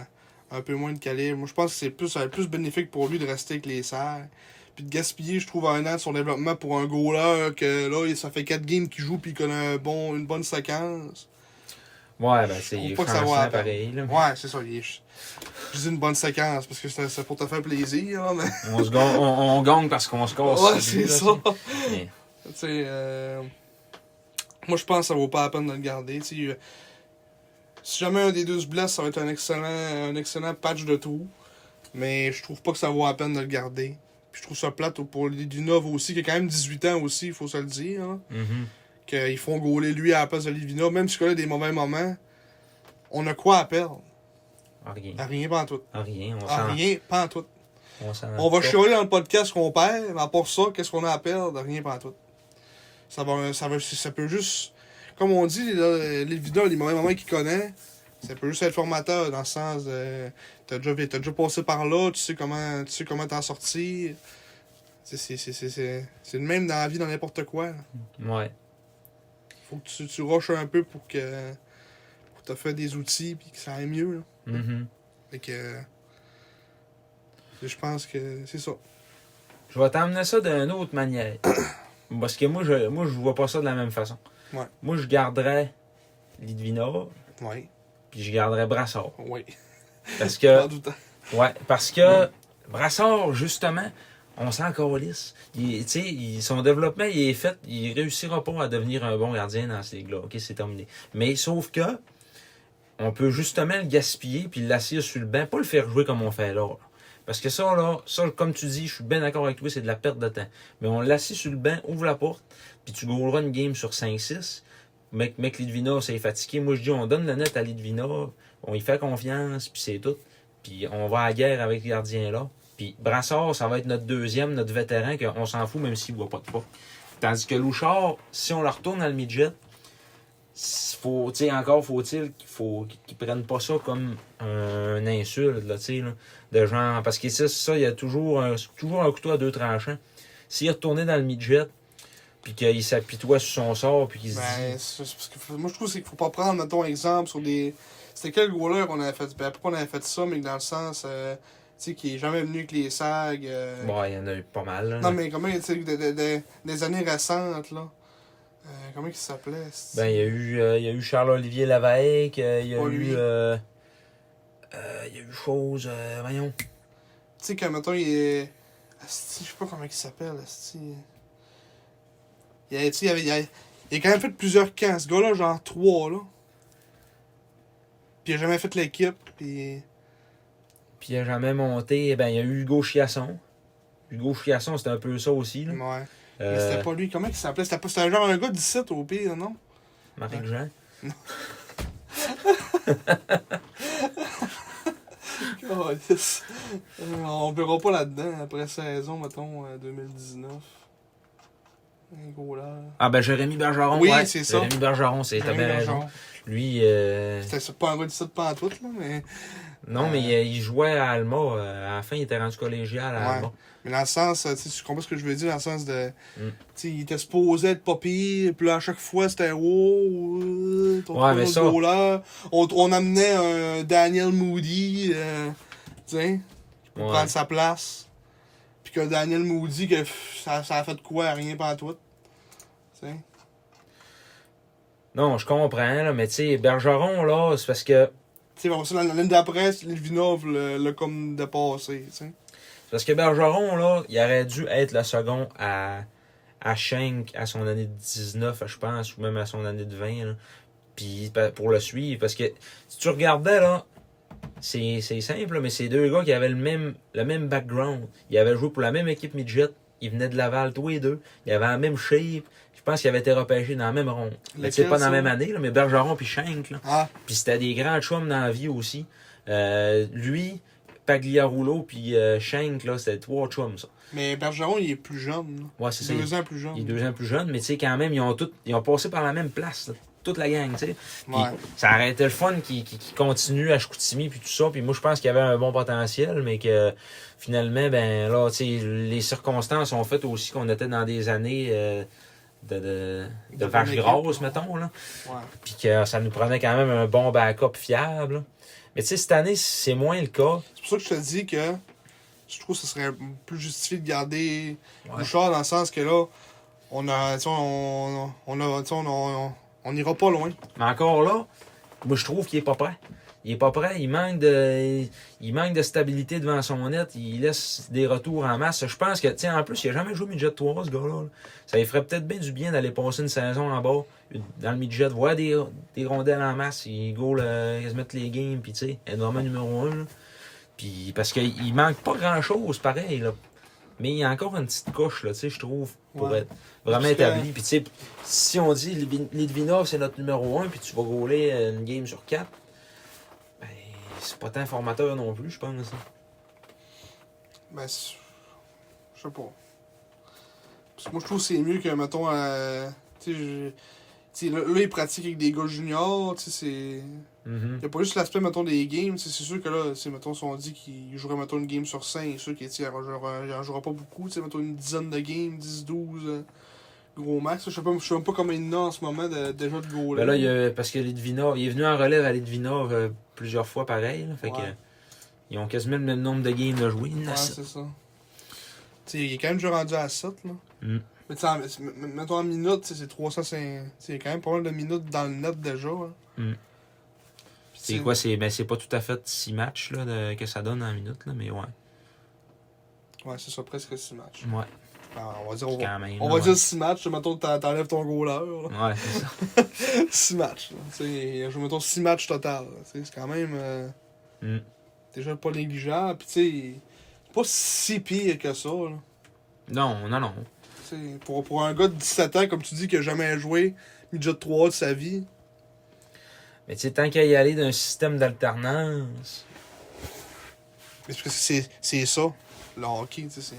S1: un peu moins de calibre. Moi, je pense que c'est plus, ça va être plus bénéfique pour lui de rester avec les serres. Puis de gaspiller, je trouve, un an de son développement pour un goaler que là, il- ça fait 4 games qu'il joue puis il connaît un bon, une bonne séquence.
S3: Ouais, ben c'est
S1: Faut pas que ça
S3: français
S1: voit à peine.
S3: pareil. Là.
S1: Ouais, c'est ça. il est ch- Je dis une bonne séquence parce que c'est c'est pour te faire plaisir. là, mais...
S3: On, se gagne, on, on gagne parce qu'on score.
S1: Ouais,
S3: sur
S1: c'est
S3: lui, là,
S1: ça.
S3: tu sais. Mais-
S1: Tu sais, euh, moi je pense que ça vaut pas la peine de le garder. tu sais. euh, si jamais un des deux se blesse, ça va être un excellent, un excellent patch de trou. Mais je trouve pas que ça vaut la peine de le garder. Puis je trouve ça plate pour Lidinov aussi, qui a quand même 18 ans aussi, il faut se le dire. hein,
S3: Mhm.
S1: Qu'ils font gauler lui à la place de Livina, même si on a des mauvais moments. On a quoi à perdre?
S3: Ah, Rien.
S1: À rien pas en tout.
S3: Ah, rien. On
S1: À
S3: s'en. Hein?
S1: rien pas en tout.
S3: On, s'en
S1: On va
S3: fout.
S1: chialer dans le podcast qu'on perd, mais à part ça, qu'est-ce qu'on a à perdre? Rien pas tout. Ça, va, ça, va, ça peut juste. Comme on dit, là, l'évident, les mauvais moments qu'il connaît, ça peut juste être formateur dans le sens de. T'as déjà, t'as déjà passé par là, tu sais comment tu sais comment t'en sortir. Tu sais, C'est, c'est, c'est, c'est, c'est le même dans la vie, dans n'importe quoi. là.
S3: Ouais.
S1: Faut que tu, tu rushes un peu pour que. pour te faire des outils puis que ça aille mieux. Là.
S3: Mhm.
S1: Fait que. Je pense que c'est ça.
S3: Je vais t'emmener ça d'une autre manière. Parce que moi je, moi, je vois pas ça de la même façon.
S1: Ouais.
S3: Moi, je garderais Lidvinov,
S1: Oui,
S3: puis je garderais Brassard.
S1: oui.
S3: Parce
S1: Pas
S3: que,
S1: du temps.
S3: ouais, parce que Brassard, justement, on s'en calisse. Il- tu sais, il- son développement, il est fait. Il réussira pas à devenir un bon gardien dans ces ligue-là. OK, c'est terminé. Mais sauf que, on peut justement le gaspiller puis l'assire sur le banc, pas le faire jouer comme on fait là. là. Parce que ça, là, ça, comme tu dis, je suis bien d'accord avec toi, c'est de la perte de temps. Mais on l'assied sur le banc, ouvre la porte, puis tu gauleras une game sur 5-6. Mec, mec Lidvina, c'est fatigué. Moi, je dis, on donne la net à Lidvina, on y fait confiance, puis c'est tout. Puis on va à la guerre avec les gardiens là. Puis Brassard, ça va être notre deuxième, notre vétéran, qu'on s'en fout même s'il ne voit pas de pas. Tandis que Louchard, si on le retourne dans le midget, s- faut, tu sais, encore faut-il qu'il faut qu'ils prennent pas ça comme un insulte, là, tu sais, là, de genre, parce que ça, ça, il y a toujours un, c'est toujours un couteau à deux tranchants. S'il retournait dans le midget, puis qu'il s'apitoie sur son sort, puis qu'il se
S1: Ben, c'est- c'est parce que moi, je trouve c'est qu'il faut pas prendre, mettons, exemple sur des. C'était quel goaler qu'on avait fait Ben, pourquoi on avait fait ça, mais que dans le sens, euh, tu sais, qui est jamais venu avec les sags. euh,
S3: dit, bon, il y en a eu pas mal, là.
S1: Non, mais comment, tu sais, de- de- de- des années récentes, là. Euh, comment il s'appelait c'est-
S3: Ben, il y a eu, euh, il y a eu Charles-Olivier Lavaec, euh, il y a
S1: Pas
S3: eu.
S1: lui.
S3: euh, euh, il y a eu chose. euh, voyons.
S1: Tu sais, quand, mettons, il est. Asti, je sais pas comment il s'appelle, Asti. Il y a, tu sais, il y avait- il y a, il a quand même fait plusieurs camps. Ce gars-là, genre trois, là. Puis il a jamais fait l'équipe, puis.
S3: Puis il a jamais monté. Ben, il y a eu Hugo Chiasson. Hugo Chiasson, c'était un peu ça aussi. Là.
S1: Ouais.
S3: Euh,
S1: Mais c'était pas lui, comment il s'appelait C'était pas- c'était genre un gars d'ici, au pire, non
S3: Marc Jean.
S1: Oh, yes. Euh, On verra pas là-dedans après saison, mettons, euh, 2019. Un gros là.
S3: Ah, ben, Jérémy Bergeron.
S1: Oui,
S3: ouais.
S1: c'est ça.
S3: Jérémy Bergeron, c'est t'as bien raison. Lui, euh,
S1: C'était pas un gars d'ici de pantoute, là, mais.
S3: non, mais il, il jouait à Alma. euh, à la fin, il était rendu collégial à
S1: Ouais.
S3: Alma.
S1: Mais dans le sens, euh, tu sais, tu comprends ce que je veux dire, dans le sens de.
S3: Mm.
S1: Tu sais, il était supposé être pas pire, puis là, à chaque fois, c'était wow, euh, ton
S3: Ouais, mais ça-
S1: là. On, on amenait un Daniel Moody, euh, tu sais, pour
S3: Ouais.
S1: prendre sa place. Puis que Daniel Moody, que pff, ça, ça a fait de quoi, rien pas tout. Tu sais.
S3: Non, je comprends, là, mais tu sais, Bergeron, là, c'est parce que.
S1: Tu sais, on sait, l'année d'après, Litvinov l'a l'a comme dépassé, tu sais.
S3: C'est Parce que Bergeron, là, il aurait dû être le second à, à Schenk à son année de 19, je pense, ou même à son année de 20, là. Puis pa- pour le suivre, parce que si tu regardais, là, c'est c'est simple, là, mais c'est deux gars qui avaient le même, le même background. Ils avaient joué pour la même équipe midget. Ils venaient de Laval, tous les deux. Ils avaient la même shape. Je pense qu'ils avaient été repêchés dans la même ronde. Mais c'est
S1: Lequel,
S3: pas dans
S1: ça?
S3: la même année, là, mais Bergeron puis Schenk, là.
S1: Ah,
S3: Puis c'était des grands chums dans la vie aussi. Euh, lui, Pagliarulo, puis euh, Schenk, là, c'était trois chums, ça.
S1: mais Bergeron, il est plus jeune, là.
S3: Ouais, c'est ça.
S1: Deux
S3: Il,
S1: ans plus jeune.
S3: il est deux ans plus jeune, mais tu sais, quand même, ils ont, tous- ils ont passé par la même place, là, toute la gang, tu sais. Puis
S1: Ouais.
S3: ça aurait été le fun qui continue à Chicoutimi, puis tout ça. Puis moi, je pense qu'il y avait un bon potentiel, mais que finalement, ben là, tu sais, les circonstances ont fait aussi qu'on était dans des années euh, de, de, de,
S1: De
S3: vaches
S1: bonne équipe.
S3: grosses, mettons, là
S1: Ouais.
S3: puis que ça nous prenait quand même un bon backup fiable. là. Mais tu sais, cette année, c'est moins le cas.
S1: C'est pour ça que je te dis que je trouve que ce serait plus justifié de garder
S3: Ouais.
S1: Bouchard dans le sens que là, on a. tu sais, On on a- tu sais, on on- on ira pas loin.
S3: Mais encore là, moi, je trouve qu'il est pas prêt. Il est pas prêt. Il manque de, il manque de stabilité devant son net. Il laisse des retours en masse. Je pense que, tu sais, en plus, il a jamais joué midget 3, ce gars-là. là. Ça lui ferait peut-être bien du bien d'aller passer une saison en bas, dans le midget, voir des, des rondelles en masse. Il goal, euh, il se met les games, puis tu sais, énormément numéro 1. Puis, parce qu'il manque pas grand-chose, pareil, là. Mais il y a encore une petite couche, là, tu sais, je trouve, pour
S1: Ouais.
S3: être vraiment
S1: Parce que-
S3: établi. Puis, tu sais, si on dit Litvi- Litvinov, c'est notre numéro 1, puis tu vas rouler euh, une game sur 4, ben, c'est pas tant formateur non plus, je pense.
S1: Ben, c'est- je sais pas. Parce que moi, je trouve que c'est mieux que, mettons, euh, tu sais, je- tu sais, là, là, ils pratiquent avec des gars juniors, tu sais, c'est.
S3: Mhm.
S1: Il a pas juste l'aspect, mettons, des games. tu sais, C'est sûr que là, c'est, mettons, si on dit qu'il jouerait, mettons, une game sur 5, c'est sûr qu'il tu sais, il en jouera il en jouera pas beaucoup. tu sais, mettons, une dizaine de games, 10, 12, euh, gros max. Je sais pas, je sais même pas combien il y en a en ce moment de, déjà de gros
S3: Ben là, il y a- parce que Litvinov, il est venu en relève à Litvinov euh, plusieurs fois pareil. là. fait que,
S1: Ouais.
S3: euh, ils ont quasiment le même nombre de games de jouer.
S1: Ouais, c'est ça. Tu sais, il est quand même déjà rendu à 7, là.
S3: Mm.
S1: Mais tu sais, en- m- m- mettons, en minutes, tu sais, c'est 305. tu sais, Il y a quand même pas mal de minutes dans le net déjà. hein.
S3: Mm.
S1: Puis tu
S3: C'est
S1: sais,
S3: quoi? C'est ben, c'est pas tout à fait six matchs là, de- que ça donne en minute, là, mais ouais.
S1: Ouais, c'est ça, presque 6 matchs.
S3: Ouais.
S1: Ah, on va dire, on va,
S3: Quand même,
S1: on
S3: là,
S1: va
S3: ouais.
S1: dire 6 matchs. Mettons, t'en- t'enlèves ton goaler.
S3: Ouais, c'est ça.
S1: 6 matchs. là. Tu sais, il a joué, mettons, 6 matchs total. là. Tu sais, C'est quand même euh,
S3: Mm.
S1: déjà pas négligeant. Puis, tu sais, c'est pas si pire que ça. là.
S3: Non, non, non.
S1: Tu sais, Pour, pour un gars de 17 ans, comme tu dis, qui a jamais joué midget 3 de sa vie,
S3: Mais tu sais, tant qu'à y aller d'un système d'alternance.
S1: Parce que c'est c'est ça, le hockey, tu sais, c'est...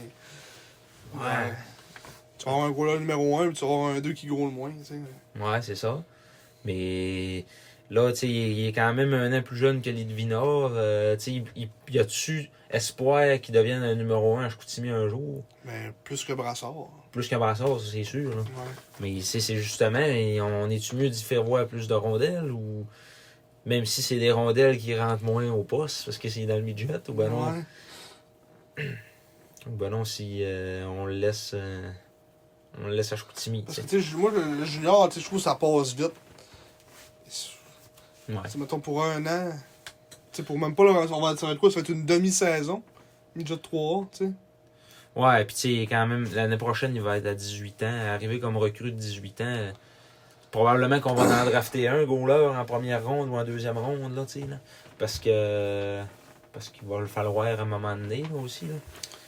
S3: Ouais.
S1: Tu vas avoir un goaler numéro 1, puis tu vas avoir un 2 qui goal le moins, tu sais.
S3: Ouais, c'est ça. Mais là, tu sais, il il est quand même un an plus jeune que Lidvinor. Euh, tu sais, il- il- y a-tu espoir qu'il devienne un numéro un à Chicoutimi un jour?
S1: Mais plus que Brassard. hein. Ouais.
S3: Plus qu'à Brassard, ça, c'est sûr. Là. Mais tu sais, c'est justement, et on est-tu mieux d'y faire voir plus de rondelles ou même si c'est des rondelles qui rentrent moins au poste parce que c'est dans le midget ou ben non,
S1: ouais.
S3: ou ben non si euh, on le laisse euh, on le laisse à Chicoutimi. tu
S1: Parce que,
S3: sais.
S1: tu sais, ju- moi, le, le junior, tu sais, je trouve que ça passe vite. Tu
S3: Ouais.
S1: sais, mettons, pour un an, tu sais, pour même pas, là, on va ça va être quoi, ça va être une demi-saison, midget 3, tu sais.
S3: Ouais, puis tu sais, quand même, l'année prochaine, il va être à 18 ans. Arrivé comme recrue de 18 ans, euh, probablement qu'on va en drafter un goaler en première ronde ou en deuxième ronde, là, tu sais, là. Parce que. Parce qu'il va le falloir à un moment donné, là, aussi, là.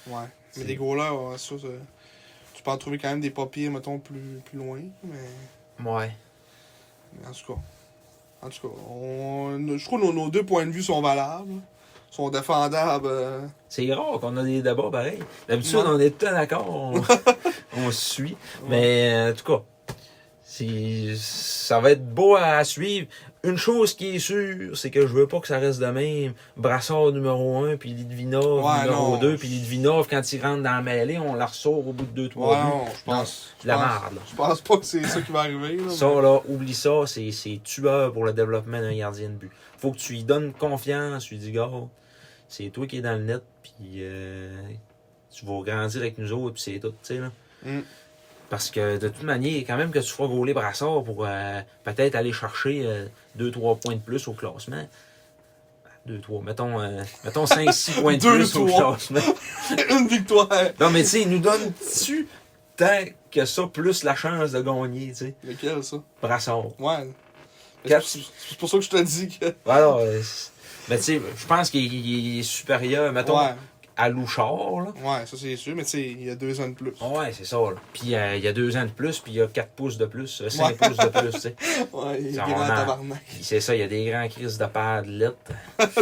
S1: Ouais. Mais
S3: C'est-
S1: des goalers, ouais, ça, ça- tu peux en trouver quand même des papiers, mettons, plus, plus loin, mais...
S3: Ouais.
S1: Mais En tout cas. En tout cas, on- je trouve que nos, nos deux points de vue sont valables, sont défendables. euh.
S3: C'est rare qu'on a des débats pareils. D'habitude,
S1: Ouais.
S3: on est tout d'accord, on, on se suit. Mais euh, en tout cas, c'est- ça va être beau à suivre. Une chose qui est sûre, c'est que je veux pas que ça reste de même. Brassard numéro 1, puis Lidvinov
S1: Ouais,
S3: numéro
S1: non.
S3: 2, puis Lidvinov, quand il rentre dans la mêlée, on la ressort au bout de 2-3
S1: Ouais, non, je pense.
S3: de la
S1: je pense-
S3: marde, là.
S1: Je pense pas que c'est ça qui va arriver. Là,
S3: Ça, là, oublie ça, c'est c'est tueur pour le développement d'un gardien de but. Faut que tu lui donnes confiance, tu lui dis, gars, c'est toi qui es dans le net, puis euh, tu vas grandir avec nous autres, puis c'est tout, tu sais, là.
S1: Mm.
S3: Parce que de toute manière, quand même que tu feras gauler Brassard pour euh, peut-être aller chercher 2-3 points de plus au classement. 2-3, mettons, euh, mettons 5-6 points de
S1: Deux,
S3: plus au
S1: trois.
S3: classement.
S1: mais une victoire.
S3: Non, mais tu sais, il nous donne-tu tant que ça, plus la chance de gagner, tu sais,
S1: Lequel, ça?
S3: Brassard.
S1: Ouais. Mais
S3: Quatre.
S1: C'est c'est pour ça que je te dis que.
S3: Alors, euh, mais tu sais, je pense qu'il il est supérieur, mettons,
S1: Ouais,
S3: à Louchard, là. Ah
S1: ouais, ça c'est sûr, mais tu sais, il y a deux ans de plus.
S3: Ouais, c'est ça, là. Puis euh, il y a deux ans de plus, puis il y a quatre pouces de plus, euh, cinq
S1: Ouais.
S3: pouces de plus, tu sais.
S1: Ouais, il y a
S3: Ça,
S1: des
S3: on
S1: grands
S3: a-
S1: tabarnak,
S3: Puis c'est ça, il y a des grands crises de padelettes.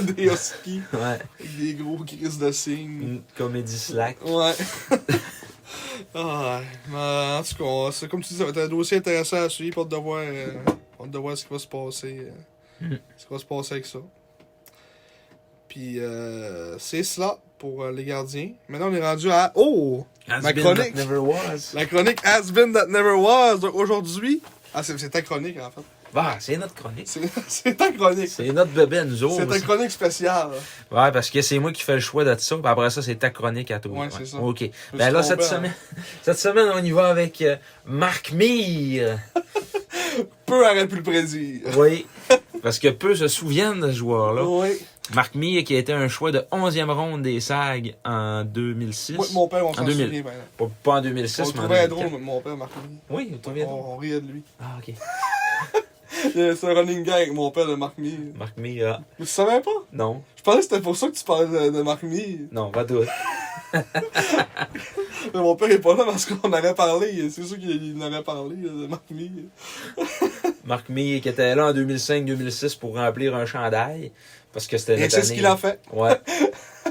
S1: des huskies,
S3: Ouais.
S1: avec des gros crises de signes.
S3: Une comédie slack.
S1: Ouais. ah, ouais. Mais, en tout cas, on- c'est- comme tu dis, ça va être un dossier intéressant à suivre. Hâte de voir, euh, hâte de voir ce qui va se passer. euh,
S3: Mhm.
S1: ce qui va se passer avec ça. Puis, euh, c'est cela pour euh, les gardiens. Maintenant, on est rendu à. Oh!
S3: Has
S1: Ma
S3: been
S1: chronique.
S3: but Never was.
S1: La chronique Has Been That Never Was. Donc, aujourd'hui. Ah, c'est c'est ta chronique, en fait.
S3: Bah, c'est notre chronique.
S1: C'est- C'est ta chronique.
S3: C'est notre bébé, nous
S1: C'est
S3: autres.
S1: ta chronique spéciale.
S3: Ouais, parce que c'est moi qui fais le choix de ça, puis après ça, c'est ta chronique à toi.
S1: Ouais, c'est ça.
S3: OK.
S1: me
S3: Ben
S1: suis
S3: là,
S1: trompé,
S3: cette
S1: hein.
S3: semaine, cette semaine, on y va avec euh, Marc Mire.
S1: Peu aurait pu le prédire.
S3: Oui. Parce que peu se souviennent de ce joueur-là.
S1: Oui.
S3: Marc Mire qui a été un choix de 11e ronde des SAG en 2006.
S1: Moi, mon père, on s'en
S3: 2000.
S1: souvient maintenant.
S3: Pas, pas en
S1: On
S3: 2006,
S1: le
S3: mais en
S1: trouvait
S3: 2004.
S1: drôle, mon père, Marc Mignon.
S3: Oui, il
S1: On,
S3: trouvait drôle.
S1: on riait de lui. Euh,
S3: Ah, OK.
S1: C'est un running gag avec mon père de Marc Mille.
S3: Marc Mire, ah,
S1: Mais tu savais pas?
S3: non.
S1: Je pensais que c'était pour ça que tu parlais de, de Marc Mille.
S3: Non, pas tout.
S1: Mais mon père est pas là parce qu'on en avait parlé. C'est sûr qu'il en avait parlé euh, de Marc Mille.
S3: Marc Mire qui était là en 2005-2006 pour remplir un chandail. Parce que c'était
S1: Et
S3: notre
S1: c'est
S3: année.
S1: ce qu'il a fait.
S3: Ouais.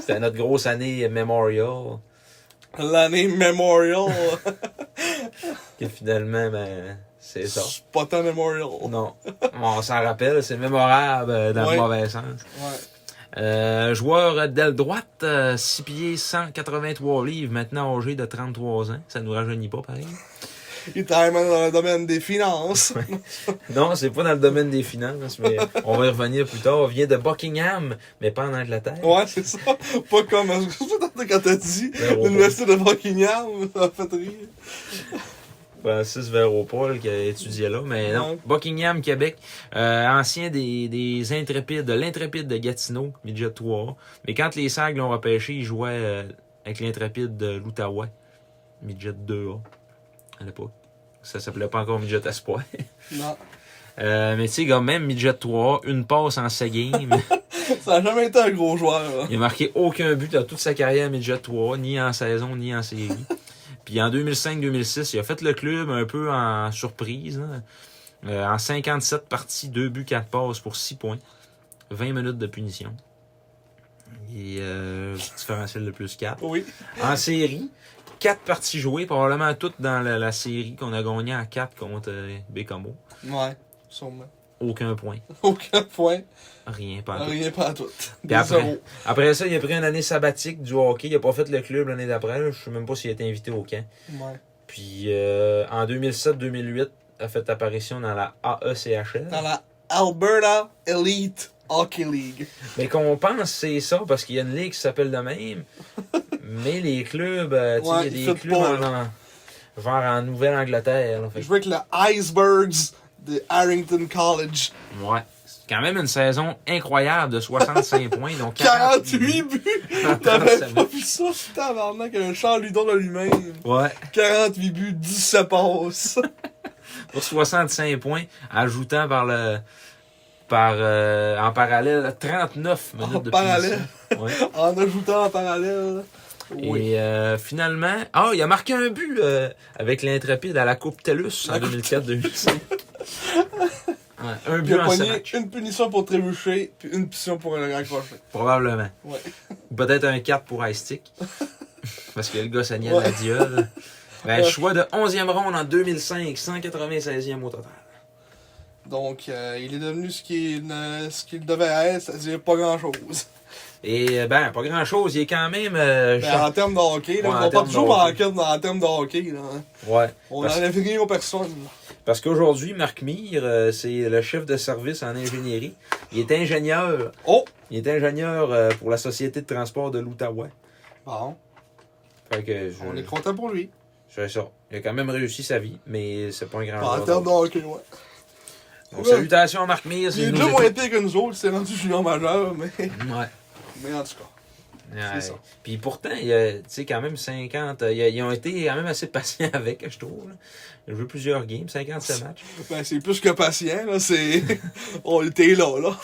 S3: C'était notre grosse année Memorial.
S1: L'année Memorial.
S3: Que finalement, ben, c'est ça.
S1: C'est pas tant Memorial.
S3: Non. On s'en rappelle, c'est mémorable euh, dans
S1: Ouais.
S3: le mauvais sens.
S1: Ouais.
S3: Euh, joueur d'aile droite, euh, 6 pieds, 183 livres, maintenant âgé de 33 ans. Ça nous rajeunit pas, pareil.
S1: Il était vraiment dans le domaine des finances.
S3: Non, c'est pas dans le domaine des finances, hein, mais on va y revenir plus tard. Vient de Buckingham, mais pas en Angleterre.
S1: Ouais, c'est ça. Pas comme. Je sais pas quand t'as dit
S3: Zéro.
S1: l'université de Buckingham. Ça m'a fait rire.
S3: Francis Véropol qui a étudié là, mais non.
S1: Ouais.
S3: Buckingham, Québec, euh, ancien des, des intrépides, de l'intrépide de Gatineau, midget 3 Mais quand les Sags l'ont repêché, il jouait euh, avec l'intrépide de l'Outaouais, midget 2A, à l'époque. Ça s'appelait pas encore midget espoir.
S1: Non.
S3: Euh, mais tu sais, comme même midget 3A, une passe en 7 games.
S1: Ça a jamais été un gros joueur. hein. là.
S3: Il a marqué aucun but dans toute sa carrière midget 3, ni en saison, ni en série. Puis en 2005-2006, il a fait le club un peu en surprise. là. Euh, en 57 parties, 2 buts, 4 passes pour 6 points. 20 minutes de punition. Et euh, différentiel de plus 4.
S1: Oui.
S3: En série, 4 parties jouées, probablement toutes dans la, la série qu'on a gagné en 4 contre euh, Bécamo.
S1: Ouais. Sûrement.
S3: Aucun point.
S1: Aucun point.
S3: Rien, pas en tout.
S1: Rien pas à tout. Des
S3: après-
S1: zéros.
S3: Après ça, il a pris une année sabbatique du hockey. Il n'a pas fait le club l'année d'après. là. Je sais même pas s'il a été invité au camp.
S1: Ouais.
S3: Puis euh, en 2007-2008, a fait apparition dans la E AECHL.
S1: Dans la Alberta Elite Hockey League.
S3: Mais qu'on pense, c'est ça, parce qu'il y a une ligue qui s'appelle de même. mais les clubs, euh, tu sais,
S1: Ouais,
S3: il
S1: ils
S3: y a des
S1: foutent
S3: clubs
S1: pas,
S3: en, en- vers en Nouvelle-Angleterre. là. Fait
S1: Je
S3: que-
S1: jouais avec le Icebergs de Harrington College.
S3: Ouais. C'est quand même une saison incroyable de 65 points. Donc
S1: 48 buts! T'avais
S3: ça
S1: pas vu ça? Tabarnak, un char Ludon de lui-même.
S3: Ouais.
S1: 48 buts, 17 passes.
S3: pour 65 points, ajoutant par le par euh, en parallèle 39 minutes de
S1: parallèle.
S3: punition. Ouais.
S1: en ajoutant en parallèle. Oui.
S3: Et euh, finalement, ah, il a marqué un but euh, avec l'intrépide à la Coupe TELUS en
S1: La Coupe
S3: 2004-2005. Ouais, un
S1: Il
S3: but
S1: a
S3: en sept
S1: pogné
S3: matchs,
S1: une punition pour trébucher, puis une punition pour le raccrocher.
S3: probablement.
S1: Ouais.
S3: Ou Peut-être un 4 pour Ice Stick. parce que le gars saignait
S1: Ouais.
S3: de la diole. Ben,
S1: Ouais.
S3: choix de 11e ronde en 2005, 196e au total.
S1: Donc, euh, il est devenu ce qu'il euh, ce qu'il devait être, c'est-à-dire pas grand-chose.
S3: Et euh, ben, pas grand-chose, il est quand même... euh,
S1: Mais
S3: champ-
S1: en termes de hockey, là,
S3: Ouais, en
S1: on
S3: termes
S1: parle toujours en
S3: de
S1: termes- en termes de hockey. Là. hein.
S3: Ouais.
S1: On
S3: Parce-
S1: n'enlève rien aux personnes.
S3: Parce qu'aujourd'hui, Marc Mire, euh, c'est le chef de service en ingénierie. Il est ingénieur.
S1: Oh!
S3: Il est ingénieur euh, pour la Société de transport de l'Outaouais.
S1: Bon,
S3: Fait que je,
S1: on est content pour lui.
S3: je- ça. Il a quand même réussi sa vie, mais c'est pas un grand
S1: En
S3: hasard.
S1: termes de hockey, ouais.
S3: Donc, salutations à Marc Mire.
S1: Il
S3: c'est
S1: est
S3: nous
S1: déjà moins
S3: écoute.
S1: pire que nous autres, c'est rendu junior majeur, mais,
S3: Ouais.
S1: mais en tout cas.
S3: Ouais.
S1: ça.
S3: Puis pourtant, il y a, tu sais, quand même 50. euh, il y a- Ils ont été quand même assez patients avec, je trouve. là. Ils ont joué plusieurs games, 57 matchs.
S1: Ben, c'est plus que patient, là, c'est. on était là, là.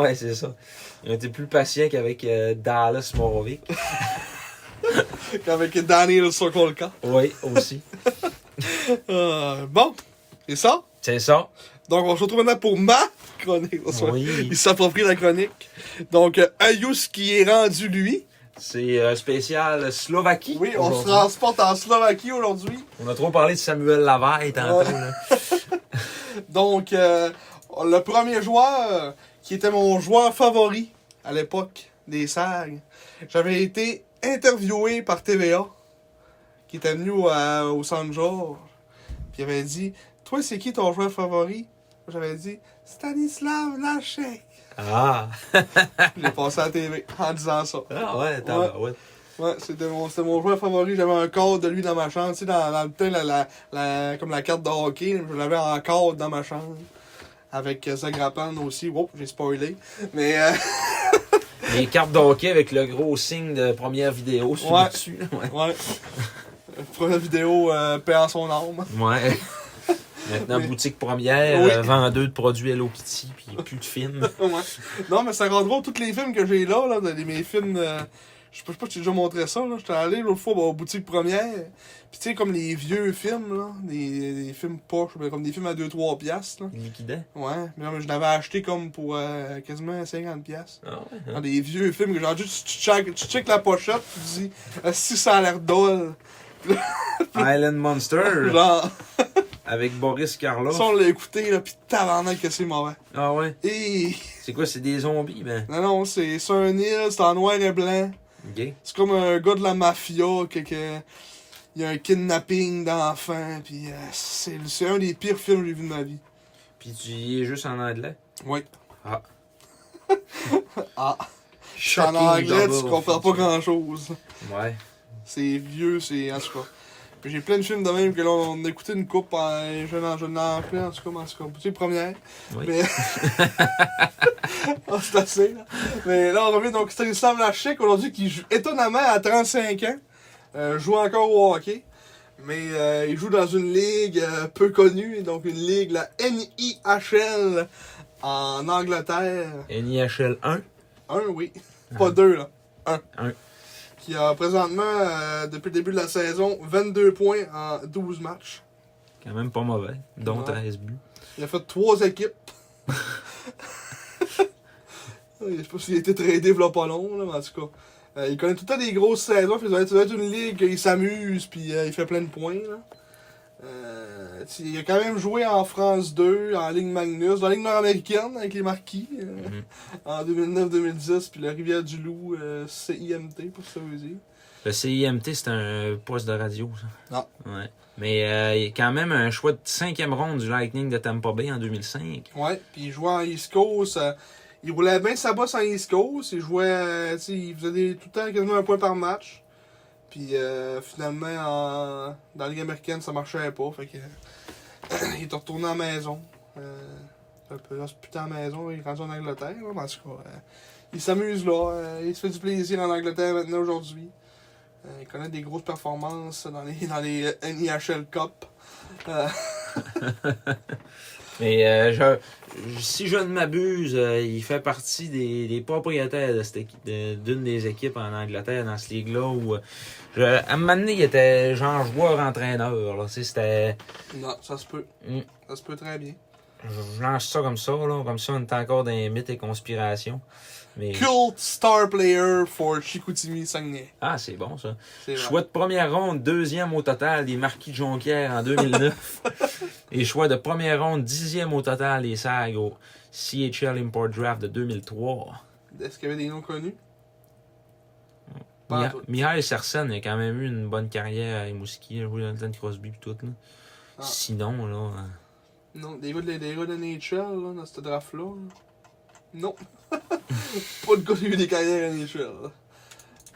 S3: Ouais, c'est ça. Ils ont été plus patients qu'avec euh, Dallas Morovic.
S1: Avec Daniel Sokolka.
S3: Oui, aussi.
S1: Euh, bon, c'est ça.
S3: C'est ça.
S1: Donc, on se retrouve maintenant pour ma chronique. On se-
S3: Oui.
S1: Il s'approprie la chronique. Donc, euh, Ayus qui est rendu lui.
S3: C'est euh, spécial Slovaquie.
S1: Oui, on se
S3: aujourd'hui.
S1: transporte en Slovaquie aujourd'hui.
S3: On a trop parlé de Samuel Lavaille tantôt.
S1: Ouais.
S3: là.
S1: Donc, euh, le premier joueur euh, qui était mon joueur favori à l'époque des SAG, j'avais été interviewé par TVA, qui était venu au, à- au Centre Georges. Puis il avait dit Toi, c'est qui ton joueur favori J'avais dit Stanislav Lachek.
S3: Ah.
S1: Je l'ai passé à la TV en disant ça.
S3: ah ouais, tabarouette.
S1: Ouais, c'était mon, c'était mon joueur favori. J'avais un code de lui dans ma chambre. Tu sais, dans, dans le temps, la, la, la- comme la carte de hockey, je l'avais en code dans ma chambre. Avec euh, Zagrapan aussi. Wow, j'ai spoilé. Mais euh,
S3: Les cartes d'hockey avec le gros signe de première vidéo sur
S1: Ouais.
S3: le dessus. là, Ouais.
S1: ouais. Première vidéo, euh, paix en son âme.
S3: Ouais. Maintenant,
S1: Mais-
S3: boutique première,
S1: Oui.
S3: euh, vendeur de produits Hello Kitty, puis plus de films.
S1: Ouais. Non, mais ça rend drôle tous les films que j'ai là, là, dans les- mes films. euh, je sais pas si j'ai déjà montré ça, là. J'étais allé l'autre fois bah, aux boutiques premières. Puis tu sais, comme les vieux films, là. Des, des films poches, mais comme des films à 2-3 piastres, là.
S3: Liquidant.
S1: Ouais, mais non, mais je l'avais acheté comme pour euh, quasiment 50$. piastres.
S3: Ah ouais.
S1: Dans des vieux films que genre, tu, tu, check, tu check la pochette, tu dis, Ah, si ça a l'air dole.
S3: Island Monster
S1: Genre,
S3: avec Boris Karloff.
S1: ça on l'a écouté, là, pis tabarnak que c'est mauvais.
S3: Ah ouais.
S1: Et
S3: C'est quoi, c'est des zombies, ben.
S1: Non, non, c'est sur un île, c'est en noir et blanc.
S3: Ok.
S1: C'est comme un gars de la mafia, que. que il y a un kidnapping d'enfants, pis euh, c'est le- c'est un des pires films que j'ai vu de ma vie.
S3: Puis tu y es juste en anglais.
S1: Oui.
S3: Ah.
S1: Ah, je suis en anglais, tu comprends pas grand chose.
S3: Ouais.
S1: C'est vieux, c'est. En tout cas. Puis J'ai plein de films de même que là, on a écouté une coupe ben, en jeune en jeune en plein, en tout cas, mais en tout cas. C'est première.
S3: Oui.
S1: Mais... Ah, c'est assez, là. Mais là, on revient donc Stanislav Lachek aujourd'hui qui joue étonnamment à 35 ans. Euh, joue encore au hockey. Mais euh, il joue dans une ligue euh, peu connue, donc une ligue, la NIHL en Angleterre.
S3: NIHL 1.
S1: Un, oui. Pas deux, là. Un.
S3: Un.
S1: Qui a présentement, euh, depuis le début de la saison, 22 points en 12 matchs.
S3: Quand même pas mauvais. Dont
S1: Ouais.
S3: 13 buts.
S1: Il a fait trois équipes. Je sais pas s'il a été tradé v'là pas long, là, mais en tout cas. euh, il connaît tout le temps des grosses saisons, puis ça doit être, ça doit être une ligue, il s'amuse, puis euh, il fait plein de points. Là. Euh, tu- il a quand même joué en France 2, en Ligue Magnus, dans la Ligue nord-américaine avec les Marquis, euh,
S3: Mhm.
S1: en 2009-2010, puis la Rivière-du-Loup, euh, CIMT, pour ça vous dire.
S3: Le CIMT, c'est un poste de radio, ça.
S1: Ah.
S3: Ouais. Mais euh, il y a quand même un choix de cinquième ronde du Lightning de Tampa Bay en 2005.
S1: Ouais, puis il jouait en East Coast. euh, il roulait bien sa bosse en East Coast. Il jouait, euh, tu sais, il faisait des- tout le temps quasiment un point par match. Puis euh, finalement, en- dans la Ligue américaine, ça marchait pas. Fait que, il est retourné à la maison. Euh, c'est un peu là, c'est putain à la maison. Il est rendu en Angleterre. Là, mais en tout cas, euh, il s'amuse là. euh, il se fait du plaisir en Angleterre maintenant aujourd'hui. Euh, il connaît des grosses performances dans les, dans les euh, NIHL Cup. Euh,
S3: Mais euh, je- je- si je ne m'abuse, euh, il fait partie des, des propriétaires de cette équipe- de- d'une des équipes en Angleterre dans cette ligue-là où euh, je- à un moment donné, il était genre joueur-entraîneur. là. Tu sais, C'était.
S1: non, ça se peut.
S3: Mm.
S1: Ça se peut très bien.
S3: Je lance ça comme ça, là. Comme ça, on est encore dans les mythes et conspirations. Mais.
S1: Cult star player for Chicoutimi Saguenay.
S3: Ah, c'est bon ça.
S1: C'est vrai.
S3: Choix de première ronde, deuxième au total des Marquis de Jonquière en 2009. et choix de première ronde, dixième au total des SAG au CHL Import Draft de 2003.
S1: Est-ce qu'il y avait des noms connus? Pas en
S3: Mia-
S1: tout.
S3: Mihail Sersen a quand même eu une bonne carrière à Rimouski, il a joué dans le temps de Crosby et tout. Là.
S1: Ah.
S3: Sinon, là, euh,
S1: Non, des gars de, des gars de NHL là, dans ce draft-là. là. Non. pas de gars qui a eu des carrières NHL. là.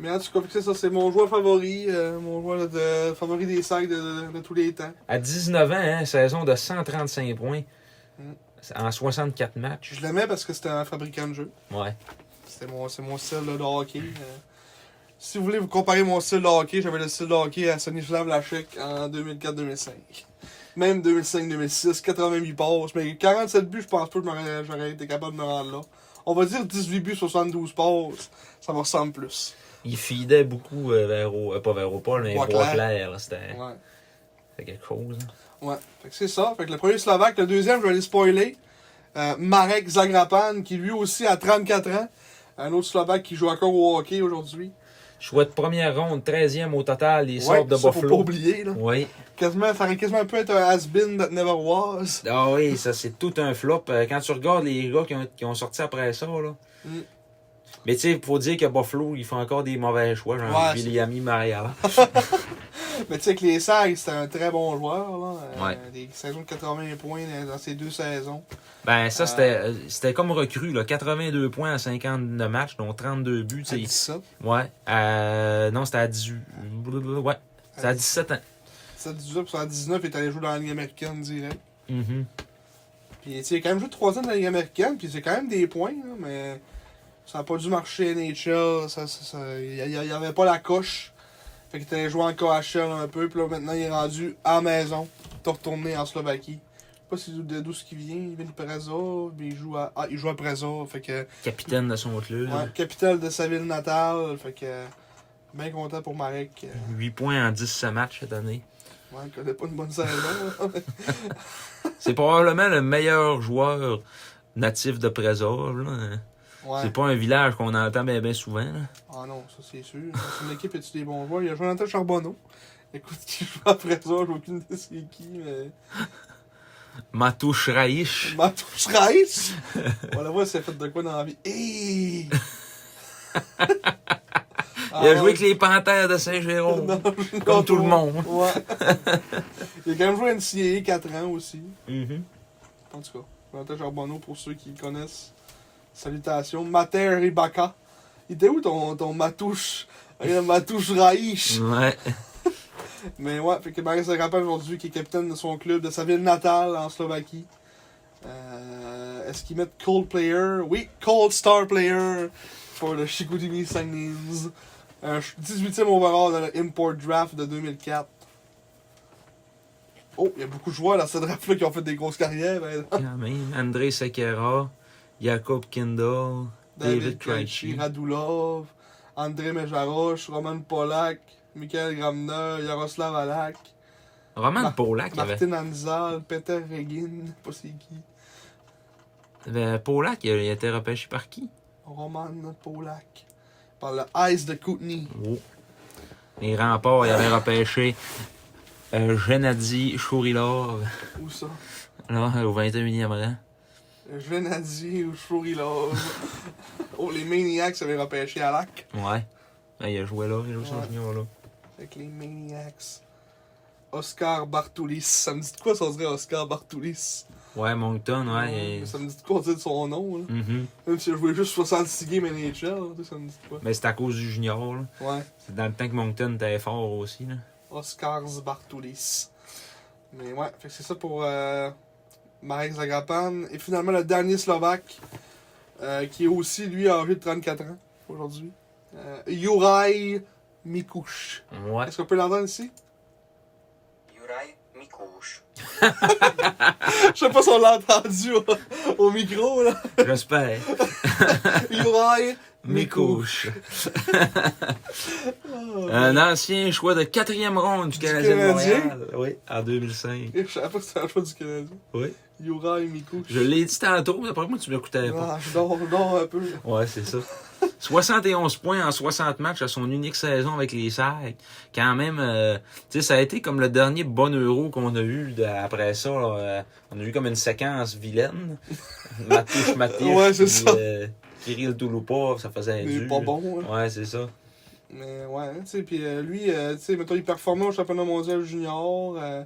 S1: Mais en tout cas, fait que c'est ça, c'est mon joueur favori, euh, mon joueur de, favori des sacs de, de- de tous les temps.
S3: à 19 ans, hein, saison de 135 points
S1: Mm.
S3: en 64 matchs.
S1: Je l'aimais parce que c'était un fabricant de jeu.
S3: Ouais.
S1: C'est mon, c'est mon style là, de hockey. euh. si vous voulez vous comparer mon style de hockey, j'avais le style de hockey à Stanislav Lachek en 2004-2005. Même 2005-2006, 88 passes. Mais 47 buts, je pense pas que je m'aurais- j'aurais été capable de me rendre là. On va dire 18 buts, 72 passes. Ça me ressemble plus.
S3: Il feedait beaucoup euh, vers au, euh, pas vers au Paul, mais
S1: Roi-Clair.
S3: Roi-Clair. là, C'était
S1: Ouais.
S3: c'était quelque chose. hein.
S1: Ouais. Fait que c'est ça. Fait que le premier Slovaque, le deuxième, je vais aller spoiler. Euh, Marek Zagrapan, qui lui aussi a 34 ans. Un autre Slovaque qui joue encore au hockey aujourd'hui.
S3: Choix de première ronde, 13e au total, les
S1: Ouais,
S3: sortes de
S1: ça, faut pas
S3: Buffalo.
S1: oublier, là.
S3: Oui.
S1: Quasiment, ça aurait quasiment pu être un has-been that never was.
S3: Ah oui, ça c'est tout un flop. Euh, Quand tu regardes les gars qui ont, qui ont sorti après ça, là.
S1: Mm.
S3: Mais tu sais, faut dire que Buffalo, ils font encore des mauvais choix, genre
S1: Ouais,
S3: Williami Maria.
S1: Mais tu sais que les Sags, c'était un très bon joueur. Là. Euh,
S3: Ouais.
S1: Des saisons de 80 points dans- dans ces deux saisons.
S3: Ben ça, c'était euh, c'était comme recru, là. 82 points en 52 matchs, dont 32 buts.
S1: C'est
S3: tu sais.
S1: 17.
S3: Ouais. Euh, non, c'était à 18. Ouais. C'était à 17 ans.
S1: 17, 18, puis en 19, il est allé jouer dans la Ligue américaine direct.
S3: Mhm.
S1: Puis tu sais, il a quand même joué 3 ans dans la Ligue américaine, puis c'est quand même des points, là, mais ça n'a pas dû marcher NHL. Ça, ça, ça- il n'y avait pas la coche. Fait qu'il est allé jouer en KHL un peu, puis là maintenant il est rendu à la maison. Il est retourné en Slovaquie. Je sais pas si d'où- d'où ce qui vient, il vient de Preza, puis il joue à, ah, il joue à Preza, fait que
S3: Capitaine de son club.
S1: Ouais, capitale de sa ville natale. Fait que, bien content pour Marek. Euh,
S3: 8 points en 17 matchs cette année.
S1: Ouais, il connaît pas une bonne saison. là.
S3: C'est probablement le meilleur joueur natif de Présorbe. là.
S1: ouais.
S3: C'est pas un village qu'on entend bien, souvent. là.
S1: Ah non, ça c'est sûr. Son équipe est-tu des bons joueurs? Il y a Jonathan Charbonneau. Écoute, qui joue après ça, j'ai aucune idée c'est qui, mais.
S3: Matouche Raïch.
S1: Matouche Rice! On la voit, c'est fait de quoi dans la vie? Hey! Ah
S3: Il a joué avec les Panthères de Saint-Jérôme. comme tout le monde.
S1: Ouais. Il a quand même joué à NCAA 4 ans aussi.
S3: Mhm.
S1: En tout cas, Valentin Charbonneau, pour ceux qui le connaissent, salutations. Mater Ibaka. Il était où ton, ton matouche Euh, Matouche Raïch.
S3: Ouais.
S1: Mais ouais, fait que Maris Zagrapal aujourd'hui, qui est capitaine de son club, de sa ville natale en Slovaquie. Euh, Est-ce qu'ils mettent Cold Player Oui, Cold Star Player pour le Chicoutimi Signings. Euh, 18e overall dans le Import Draft de 2004. Oh, il y a beaucoup de joueurs dans ce draft-là qui ont fait des grosses carrières. ben.
S3: Quand même. André Sequeira, Jacob Kindle, David Krejci.
S1: Radulov, André Mejaroche, Roman Polak, Michael Gramner, Yaroslav Alak,
S3: Roman
S1: Mar-
S3: Polak, il y avait.
S1: Martin Anzal, Peter Regin, pas c'est qui,
S3: Ben, Polak, il a il a été repêché par qui
S1: Roman Polak, par le Ice de Kootenay.
S3: Oh. Les remparts, il avait repêché euh, Genadi Chourilov,
S1: Où ça?
S3: là, au 21e rang.
S1: Venadi ou Chourilov. oh, les Maniacs avaient repêché Alak.
S3: Ouais. Ben, il a joué là, il a joué son
S1: Ouais.
S3: junior là.
S1: Avec les Maniacs. Oscar Bartoulis. Ça me dit de quoi ça serait Oscar Bartoulis?
S3: Ouais, Moncton, ouais. il-
S1: Ça me dit de quoi on dit de son nom, là?
S3: Mhm.
S1: Même s'il a joué juste 66 games NHL, ça me dit de quoi?
S3: Mais c'est à cause du junior, là.
S1: Ouais.
S3: C'est dans le temps que Moncton était fort aussi, là.
S1: Oscar Bartoulis. Mais ouais, fait que c'est ça pour euh, Marek Zagapan. Et finalement, le dernier Slovaque, euh, qui est aussi, lui, âgé de 34 ans aujourd'hui. Euh, Juraj Mikuš.
S3: Ouais.
S1: Est-ce qu'on peut l'entendre ici?
S4: Juraj Mikuš.
S1: Je sais pas si on l'a entendu au, au micro, là.
S3: J'espère.
S1: Juraj
S3: Mes
S1: Mikuš.
S3: couches. Un ancien choix de quatrième ronde du Canadien de
S1: Canadien?
S3: Montréal. Oui, en 2005.
S1: Je savais pas que c'était un choix du Canadien.
S3: Oui.
S1: Juraj Mikuš.
S3: Je l'ai dit tantôt, mais après moi, tu m'écoutais pas.
S1: Ah, je dors, je dors un peu.
S3: Ouais, c'est ça. 71 points en 60 matchs à son unique saison avec les Sacs. Quand même, euh, tu sais, ça a été comme le dernier bon euro qu'on a eu de- après ça. là, euh, on a eu comme une séquence vilaine. Matouche, Matouche.
S1: Ouais, c'est
S3: puis,
S1: ça.
S3: euh, Kirill Touloupov, ça faisait
S1: Mais
S3: dur.
S1: pas bon, hein.
S3: Ouais, c'est ça.
S1: Mais ouais, hein, tu sais, puis euh, lui, euh, tu sais, mettons, il performait au championnat mondial junior. euh,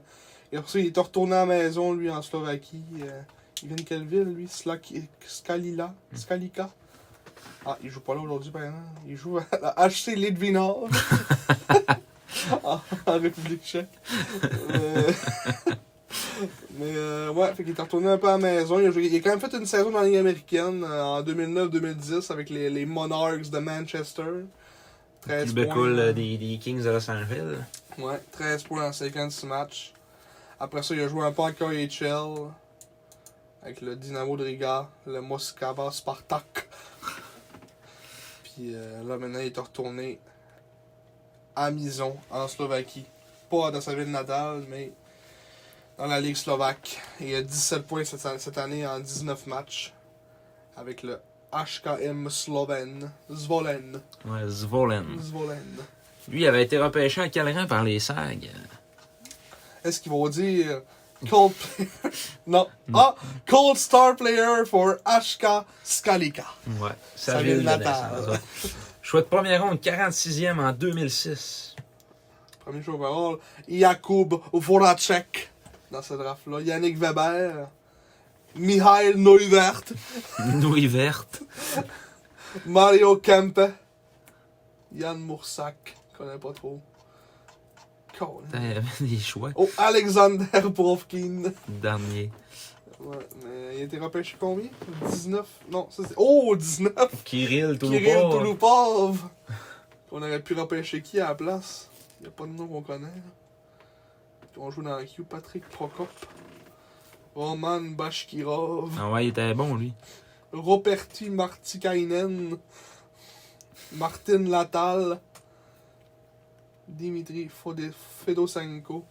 S1: et après ça, il est retourné à la maison, lui, en Slovaquie. euh, il vient de quelle ville, lui? Slaki- Skalila? Skalika? Ah, il joue pas là aujourd'hui, par exemple. Il joue à la HC Lidvinov. en, Ah, en République tchèque. Euh, Mais euh, ouais, fait qu'il est retourné un peu à la maison. Il a, joué- il a quand même fait une saison dans la Ligue américaine euh, en 2009-2010 avec les, les Monarchs de Manchester.
S3: Plus
S1: 13
S3: le
S1: points.
S3: cool euh, des, des Kings de Los Angeles.
S1: Ouais, 13 points en 56 matchs. Après ça, il a joué un peu en KHL avec le Dynamo de Riga, le Moskava Spartak. Puis euh, là, maintenant, il est retourné à Mison, en Slovaquie. Pas dans sa ville natale, mais dans la Ligue slovaque. Il a 17 points cette, cette année en 19 matchs avec le HKM Slovène. Zvolen.
S3: Ouais, Zvolen.
S1: Zvolen.
S3: Lui, il avait été repêché à quel rang par les Sags?
S1: Est-ce qu'ils vont dire Cold Player Non. Ah Cold Star Player for Ashka Skalika.
S3: Ouais,
S1: Sa
S3: sa
S1: ville
S3: ville de
S1: natale.
S3: naissance, ouais. Choix de première ronde, 46e en 2006.
S1: Premier show overall. Jakub Voracek dans ce draft-là. Yannick Weber. Mihail Neuwert.
S3: Nourri verte.
S1: Mario Kempe. Yann Moursak. Je connais pas trop. Cool.
S3: Putain, Il y avait des choix.
S1: Oh, Alexander Brovkin.
S3: Dernier.
S1: Ouais, mais il a été repêché combien 19 Non, ça c'est. Oh, 19 Kirill
S3: Kirill Touloupov.
S1: Touloupov. On aurait pu repêcher qui à la place Il a pas de nom qu'on connaît. là. On joue dans la queue Patrick Prokop, Roman Bashkirov,
S3: Ah ouais, il était bon, lui.
S1: Roperti Martikainen, Martin Latal, Dimitri Fode- Fedosenko.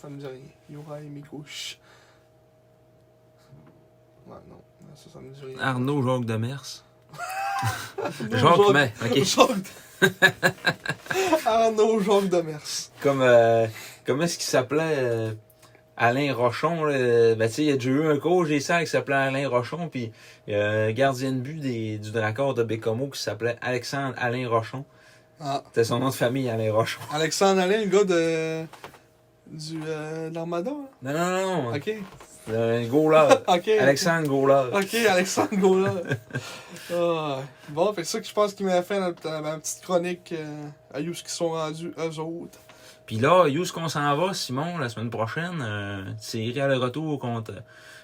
S1: Ça me dit rien. Yuraï Mikouche. Ouais, non, ça, ça me dit rien.
S3: Arnaud Jacques Demers.
S1: Non,
S3: Jacques,
S1: Jacques-
S3: mais, ok.
S1: Jacques... Arnaud Jacques Demers.
S3: Comme, euh, comment est-ce qu'il s'appelait euh, Alain Rochon, là? Ben, tu sais, il y a déjà eu un coach des Sags qui s'appelait Alain Rochon, puis il y a un gardien de but des, du Dracor de Bécomo qui s'appelait Alexandre Alain Rochon.
S1: Ah,
S3: C'était son nom de famille, Alain Rochon.
S1: Alexandre Alain, le gars de. du. euh, de l'Armada, là.
S3: Non, non, non, non.
S1: Ok.
S3: Euh, Goulard.
S1: Ok.
S3: Alexandre Goulard.
S1: Ok, Alexandre Gaula. Ah, Bon, euh, fait que c'est ça que je pense qu'il m'a fait dans dans ma petite chronique euh, à où ce qu'ils sont rendus, eux autres.
S3: Puis là, où est-ce qu'on s'en va, Simon, la semaine prochaine? Euh, série à le retour contre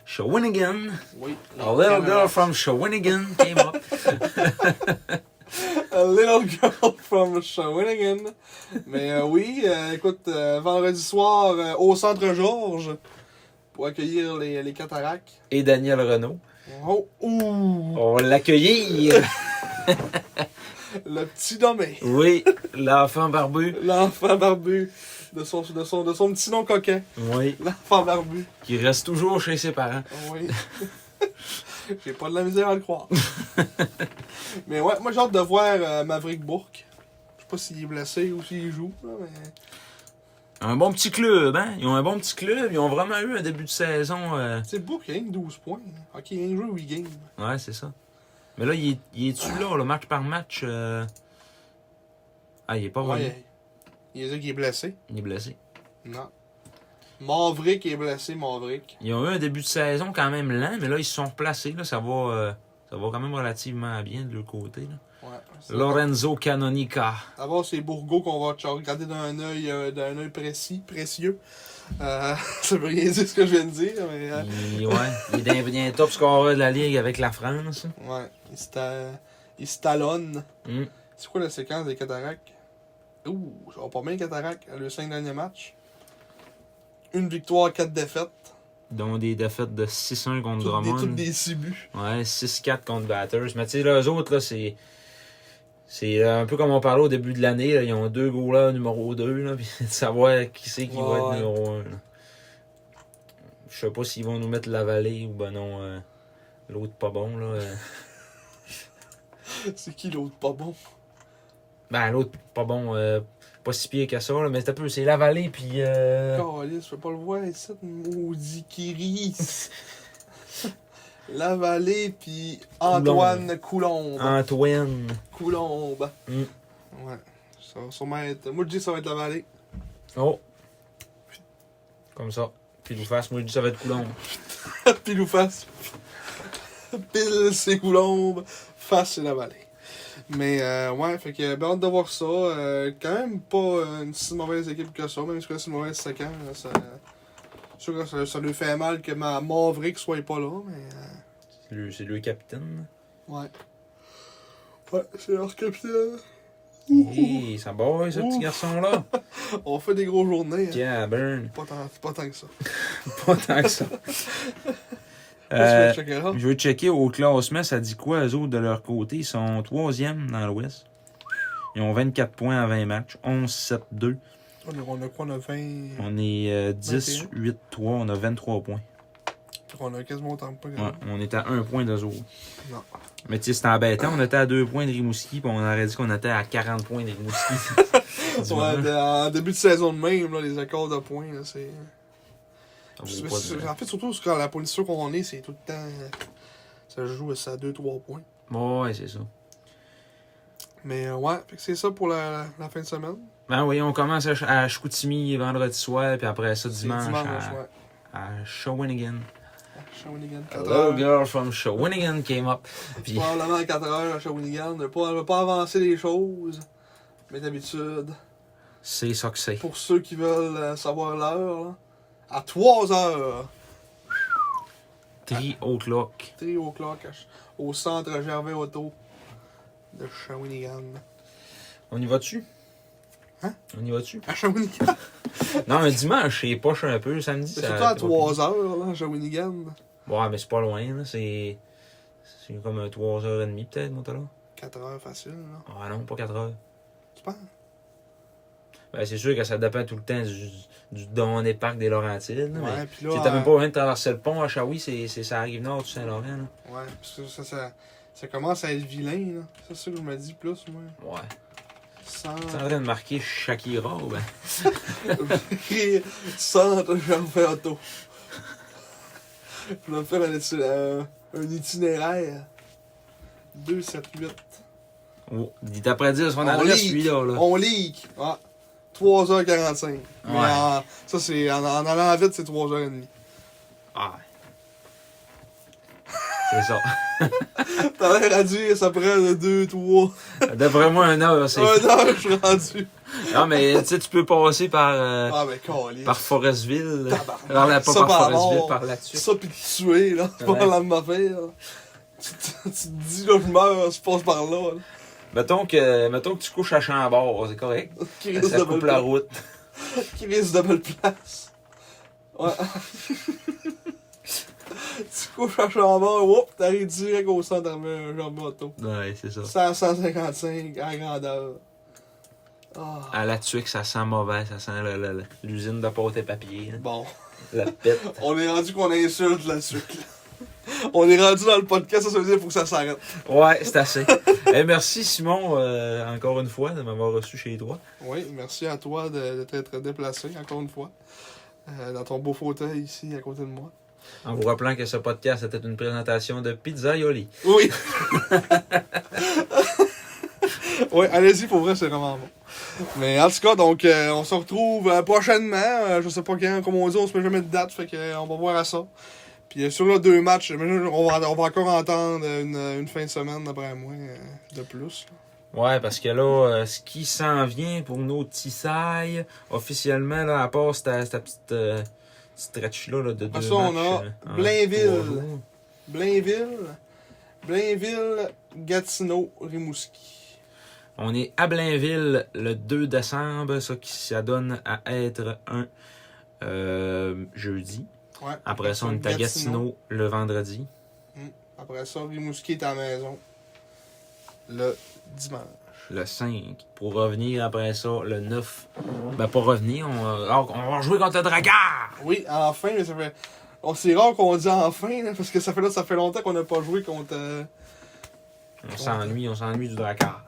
S3: Shawinigan.
S1: Oui.
S3: A little girl from Shawinigan came up.
S1: A little girl from Shawinigan. Mais euh, oui, euh, écoute, euh, vendredi soir euh, au Centre Georges pour accueillir les, les cataractes.
S3: Et Daniel Renault.
S1: Oh, ouh,
S3: On va l'accueillir.
S1: le petit nommé.
S3: Oui, l'enfant barbu.
S1: L'enfant barbu de son, de, son, de son petit nom coquin.
S3: Oui,
S1: L'enfant barbu.
S3: qui reste toujours chez ses parents.
S1: Oui. J'ai pas de la misère à le croire. mais ouais, moi j'ai hâte de voir euh, Maverick Bourque. Je sais pas s'il est blessé ou s'il joue, là, mais.
S3: Un bon petit club, hein? Ils ont un bon petit club. Ils ont vraiment eu un début de saison. euh,
S1: C'est Bourque, il a rien que 12 points. Ok, il a rien joué 8 games.
S3: Ouais, c'est ça. Mais là, il est, il est-tu là, le match par match? euh, Ah, il est pas revenu.
S1: Ouais. Il a dit qu'il est blessé.
S3: Il est blessé.
S1: Non. Maverick est blessé, Maverick.
S3: Ils ont eu un début de saison quand même lent, mais là, ils se sont replacés. Là, ça va, euh, ça va quand même relativement bien de leur côté. Là.
S1: Ouais. c'est-
S3: Lorenzo Canonica.
S1: D'abord, c'est Bourgo qu'on va ch- regarder d'un œil euh, d'un œil précis, précieux. Euh, ça veut rien dire ce que je viens de dire, mais. euh,
S3: Il, ouais, il est d'un- il est un top scorer de la Ligue avec la France.
S1: ouais. Il se ta- il se talonne.
S3: Mm.
S1: C'est quoi la séquence des cataractes? Ouh, ça va pas bien les cataractes, le 5 derniers matchs. Une victoire, 4 défaites.
S3: Dont des défaites de 6-1 contre
S1: Toutes des,
S3: Drummond.
S1: toutes des 6 buts.
S3: Ouais, 6-4 contre Batters. Mais tu sais, là, eux autres, là, c'est. C'est euh, un peu comme on parlait au début de l'année, là, ils ont deux goalers numéro 2, là, puis de savoir qui c'est qui va être
S1: Ouais.
S3: numéro 1. Je sais pas s'ils vont nous mettre la vallée ou ben non, euh, l'autre pas bon, là. euh.
S1: C'est qui l'autre pas bon?
S3: Ben, l'autre pas bon, euh, pas si pire que ça, là, mais c'est un peu, c'est la vallée, puis. euh,
S1: Caliste, je peux pas le voir ici, maudit Kiri. La vallée, puis Antoine Coulombe.
S3: Ah, Antoine.
S1: Coulombe.
S3: Mm.
S1: Ouais. Ça va sûrement être. Moi, je dis que ça va être la vallée.
S3: Oh! Comme ça. Puis nous fasse, moi, je dis ça va être coulon.
S1: Pile ou face. Pile, c'est Coulombe. Face, c'est la vallée. Mais euh, ouais, fait que ben, hâte de voir ça. Euh, quand même pas euh, une si mauvaise équipe que ça, même si c'est une mauvaise séquence. là, Ça... C'est sûr que ça, ça lui fait mal que ma Maverick soit pas là, mais. euh,
S3: C'est le, c'est le capitaine.
S1: Ouais. Ouais, c'est leur capitaine.
S3: Hé, ça boit, ce petit
S1: Ouh.
S3: garçon-là.
S1: On fait des grosses journées. hein.
S3: Yeah, burn.
S1: Pas, tant, pas tant que ça.
S3: Pas tant que ça.
S1: Qu'est-ce
S3: Euh,
S1: que tu veux, Chakira?
S3: je veux checker au classement, ça dit quoi, eux autres, de leur côté. Ils sont troisième dans l'Ouest. Ils ont 24 points en 20 matchs. 11-7-2.
S1: On est- On a quoi, on a 20.
S3: On est euh, 10-8-3. On a 23 points.
S1: On a quasiment autant de points. que
S3: Ouais, on est à 1 point d'eux autres.
S1: Non.
S3: Mais tu sais, c'est embêtant. On était à 2 points de Rimouski, puis on aurait dit qu'on était à 40 points de Rimouski.
S1: nous.
S3: Du
S1: Ouais,
S3: moment.
S1: de- en début de saison de même, là, les accords de points, là, c'est.
S3: Ça vaut
S1: c'est-
S3: pas
S1: c'est-
S3: de-
S1: En fait, surtout quand la position qu'on est, c'est tout le temps. Ça se joue à 2-3 points.
S3: Ouais, c'est ça.
S1: Mais euh, ouais, fait que c'est ça pour la, la fin de semaine.
S3: Ben oui, on commence à, Ch- à Chicoutimi vendredi soir, puis après ça,
S1: C'est
S3: dimanche, hein. à,
S1: ouais.
S3: à Shawinigan.
S1: Shawinigan, 4
S3: Hello
S1: heures.
S3: girl from Shawinigan came up. Puis,
S1: Probablement à 4 heures à Shawinigan. Ne pas, ne pas avancer les choses. Mais d'habitude,
S3: c'est ça que c'est.
S1: pour ceux qui veulent euh, savoir l'heure, là, à 3 heures,
S3: 3 o'clock.
S1: 3 o'clock à Ch- au centre Gervais Auto de Shawinigan.
S3: On y va-tu?
S1: Hein?
S3: On y va-tu?
S1: À Shawinigan?
S3: Non, un dimanche, c'est poche un peu. Samedi,
S1: C'est
S3: ça-
S1: surtout à 3 heures, là, à Shawinigan.
S3: Ouais, mais c'est pas loin, là. C'est. C'est comme 3h30 peut-être, mon talon.
S1: 4 heures facile, là.
S3: Ah non, pas 4h.
S1: Tu penses?
S3: Ben, c'est sûr que ça dépend tout le temps du, du don des parcs des Laurentides. là, mais
S1: Ouais, puis
S3: tu sais,
S1: là.
S3: t'as
S1: euh,
S3: même pas besoin de traverser le pont à Shawi, c'est c'est- ça arrive nord du Saint-Laurent. là.
S1: Ouais, parce que ça, ça, ça commence à être vilain, là. C'est ça que je me dis plus, moi.
S3: Ouais.
S1: Sans.
S3: T'es en train de marquer Shakira, ou ben.
S1: centre Gervais Auto. Je vais me faire un, iti- euh, un itinéraire. 2, 7, 8.
S3: Oh, il t'a prêt à dire son
S1: On
S3: adresse,
S1: leak.
S3: lui-là. Là.
S1: On leak. Ah, 3h45. Mais
S3: Ouais.
S1: en- ça, c'est en, en allant vite, c'est 3h30.
S3: Ah. C'est ça.
S1: T'as l'air à dire, ça prend le 2, 3.
S3: D'après moi, un heure, c'est.
S1: Un an, je suis rendu.
S3: Non, mais tu sais, tu peux passer par, euh,
S1: Ah, mais calé.
S3: par Forestville.
S1: Tabarnak.
S3: Alors, là, pas
S1: Ça,
S3: par
S1: par
S3: Forestville,
S1: mort.
S3: par là-dessus.
S1: Ça, pis te tuer, là. C'est
S3: Ouais.
S1: pas la même affaire, là. Tu te tu te dis, là, je meurs, je passe par là. là.
S3: Mettons que, mettons que tu couches à Chambord, c'est correct.
S1: Qui risque
S3: Ça
S1: de
S3: coupe
S1: belle
S3: la
S1: place.
S3: route.
S1: Qui risque de belle place. Ouais. tu couches à Chambord, whoop, t'arrives direct au centre armé, genre moto.
S3: Ouais, c'est ça.
S1: 100, 155 à grandeur. Ah,
S3: À la tuque, ça sent mauvais, ça sent le- le- le- l'usine de pâte et papier. hein.
S1: bon.
S3: La pète.
S1: On est rendu qu'on insulte là-dessus. là. On est rendu dans le podcast, ça, ça veut dire qu'il faut que ça s'arrête.
S3: Ouais, c'est assez. Eh, merci Simon, euh, encore une fois, de m'avoir reçu chez toi.
S1: Oui, merci à toi de, de t'être déplacé, encore une fois, euh, dans ton beau fauteuil ici, à côté de moi.
S3: En vous rappelant que ce podcast était une présentation de Pizza Yoli.
S1: Oui! oui, allez-y, pour vrai, c'est vraiment bon. Mais en tout cas, donc, euh, on se retrouve euh, prochainement. euh, je sais pas quand, comme on dit, on se met jamais de date, fait que, euh, on va voir à ça. Puis euh, sur les deux matchs, j'imagine, on va, on va encore entendre une, une fin de semaine, d'après moi, euh, de plus. là.
S3: Ouais, parce que là, euh, ce qui s'en vient pour nos tissailles, officiellement, là, à part cette, cette petite euh, stretch-là là, de deux
S1: Après Ah, ça, on
S3: matchs,
S1: a
S3: euh, en
S1: Blainville.
S3: trois jours.
S1: Blainville, Blainville, Gatineau, Rimouski.
S3: On est à Blainville le 2 décembre, ça qui s'adonne à être un euh, jeudi.
S1: Ouais.
S3: Après ça, on est à Gatineau le vendredi.
S1: Après ça, Rimouski est à la maison. Le dimanche.
S3: le 5 pour revenir après ça le 9. Ben pas revenir, on, euh, alors, on va jouer contre le Dragard.
S1: Oui, enfin, mais ça fait. On c'est rare qu'on dit enfin, là, parce que ça fait là, ça fait longtemps qu'on n'a pas joué contre. euh,
S3: On s'ennuie, on s'ennuie du Dragard.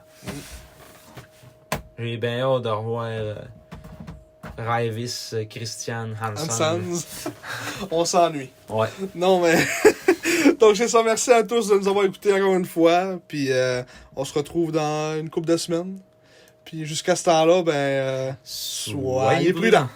S3: J'ai bien hâte de revoir euh, Raivis euh, Christian Hansen.
S1: Hansans. on s'ennuie.
S3: Ouais.
S1: Non, mais. Donc, c'est ça. Merci à tous de nous avoir écoutés encore une fois. Puis, euh, on se retrouve dans une couple de semaines. Puis, jusqu'à ce temps-là, ben. euh, soyez prudents.